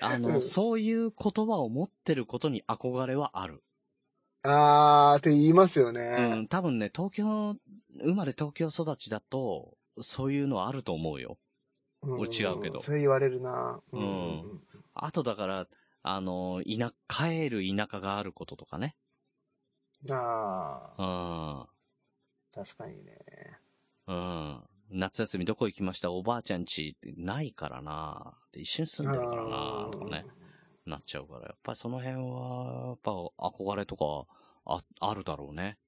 Speaker 3: あの、
Speaker 4: うん
Speaker 3: そういう言葉を持ってることに憧れはある。
Speaker 4: あーって言いますよ
Speaker 3: う
Speaker 4: ね。
Speaker 3: ん、多分ね、東京、生まれ東京育ちだと、そういうのはあると思うよ。
Speaker 4: うん
Speaker 3: 俺違うけど
Speaker 4: それ言われるな。
Speaker 3: うんあとだから、あの、いな、帰る田舎があることとかね。
Speaker 4: ああ、
Speaker 3: うん。
Speaker 4: 確かにね。
Speaker 3: うん。夏休みどこ行きましたおばあちゃんちってないからなで一緒に住んでるからなとかね。なっちゃうから、やっぱりその辺は、やっぱ憧れとか、あ、あるだろうね。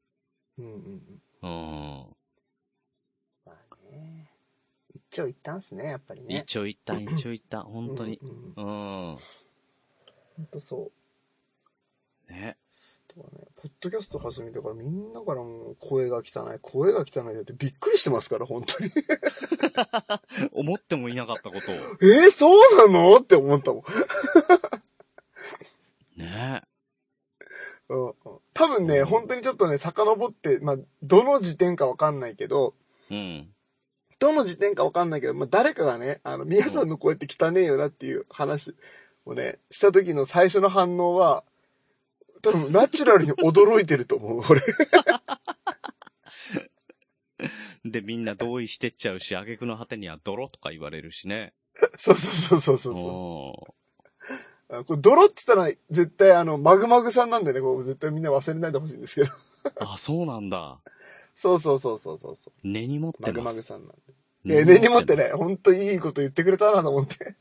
Speaker 4: うんうんう
Speaker 3: う
Speaker 4: ん。
Speaker 3: ん。
Speaker 4: まあね。一応言ったんすね、やっぱりね。
Speaker 3: 一応一旦、一応一旦、本当に。
Speaker 4: うんうんうん
Speaker 3: うん。
Speaker 4: 本当そう。
Speaker 3: ね。
Speaker 4: とかね、ポッドキャスト始めてからみんなからもう声が汚い、声が汚いだってびっくりしてますから、本当に。
Speaker 3: 思ってもいなかったことを。
Speaker 4: えー、そうなのって思ったもん。
Speaker 3: ね。
Speaker 4: うんうん多分ね、本当にちょっとね、遡って、まあ、どの時点かわかんないけど、
Speaker 3: うん。
Speaker 4: どの時点かわかんないけど、まあ、誰かがね、あの、皆さんの声って汚ねえよなっていう話をね、した時の最初の反応は、多分ナチュラルに驚いてると思う、 俺。
Speaker 3: で、みんな同意してっちゃうし、挙句の果てには泥とか言われるしね。
Speaker 4: そうそうそうそうそうう。あこれ、泥って言ったら、絶対あの、マグマグさんなんでね、こう、絶対みんな忘れないでほしいんですけど。
Speaker 3: ん。あ、そうなんだ。
Speaker 4: そうそうそうそうそうそう。
Speaker 3: 根に持ってます。
Speaker 4: マグマグさんなん
Speaker 3: 根
Speaker 4: で。いや、根に持っ
Speaker 3: ま
Speaker 4: て
Speaker 3: す
Speaker 4: ね、ほんといいこと言ってくれたなと思って。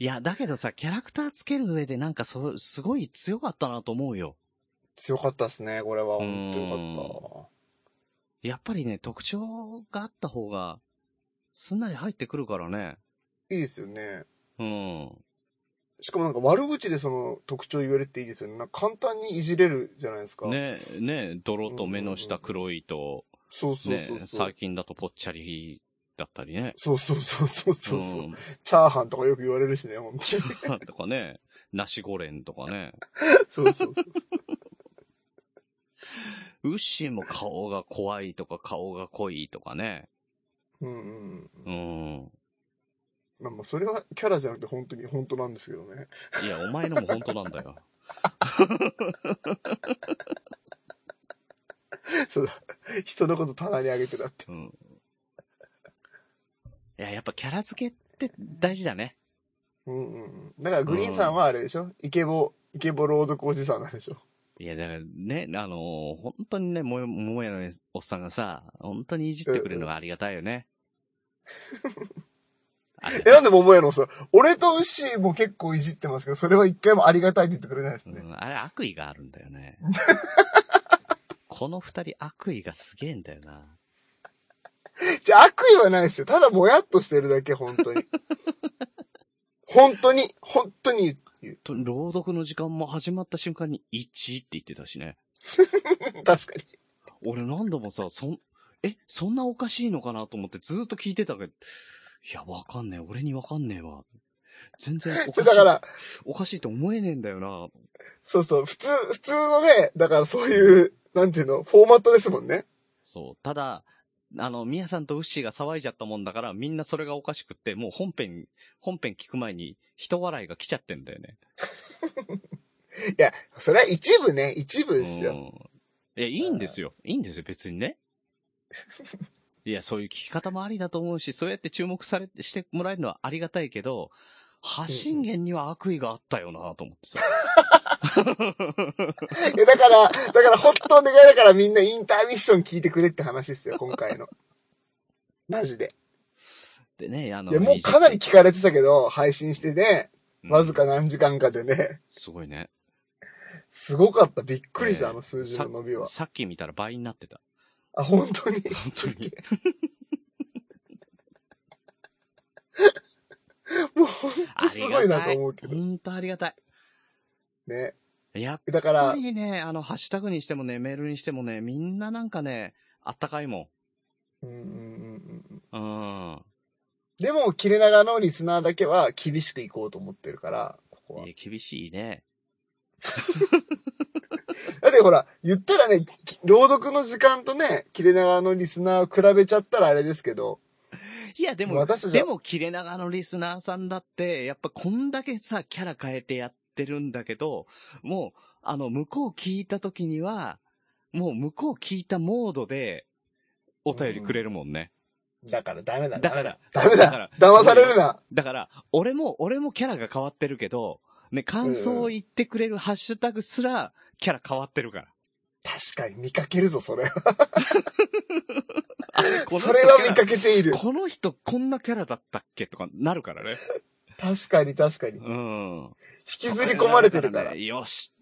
Speaker 3: いや、だけどさ、キャラクターつける上でなんかそう、すごい強かったなと思うよ。
Speaker 4: 強かったっすね、これは。ほんとよかっ
Speaker 3: やっぱりね、特徴があった方が、すんなり入ってくるからね。
Speaker 4: た。いいですよね。
Speaker 3: うん。
Speaker 4: しかもなんか悪口でその特徴言われていいですよね。なんか簡単にいじれるじゃないですか。。
Speaker 3: ねね泥と目の下黒いと、
Speaker 4: そうそう
Speaker 3: ね
Speaker 4: そうそう。
Speaker 3: 最近だとぽっちゃりだったりね。
Speaker 4: そうそうそうそうそうそう、
Speaker 3: ん
Speaker 4: チャーハンとかよく言われるしね、本 当に。
Speaker 3: とかね、ナシゴレンとかね。
Speaker 4: そうそうそう。
Speaker 3: ウッシーも顔が怖いとか顔が濃いとかね。
Speaker 4: うんうんう。
Speaker 3: うんん。
Speaker 4: まあまあ、それはキャラじゃなくて本当に本当なんですけどね。
Speaker 3: いや、お前のも本当なんだよ。
Speaker 4: そうだ。人のこと棚にあげてだって。
Speaker 3: うん。いや、やっぱキャラ付けって大事だね。
Speaker 4: うんうんうん。だからグリーンさんはあれでしょイケボ、イケボ朗読おじさんなんでしょ
Speaker 3: いや、だからね、あのー本当にね、もや、もやの おっさんがさ、本当にいじってくれるのがありがたいよね。
Speaker 4: え、なんで桃やろうさ、俺と牛も結構いじってますけど、それは一回もありがたいって言ってくれないです
Speaker 3: う
Speaker 4: ね。
Speaker 3: ん、あれ悪意があるんだよね。この二人悪意がすげえんだよな。
Speaker 4: じゃあ悪意はないですよ。ただもやっとしてるだけ、本 当に。本当に、本当に言う。
Speaker 3: と朗読の時間も始まった瞬間に1って言ってたしね。
Speaker 4: 確かに。
Speaker 3: 俺何度もさ、そん、え、そんなおかしいのかなと思ってずーっと聞いてたけど、いや、わかんねえ。俺にわかんねえわ。全然おか
Speaker 4: だ
Speaker 3: しい。
Speaker 4: から、
Speaker 3: おかしいと思えねえんだよな。
Speaker 4: そうそう、普通、普通のね、だからそういう、なんていうの、フォーマットですもんね。
Speaker 3: そう。ただ、あの、ミヤさんとウッシーが騒いじゃったもんだから、みんなそれがおかしくって、もう本編、本編聞く前に、人笑いが来ちゃってんだよね。
Speaker 4: いや、それは一部ね、一部
Speaker 3: う
Speaker 4: ですよ。
Speaker 3: ん。いや、いいんですよ。いいんですよ、別に ね。いや、そういう聞き方もありだと思うし、そうやって注目されて、してもらえるのはありがたいけど、発信源には悪意があったよなと思ってさ。
Speaker 4: いやだから、だから本当お願いだからみんなインターミッション聞いてくれって話ですよ、今回の。マジで。
Speaker 3: でね、あの、
Speaker 4: いや、もうかなり聞かれてたけど、配信してね、
Speaker 3: うん、
Speaker 4: わずか何時間かでね、
Speaker 3: すごいね。
Speaker 4: すごかった。びっくりした、
Speaker 3: ねえ
Speaker 4: あの数字の伸びは。
Speaker 3: さっき見たら倍になってた。
Speaker 4: あ、本当に。
Speaker 3: 本当に。
Speaker 4: もう本当すごいなと思うけど。
Speaker 3: 本当ありがたい。
Speaker 4: ね。
Speaker 3: やっ
Speaker 4: だか
Speaker 3: ぱ
Speaker 4: ら、
Speaker 3: りね、あの、ハッシュタグにしてもね、メールにしてもね、みんななんかね、あったかいも
Speaker 4: うんうんうんうん、
Speaker 3: ん。うん。
Speaker 4: でも、切れ長のリスナーだけは厳しくいこうと思ってるから、ここは。
Speaker 3: え厳しいね。
Speaker 4: だってほら、言ったらね、き朗読の時間とね、切れ長のリスナーを比べちゃったらあれですけど、
Speaker 3: いや、でも、
Speaker 4: 私たち
Speaker 3: で
Speaker 4: は、
Speaker 3: も、切れ長のリスナーさんだって、やっぱこんだけさ、キャラ変えてやってるんだけど、もう、あの、向こう聞いた時には、もう向こう聞いたモードで、お便りくれるもんね。
Speaker 4: だからダメだ。
Speaker 3: だから
Speaker 4: ダメ
Speaker 3: そうだ
Speaker 4: だ
Speaker 3: か。ら
Speaker 4: 騙されるな。
Speaker 3: だから、俺も、俺もキャラが変わってるけど、ね、感想を言ってくれるハッシュタグすら、キャラ変わってるから。
Speaker 4: 確かに見かけるぞ、それは。
Speaker 3: あれこの
Speaker 4: そ
Speaker 3: 人
Speaker 4: れは
Speaker 3: キャ
Speaker 4: 見
Speaker 3: ラ
Speaker 4: かけている。
Speaker 3: この人こんなキャラだったっけとかなるからね。
Speaker 4: 確かに確かに。
Speaker 3: うん。
Speaker 4: 引きずり込まれてるから。
Speaker 3: ねよし。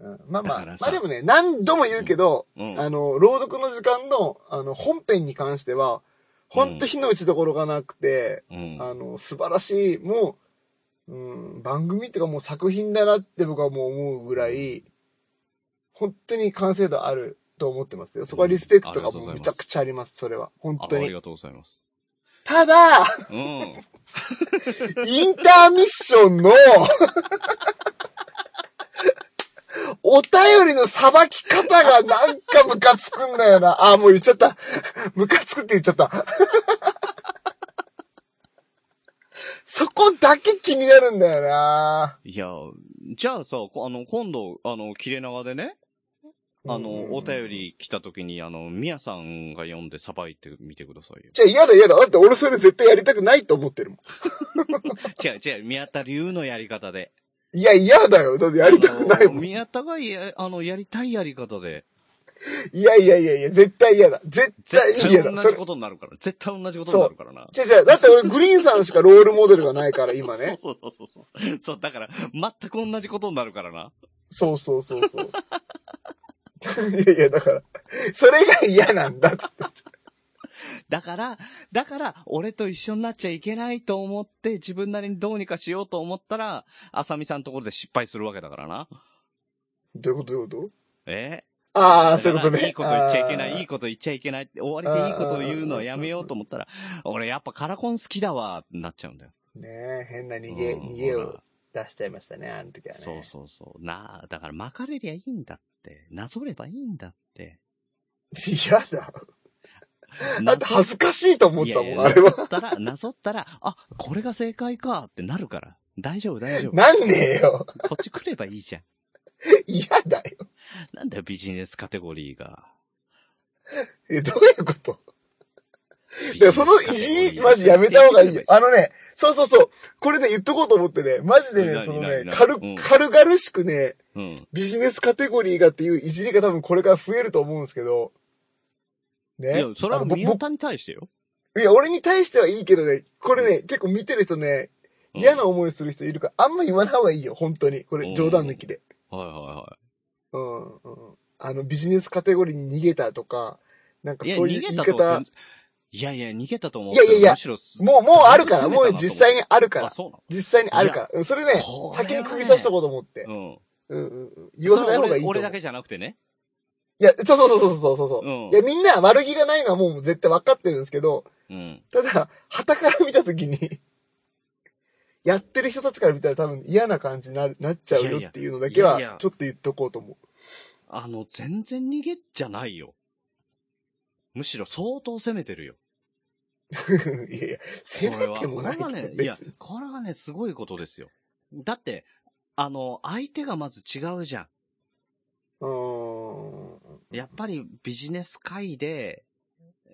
Speaker 4: うんまあ
Speaker 3: だ
Speaker 4: ま
Speaker 3: か
Speaker 4: あ
Speaker 3: ら、さ
Speaker 4: まあでもね、何度も言うけど、
Speaker 3: うん。
Speaker 4: あの、朗読の時間の、あの、本編に関しては、ほんと火の打ちどころがなくて、
Speaker 3: うん
Speaker 4: あの、素晴らしい、もう、うん、番組っていうかもう作品だなって僕はもう思うぐらい、本当に完成度あると思ってますよ。そこはリスペクトがもうむちゃくちゃあります、それは。本
Speaker 3: あ
Speaker 4: 当
Speaker 3: あり
Speaker 4: に。
Speaker 3: がとうございます。
Speaker 4: ただ、
Speaker 3: うん。
Speaker 4: インターミッションの、お便りのさばき方がなんかムカつくんだよな。あ、もう言っちゃった。ムカつくって言っちゃった。そこだけ気になるんだよな。
Speaker 3: いや、じゃあさ、こあの、今度、あの、切れ長でね、あ
Speaker 4: うん
Speaker 3: の、お便。り来た時に、あの、みやさんが読んでさばいてみてくださいよ。
Speaker 4: じゃあ嫌だ嫌だ。だって俺それ絶対やりたくないと思ってるもん。
Speaker 3: 違う違う、宮田流のやり方で。
Speaker 4: いや嫌だよ。だってやりたくない
Speaker 3: あの
Speaker 4: もん。
Speaker 3: 宮田がや、あの、やりたいやり方で。
Speaker 4: いやいやいやいや、絶対嫌だ。絶
Speaker 3: 絶
Speaker 4: 対嫌
Speaker 3: 対同
Speaker 4: だ。そ
Speaker 3: じ
Speaker 4: れ
Speaker 3: ことになるから。絶対同じことになるからな。
Speaker 4: じゃあじゃあだって俺グリーンさんしかロールモデルがないから今ね。
Speaker 3: そうそうそうそう。そう、だから、全く同じことになるからな。
Speaker 4: そうそうそうそう。 いやいや、だから、それが嫌なんだっつって。
Speaker 3: だから、だから、俺と一緒になっちゃいけないと思って、自分なりにどうにかしようと思ったら、あさみさんのところで失敗するわけだからな。
Speaker 4: どういうことどういうこと
Speaker 3: え
Speaker 4: ああ、
Speaker 3: だか
Speaker 4: そういう
Speaker 3: ら
Speaker 4: ことね。
Speaker 3: いいこと言っちゃいけな
Speaker 4: あー
Speaker 3: い、いいこと言っちゃいけないって、終わりでいいことを言うのはやめようと思ったら、俺やっぱカラコン好きだわ、なっちゃうんだよ。
Speaker 4: ねえ、変な逃げ、
Speaker 3: うん
Speaker 4: 逃げ
Speaker 3: ほ
Speaker 4: を
Speaker 3: ら
Speaker 4: 出しちゃいましたね、あの時はね。
Speaker 3: そうそうそう。なあ、だから巻かれりゃいいんだって。なぞればいいんだって。
Speaker 4: 嫌だ。だ
Speaker 3: な
Speaker 4: って恥ずかしいと思ったもん、
Speaker 3: いやいや
Speaker 4: あれ
Speaker 3: な
Speaker 4: は。
Speaker 3: ぞったら、なぞったら、あ、これが正解かってなるから。大丈夫、大丈夫。
Speaker 4: なんねえよ。
Speaker 3: こっち来ればいいじゃん。
Speaker 4: 嫌だよ。
Speaker 3: なんだよ、ビジネスカテゴリーが。
Speaker 4: え、どういうこといや、そのいじり、マジやめた方がいいよ。あのね、そうそうそう。これね、言っとこうと思ってね、マジでね、
Speaker 3: 何
Speaker 4: その
Speaker 3: 何
Speaker 4: ね、
Speaker 3: 何
Speaker 4: 軽
Speaker 3: うん、
Speaker 4: 軽々しくね、
Speaker 3: うん。
Speaker 4: ビジネスカテゴリーがっていういじりが多分これから増えると思うんですけど。
Speaker 3: い
Speaker 4: ね。
Speaker 3: や、それ
Speaker 4: あ
Speaker 3: は
Speaker 4: のぼ
Speaker 3: 宮
Speaker 4: ぼ
Speaker 3: 田に対してよ。
Speaker 4: いや、俺に対してはいいけどね、これね、結構見てる人
Speaker 3: うん
Speaker 4: ね、嫌な思いする人いるから、あんま言わない方がいいよ、本当に。こ
Speaker 3: うん
Speaker 4: れ、冗談抜きで。
Speaker 3: はいはいはい。
Speaker 4: うん、うん。あの、ビジネスカテゴリーに逃げたとか、なんか
Speaker 3: いや、
Speaker 4: そうい
Speaker 3: 逃
Speaker 4: う言
Speaker 3: げ
Speaker 4: い
Speaker 3: たとは全、
Speaker 4: 方
Speaker 3: 然いやいや、逃げたと思う。
Speaker 4: いやいやいや
Speaker 3: むしろす、
Speaker 4: もう、もうあるから、
Speaker 3: だいぶ
Speaker 4: も
Speaker 3: 攻めたなと思
Speaker 4: う
Speaker 3: って
Speaker 4: 実際にあるから
Speaker 3: あ、。そうな
Speaker 4: 実際にあるから。うんそれね
Speaker 3: こ、れはね
Speaker 4: 先に釘刺しとこうと思って。
Speaker 3: のうん。
Speaker 4: うんうんうん。言
Speaker 3: それ
Speaker 4: わな
Speaker 3: はい
Speaker 4: 方がい
Speaker 3: 俺
Speaker 4: いと思
Speaker 3: 俺
Speaker 4: う
Speaker 3: だ。けじゃなくてね。
Speaker 4: いや、そうそうそうそうそうそうう。
Speaker 3: ん
Speaker 4: い。や、みんな悪気がないのはもう絶対分かってるんですけど、
Speaker 3: うん。
Speaker 4: ただ、旗から見たときに、 やってる人たちから見たら多分嫌な感じになるなっちゃうよっていうのだけ
Speaker 3: いやいや
Speaker 4: は、ちょっと言っとこうと思
Speaker 3: あの、全然逃げじゃないよ。むしろ相当攻めてるよ。
Speaker 4: う。 いやいや、
Speaker 3: これ
Speaker 4: せ
Speaker 3: は
Speaker 4: めてもないけ
Speaker 3: こ
Speaker 4: ど、
Speaker 3: れはね、いや
Speaker 4: 別に。、
Speaker 3: これはね、すごいことですよ。だって、あの、相手がまず違うじゃん。
Speaker 4: うーん。
Speaker 3: やっぱりビジネス界で、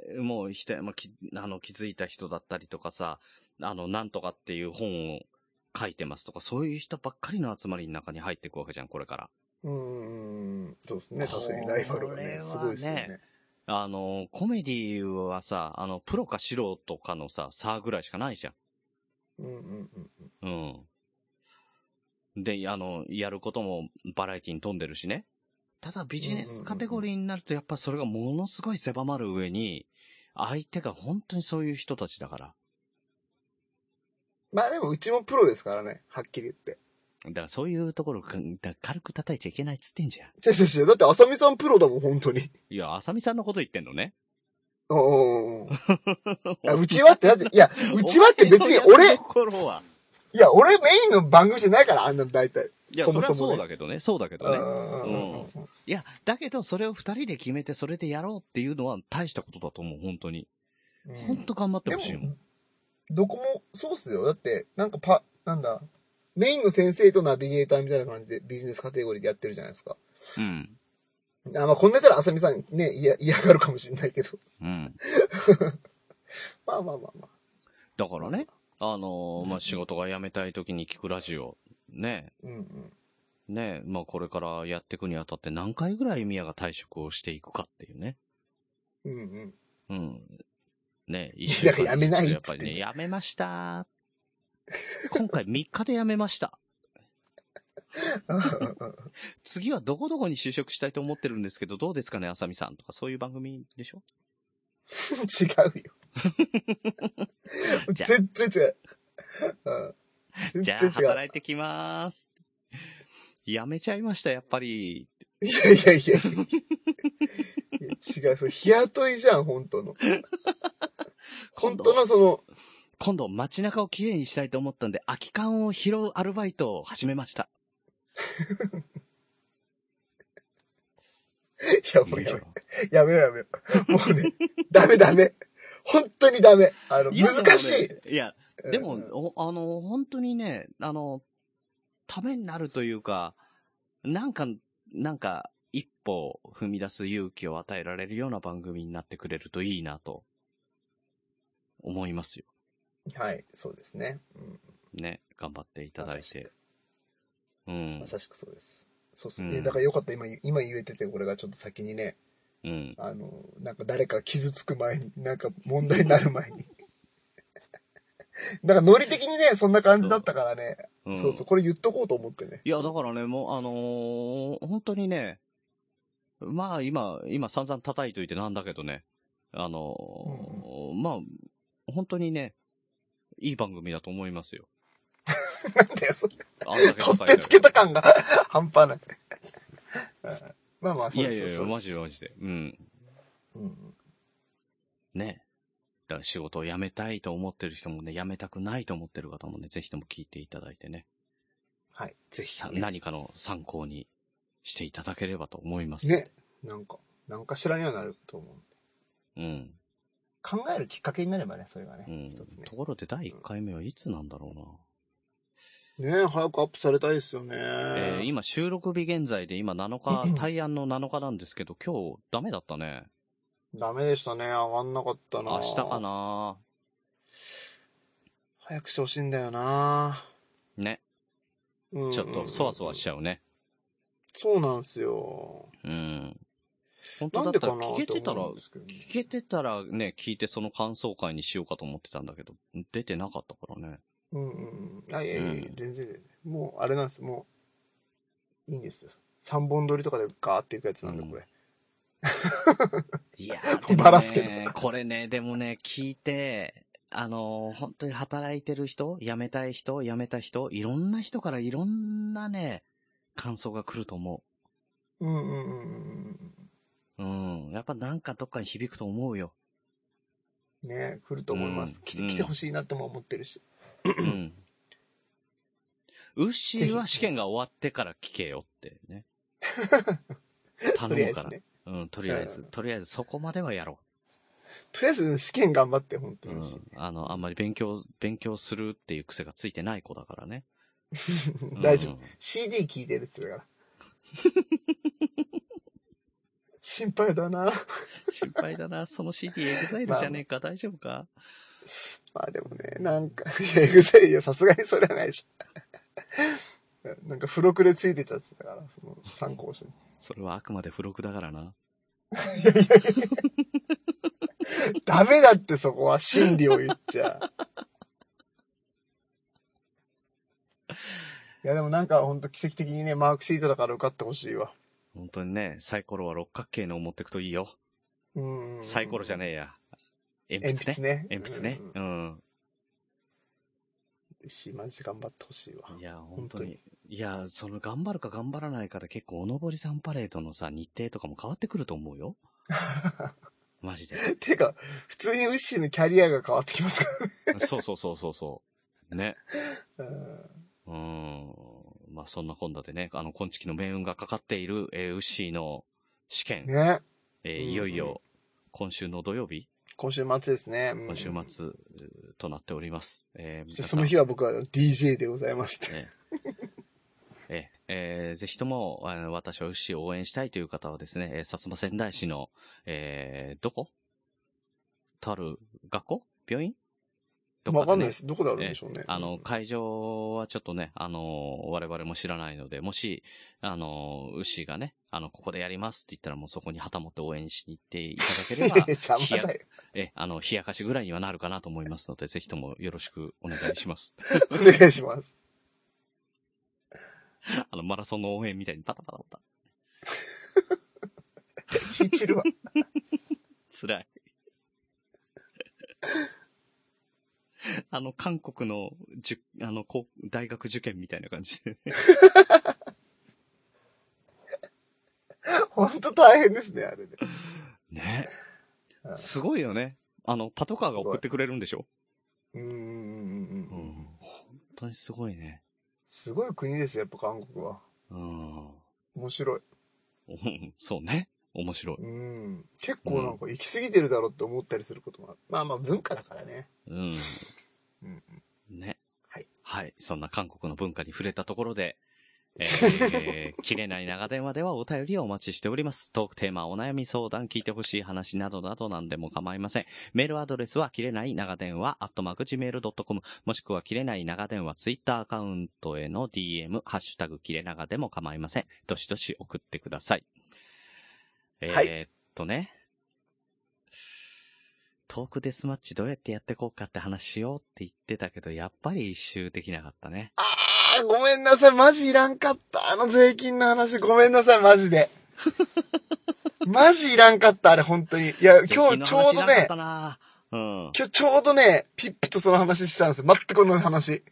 Speaker 3: えーもう人や、まあ、きあの気づいた人だったりとかさ、あの、なんとかっていう本を書いてますとか、そういう人ばっかりの集まりの中に入っていくわけじゃん、これから。
Speaker 4: うーん。そうですね。確かに
Speaker 3: こ
Speaker 4: ラ
Speaker 3: れ
Speaker 4: イバルがね、すごいですよ
Speaker 3: は
Speaker 4: ね。
Speaker 3: あの、コメディはさ、あの、プロか素人かのさ、差ぐらいしかないじゃん。
Speaker 4: うんうんうん。
Speaker 3: うん。で、あの、やることもバラエティに富んでるしね。ただビジネスカテゴリーになるとやっぱそれがものすごい狭まる上に、相手が本当にそういう人たちだから。
Speaker 4: まあでも、うちもプロですからね、はっきり言って。
Speaker 3: だからそういうところ、うんだ軽く叩いちゃいけないっつってんじゃん。
Speaker 4: 違う違う違う。だって、浅見さんプロだもん、本当に。
Speaker 3: いや、浅見さんのこと言ってんのね。
Speaker 4: うんうんうん うん。うちはって、だって、い や、うちはって別に
Speaker 3: お前のや
Speaker 4: 俺
Speaker 3: る、ところは。
Speaker 4: いや、俺メインの番組じゃないから、あんなの大体。
Speaker 3: いや、
Speaker 4: そ
Speaker 3: そ
Speaker 4: も
Speaker 3: れ
Speaker 4: そも
Speaker 3: は
Speaker 4: ね
Speaker 3: そうだけどね。そうだけ
Speaker 4: う
Speaker 3: ど
Speaker 4: んう
Speaker 3: ね。
Speaker 4: んうんうん
Speaker 3: いや、だけどそれを二人で決めてそれでやろうっていうのは大したことだと思う、本当に。
Speaker 4: うん
Speaker 3: 本当頑張って
Speaker 4: で
Speaker 3: ほしいもん。
Speaker 4: も、どこも、そうっすよ。だって、なんかパ、なんだ、メインの先生とナビゲーターみたいな感じでビジネスカテゴリーでやってるじゃないですか。
Speaker 3: うん。
Speaker 4: あまあ、こんなやったら浅見さんね、いや嫌がるかもしれないけど。
Speaker 3: うん。
Speaker 4: まあまあまあまあ。
Speaker 3: だからね、あのーまあ、仕事が辞めたい時に聞くラジオ、ね、
Speaker 4: うんうん。
Speaker 3: ね、まあ、これからやっていくにあたって何回ぐらい宮が退職をしていくかっていうね。
Speaker 4: うんうん。
Speaker 3: うん。 ね、一
Speaker 4: や
Speaker 3: に一度
Speaker 4: やめないっつって
Speaker 3: やっぱりね、やめました。今回3日でやめました。次はどこどこに就職したいと思ってるんですけど、どうですかね、あさみさんとか、そういう番組でしょ
Speaker 4: 違うよ。
Speaker 3: じゃ
Speaker 4: 全然違う。うん。
Speaker 3: じゃあ、
Speaker 4: 全然違う。
Speaker 3: 働いてきまーす。やめちゃいました、やっぱり。
Speaker 4: いやいやいやいや。いや違う、それ日雇いじゃん、本当の。本当のその、
Speaker 3: 今度街中をきれいにしたいと思ったんで、空き缶を拾うアルバイトを始めました。
Speaker 4: いやもう
Speaker 3: いいじ
Speaker 4: や
Speaker 3: ゃ
Speaker 4: め
Speaker 3: ん
Speaker 4: やめようやめよう。もうね、ダメダメ。本当にダメ。あの、
Speaker 3: いや
Speaker 4: 難しい。
Speaker 3: でもねいや、でも、
Speaker 4: うん
Speaker 3: おあの、本当にね、あの、ためになるというか、なんか、なんか、一歩踏み出す勇気を与えられるような番組になってくれるといいなと、思いますよ。
Speaker 4: はい、そうですね。うん
Speaker 3: ね。頑張っていただいて。う
Speaker 4: ま
Speaker 3: ん。
Speaker 4: さしくそうです。そうです
Speaker 3: う
Speaker 4: ね。
Speaker 3: ん
Speaker 4: だからよかった、今、今言えてて、俺がちょっと先にね、
Speaker 3: うん。
Speaker 4: あの、なんか誰か傷つく前に、なんか問題になる前に。 なんかノリ的にね、そんな感じだったからね。
Speaker 3: うん、
Speaker 4: そうそう、これ言っとこうと思ってね。
Speaker 3: いや、だからね、もう、あのー本当にね、まあ今、今散々叩いといてなんだけどね、あのーまあ、本当にね、いい番組だと思いますよ。
Speaker 4: なんだよ、それ。
Speaker 3: あんだけ
Speaker 4: 取
Speaker 3: 叩
Speaker 4: っ
Speaker 3: い
Speaker 4: て
Speaker 3: て
Speaker 4: つけた感が 半端ない。うんまあまあ、
Speaker 3: い
Speaker 4: そう
Speaker 3: や
Speaker 4: で
Speaker 3: い
Speaker 4: す
Speaker 3: やいや、
Speaker 4: そうす
Speaker 3: マジでマジで。うん。
Speaker 4: うんうん
Speaker 3: ね。だから仕事を辞めたいと思ってる人もね、辞めたくないと思ってる方もね、ぜひとも聞いていただいてね、
Speaker 4: はい。ぜひ
Speaker 3: さ。何かの参考にしていただければと思います。
Speaker 4: ね。なんか、なんかしらにはなると思う。
Speaker 3: うん。
Speaker 4: 考えるきっかけになればね、それがね。
Speaker 3: うん
Speaker 4: 一つ。ね
Speaker 3: と。ころで第1回目はいつなんだろうな。
Speaker 4: ねえ早くアップされたいですよね。
Speaker 3: えー今収録日現在で今7日、対案の7日なんですけど、今日ダメだったね。
Speaker 4: ダメでしたね。上がんなかったな。
Speaker 3: 明日か。な
Speaker 4: 早くしてほしいんだよな。
Speaker 3: ね。
Speaker 4: うんうんうん
Speaker 3: ちょっとそわそわしちゃうね。
Speaker 4: そうなんすよ。
Speaker 3: うん。本当
Speaker 4: な
Speaker 3: だ
Speaker 4: ん
Speaker 3: っ
Speaker 4: で
Speaker 3: た
Speaker 4: からな
Speaker 3: 聞けてたら
Speaker 4: って思うんですけどね
Speaker 3: 聞けてたらね、聞いてその感想会にしようかと思ってたんだけど、出てなかったからね。
Speaker 4: うんうんうん。あ、いやいやいや
Speaker 3: うん
Speaker 4: 全然、もう、あれなんです。もう、いいんですよ。三本撮りとかでガーっていくやつなんで、
Speaker 3: うん
Speaker 4: これ。
Speaker 3: い やー、
Speaker 4: でもねばらすけ
Speaker 3: これね、でもね、聞いて、あのー本当に働いてる人、辞めたい人、辞めた人、いろんな人からいろんなね、感想が来ると思
Speaker 4: うんうんうんうん
Speaker 3: う。うん。やっぱなんかどっかに響くと思う よ。
Speaker 4: うん。ね来ると思いま
Speaker 3: う
Speaker 4: す
Speaker 3: ん。
Speaker 4: 来て、来てほしいなとも思ってるし。
Speaker 3: うん。ウッシーは
Speaker 4: ぜひ
Speaker 3: 試験が終わってから聞けよって ね。
Speaker 4: とりあ
Speaker 3: 頼
Speaker 4: え
Speaker 3: む
Speaker 4: ず
Speaker 3: から。
Speaker 4: ね。
Speaker 3: うん、とりあえず、とりあえずそこまではやろ
Speaker 4: とりあえず試験頑張って、本
Speaker 3: う。
Speaker 4: 当
Speaker 3: うん
Speaker 4: にし。。
Speaker 3: あの、あんまり勉強、勉強するっていう癖がついてない子だからね。
Speaker 4: 大丈夫
Speaker 3: う。ん
Speaker 4: CD 聞いてるって言ってたから。 心配だな。
Speaker 3: 心配だな。その CD エグザイルじゃねえか。大丈夫か
Speaker 4: まあでもね、なんか、 いや、エグザイル、さすがにそれはないでし ょ。なんか、付録でついてたって言ってたから、その参考書に。
Speaker 3: それはあくまで付録だからな。
Speaker 4: いやいやいやダメだってそこは真理を言っちゃ。 いやでもなんかほんと奇跡的にね、マークシートだから受かってほしいわ。
Speaker 3: 本当にね、サイコロは六角形のを持ってくといいよ。
Speaker 4: うん。
Speaker 3: サイコロじゃ
Speaker 4: え。
Speaker 3: ねえや。鉛
Speaker 4: 鉛
Speaker 3: 筆ね
Speaker 4: 筆。ね。
Speaker 3: 鉛筆ね。うん。
Speaker 4: うん。し、マジで頑張ってほしいわ。
Speaker 3: いや、本当に。いや、その、頑張るか頑張らないかで結構、おのぼりさんパレードのさ、日程とかも変わってくると思う よ。マジで。
Speaker 4: てか、普通にウッシーのキャリアが変わってきますか
Speaker 3: そうそうそうそうそう。ね。
Speaker 4: ら。 うん
Speaker 3: うーん。まあ、そんなこんなでね、あの、今月の命運がかかっている、えー、ウッシーの試験、
Speaker 4: ね。
Speaker 3: えーいよいよ、今週の土曜日、
Speaker 4: 今週末ですね。うん
Speaker 3: 今週末、うーとなっております。えー皆
Speaker 4: じゃあ
Speaker 3: さ
Speaker 4: そ
Speaker 3: ん
Speaker 4: の日は僕は DJ でございますって。
Speaker 3: えええええーぜひとも、あの私はウッシーを応援したいという方はですね、えー薩摩仙台市の、えーどことある学校病院ど
Speaker 4: わかんない
Speaker 3: で。
Speaker 4: ですす。どこであるんでしょうね。
Speaker 3: あの、会場はちょっとね、あの我々も知らないので、もし、あのウッシーがね、あの、ここでやりますって言ったらもうそこに旗持って応援しに行っていただけ
Speaker 4: いや
Speaker 3: れ
Speaker 4: い
Speaker 3: ば
Speaker 4: や、 邪魔だよ。
Speaker 3: え、あの、冷やかしぐらいにはなるかなと思いますので、ぜひともよろしくお願いし ます。
Speaker 4: お願いします。
Speaker 3: あの、マラソンの応援みたいにパタパタパタ。
Speaker 4: 引いちるわ。
Speaker 3: 辛い。 あの、韓国の、じゅ、あの、こう大学受験みたいな感じでね。
Speaker 4: ほんと大変ですね、あれで。
Speaker 3: ね。
Speaker 4: うん
Speaker 3: すごいよね。あの、パトカーが送ってくれるんでしょ
Speaker 4: うーん。
Speaker 3: 本当にすごいね。
Speaker 4: すごい国ですよ、やっぱ韓国は。
Speaker 3: うん。
Speaker 4: 面白い。
Speaker 3: うん そうね。面白い。
Speaker 4: うん。結構なんか行き過ぎてるだろうって思ったりすることもある。まあまあ文化だからね。
Speaker 3: うん。
Speaker 4: うん。
Speaker 3: ね。
Speaker 4: はい。
Speaker 3: はい。そんな韓国の文化に触れたところで、え ー、切れない長電話ではお便りをお待ちしております。トークテーマ、お悩み相談、聞いてほしい話などなど何でも構いません。メールアドレスは、切れない長電話、アットマーク Gmail.com、もしくは、切れない長電話、ツイッターアカウントへの DM、ハッシュタグ、切れ長でも構いません。どしどし送ってください。え
Speaker 4: はい
Speaker 3: ーっとね。トークデスマッチどうやってやってこうかって話しようって言ってたけど、やっぱり一周できなかったね。
Speaker 4: あー、ごめんなさい。マジいらんかった。あの税金の話、ごめんなさい、マジ で。マジいらんかった、あれ、本当に。いや、今日ちょう
Speaker 3: 税金の話
Speaker 4: どね
Speaker 3: なかっ、たなうん。
Speaker 4: 今日ちょうどね、ピッピとその話してたんですよ。全くこの話。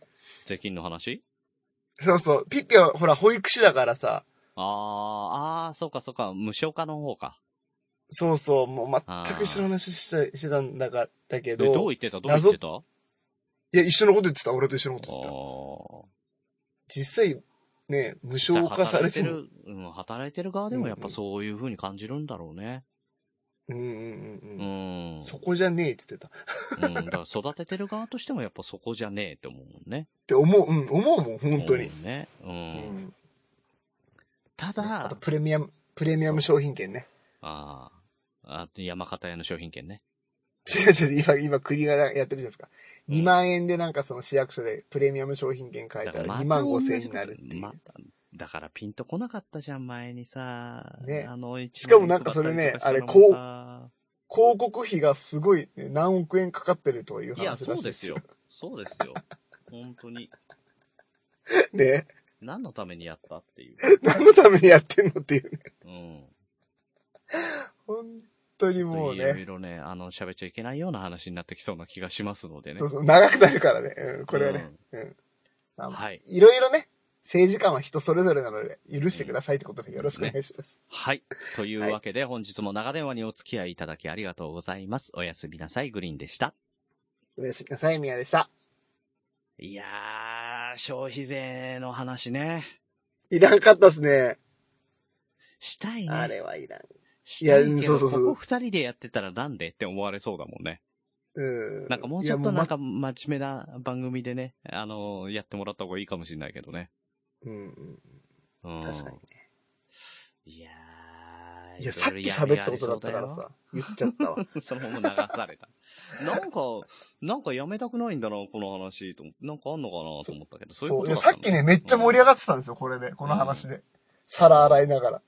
Speaker 3: 税金の話
Speaker 4: そうそう。ピッピは、ほら、保育士だからさ。
Speaker 3: あー、あー、そうかそうか、無償化の方か。
Speaker 4: そうそう、もう全く一緒の話してしてたんだが、だけ
Speaker 3: で、
Speaker 4: ど。
Speaker 3: どう言ってたどう言ってたあ
Speaker 4: いや、一緒のこと言ってた。俺と一緒のこと言ってた。
Speaker 3: ー
Speaker 4: 実際、ね、無償化されてる。
Speaker 3: 働いてる、うん、働いてる側でもやっぱそういう風に感じるんだろうね。
Speaker 4: うんうん
Speaker 3: う
Speaker 4: うんうん。
Speaker 3: ん。
Speaker 4: そこじゃねえって言ってた。
Speaker 3: う
Speaker 4: っ
Speaker 3: ん。だから育ててる側としてもやっぱそこじゃねえって思うもんね。
Speaker 4: て思う、うん、思うもん、本当に
Speaker 3: 思。うね。う。
Speaker 4: うんん。
Speaker 3: た
Speaker 4: あ
Speaker 3: だ
Speaker 4: と、、プレミアム、プレミアム商品券ね。
Speaker 3: ああ。あと、山形屋の商品券ね。
Speaker 4: 違う違う、今、今、国がやってるじゃないですか。
Speaker 3: うん
Speaker 4: 2万円でなんかその市役所でプレミアム商品券買え
Speaker 3: だ
Speaker 4: た
Speaker 3: かららまた
Speaker 4: 2万5
Speaker 3: 同
Speaker 4: 千円
Speaker 3: じ
Speaker 4: に
Speaker 3: こと
Speaker 4: なるっていう
Speaker 3: ま。た、だからピンとこなかったじゃん、前にさ。
Speaker 4: ね
Speaker 3: あの、
Speaker 4: しかもなんかそれね
Speaker 3: こ
Speaker 4: 広告費がすごい、ね、何億円かかってるという
Speaker 3: う。いや、
Speaker 4: 話
Speaker 3: そ
Speaker 4: らし
Speaker 3: う
Speaker 4: い
Speaker 3: ですよ。。そうですよ。本当に。
Speaker 4: ね。
Speaker 3: 何のためにやったっていう。
Speaker 4: 何のためにやってんのっていうね。
Speaker 3: うん。
Speaker 4: 本当にもう
Speaker 3: いろい
Speaker 4: ね。
Speaker 3: ろね、あの、喋っちゃいけないような話になってきそうな気がしますのでね
Speaker 4: そう。そう、長くなるからね。うん、これはね。まあ
Speaker 3: はい。
Speaker 4: いろいろね、政治家は人それぞれなので、許してくださいってことでよろしくお願いします。
Speaker 3: はい。というわけで、本日も長電話にお付き合いいただきありがとうございます。おやすみなさい、グリーンでした。
Speaker 4: おやすみなさい、みやでした。
Speaker 3: いやー、消費税の話ね。
Speaker 4: いらんかったっすね。
Speaker 3: したい
Speaker 4: あ
Speaker 3: ね。
Speaker 4: れはいらん。
Speaker 3: したい
Speaker 4: い
Speaker 3: け
Speaker 4: やそ
Speaker 3: ど、
Speaker 4: うそうそう
Speaker 3: ここ二人でやってたらなんでって思われそうだもんね。
Speaker 4: うん。
Speaker 3: なんかもうちょっとな
Speaker 4: いや
Speaker 3: ん
Speaker 4: も
Speaker 3: か真面目な番組でね、あの、やってもらった方がいいかもしれないけどね。
Speaker 4: うまうん、
Speaker 3: うん
Speaker 4: うん。確かにね。
Speaker 3: いやー。
Speaker 4: いや、さっき喋ったことだったからさ、言っちゃったわ。
Speaker 3: そのまま流された。なんか、なんかやめたくないんだな、この話と思って。なんかあんのかなと思ったけど、 そういう
Speaker 4: そ
Speaker 3: こ
Speaker 4: う、
Speaker 3: とだ
Speaker 4: いや、
Speaker 3: った
Speaker 4: さ
Speaker 3: ん
Speaker 4: っ
Speaker 3: だ
Speaker 4: きね、めっちゃ盛り上がってたんですよ、これで、この話で。皿洗いながら。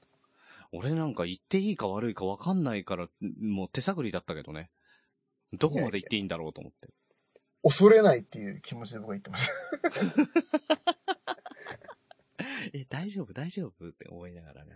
Speaker 3: 俺なんか言っていいか悪いか分かんないから、もう手探りだったけどね。どこまで言っていいんだろうと思って。
Speaker 4: 恐れないっていう気持ちで僕は言ってました。
Speaker 3: え、大丈夫、大丈夫って思いながらね。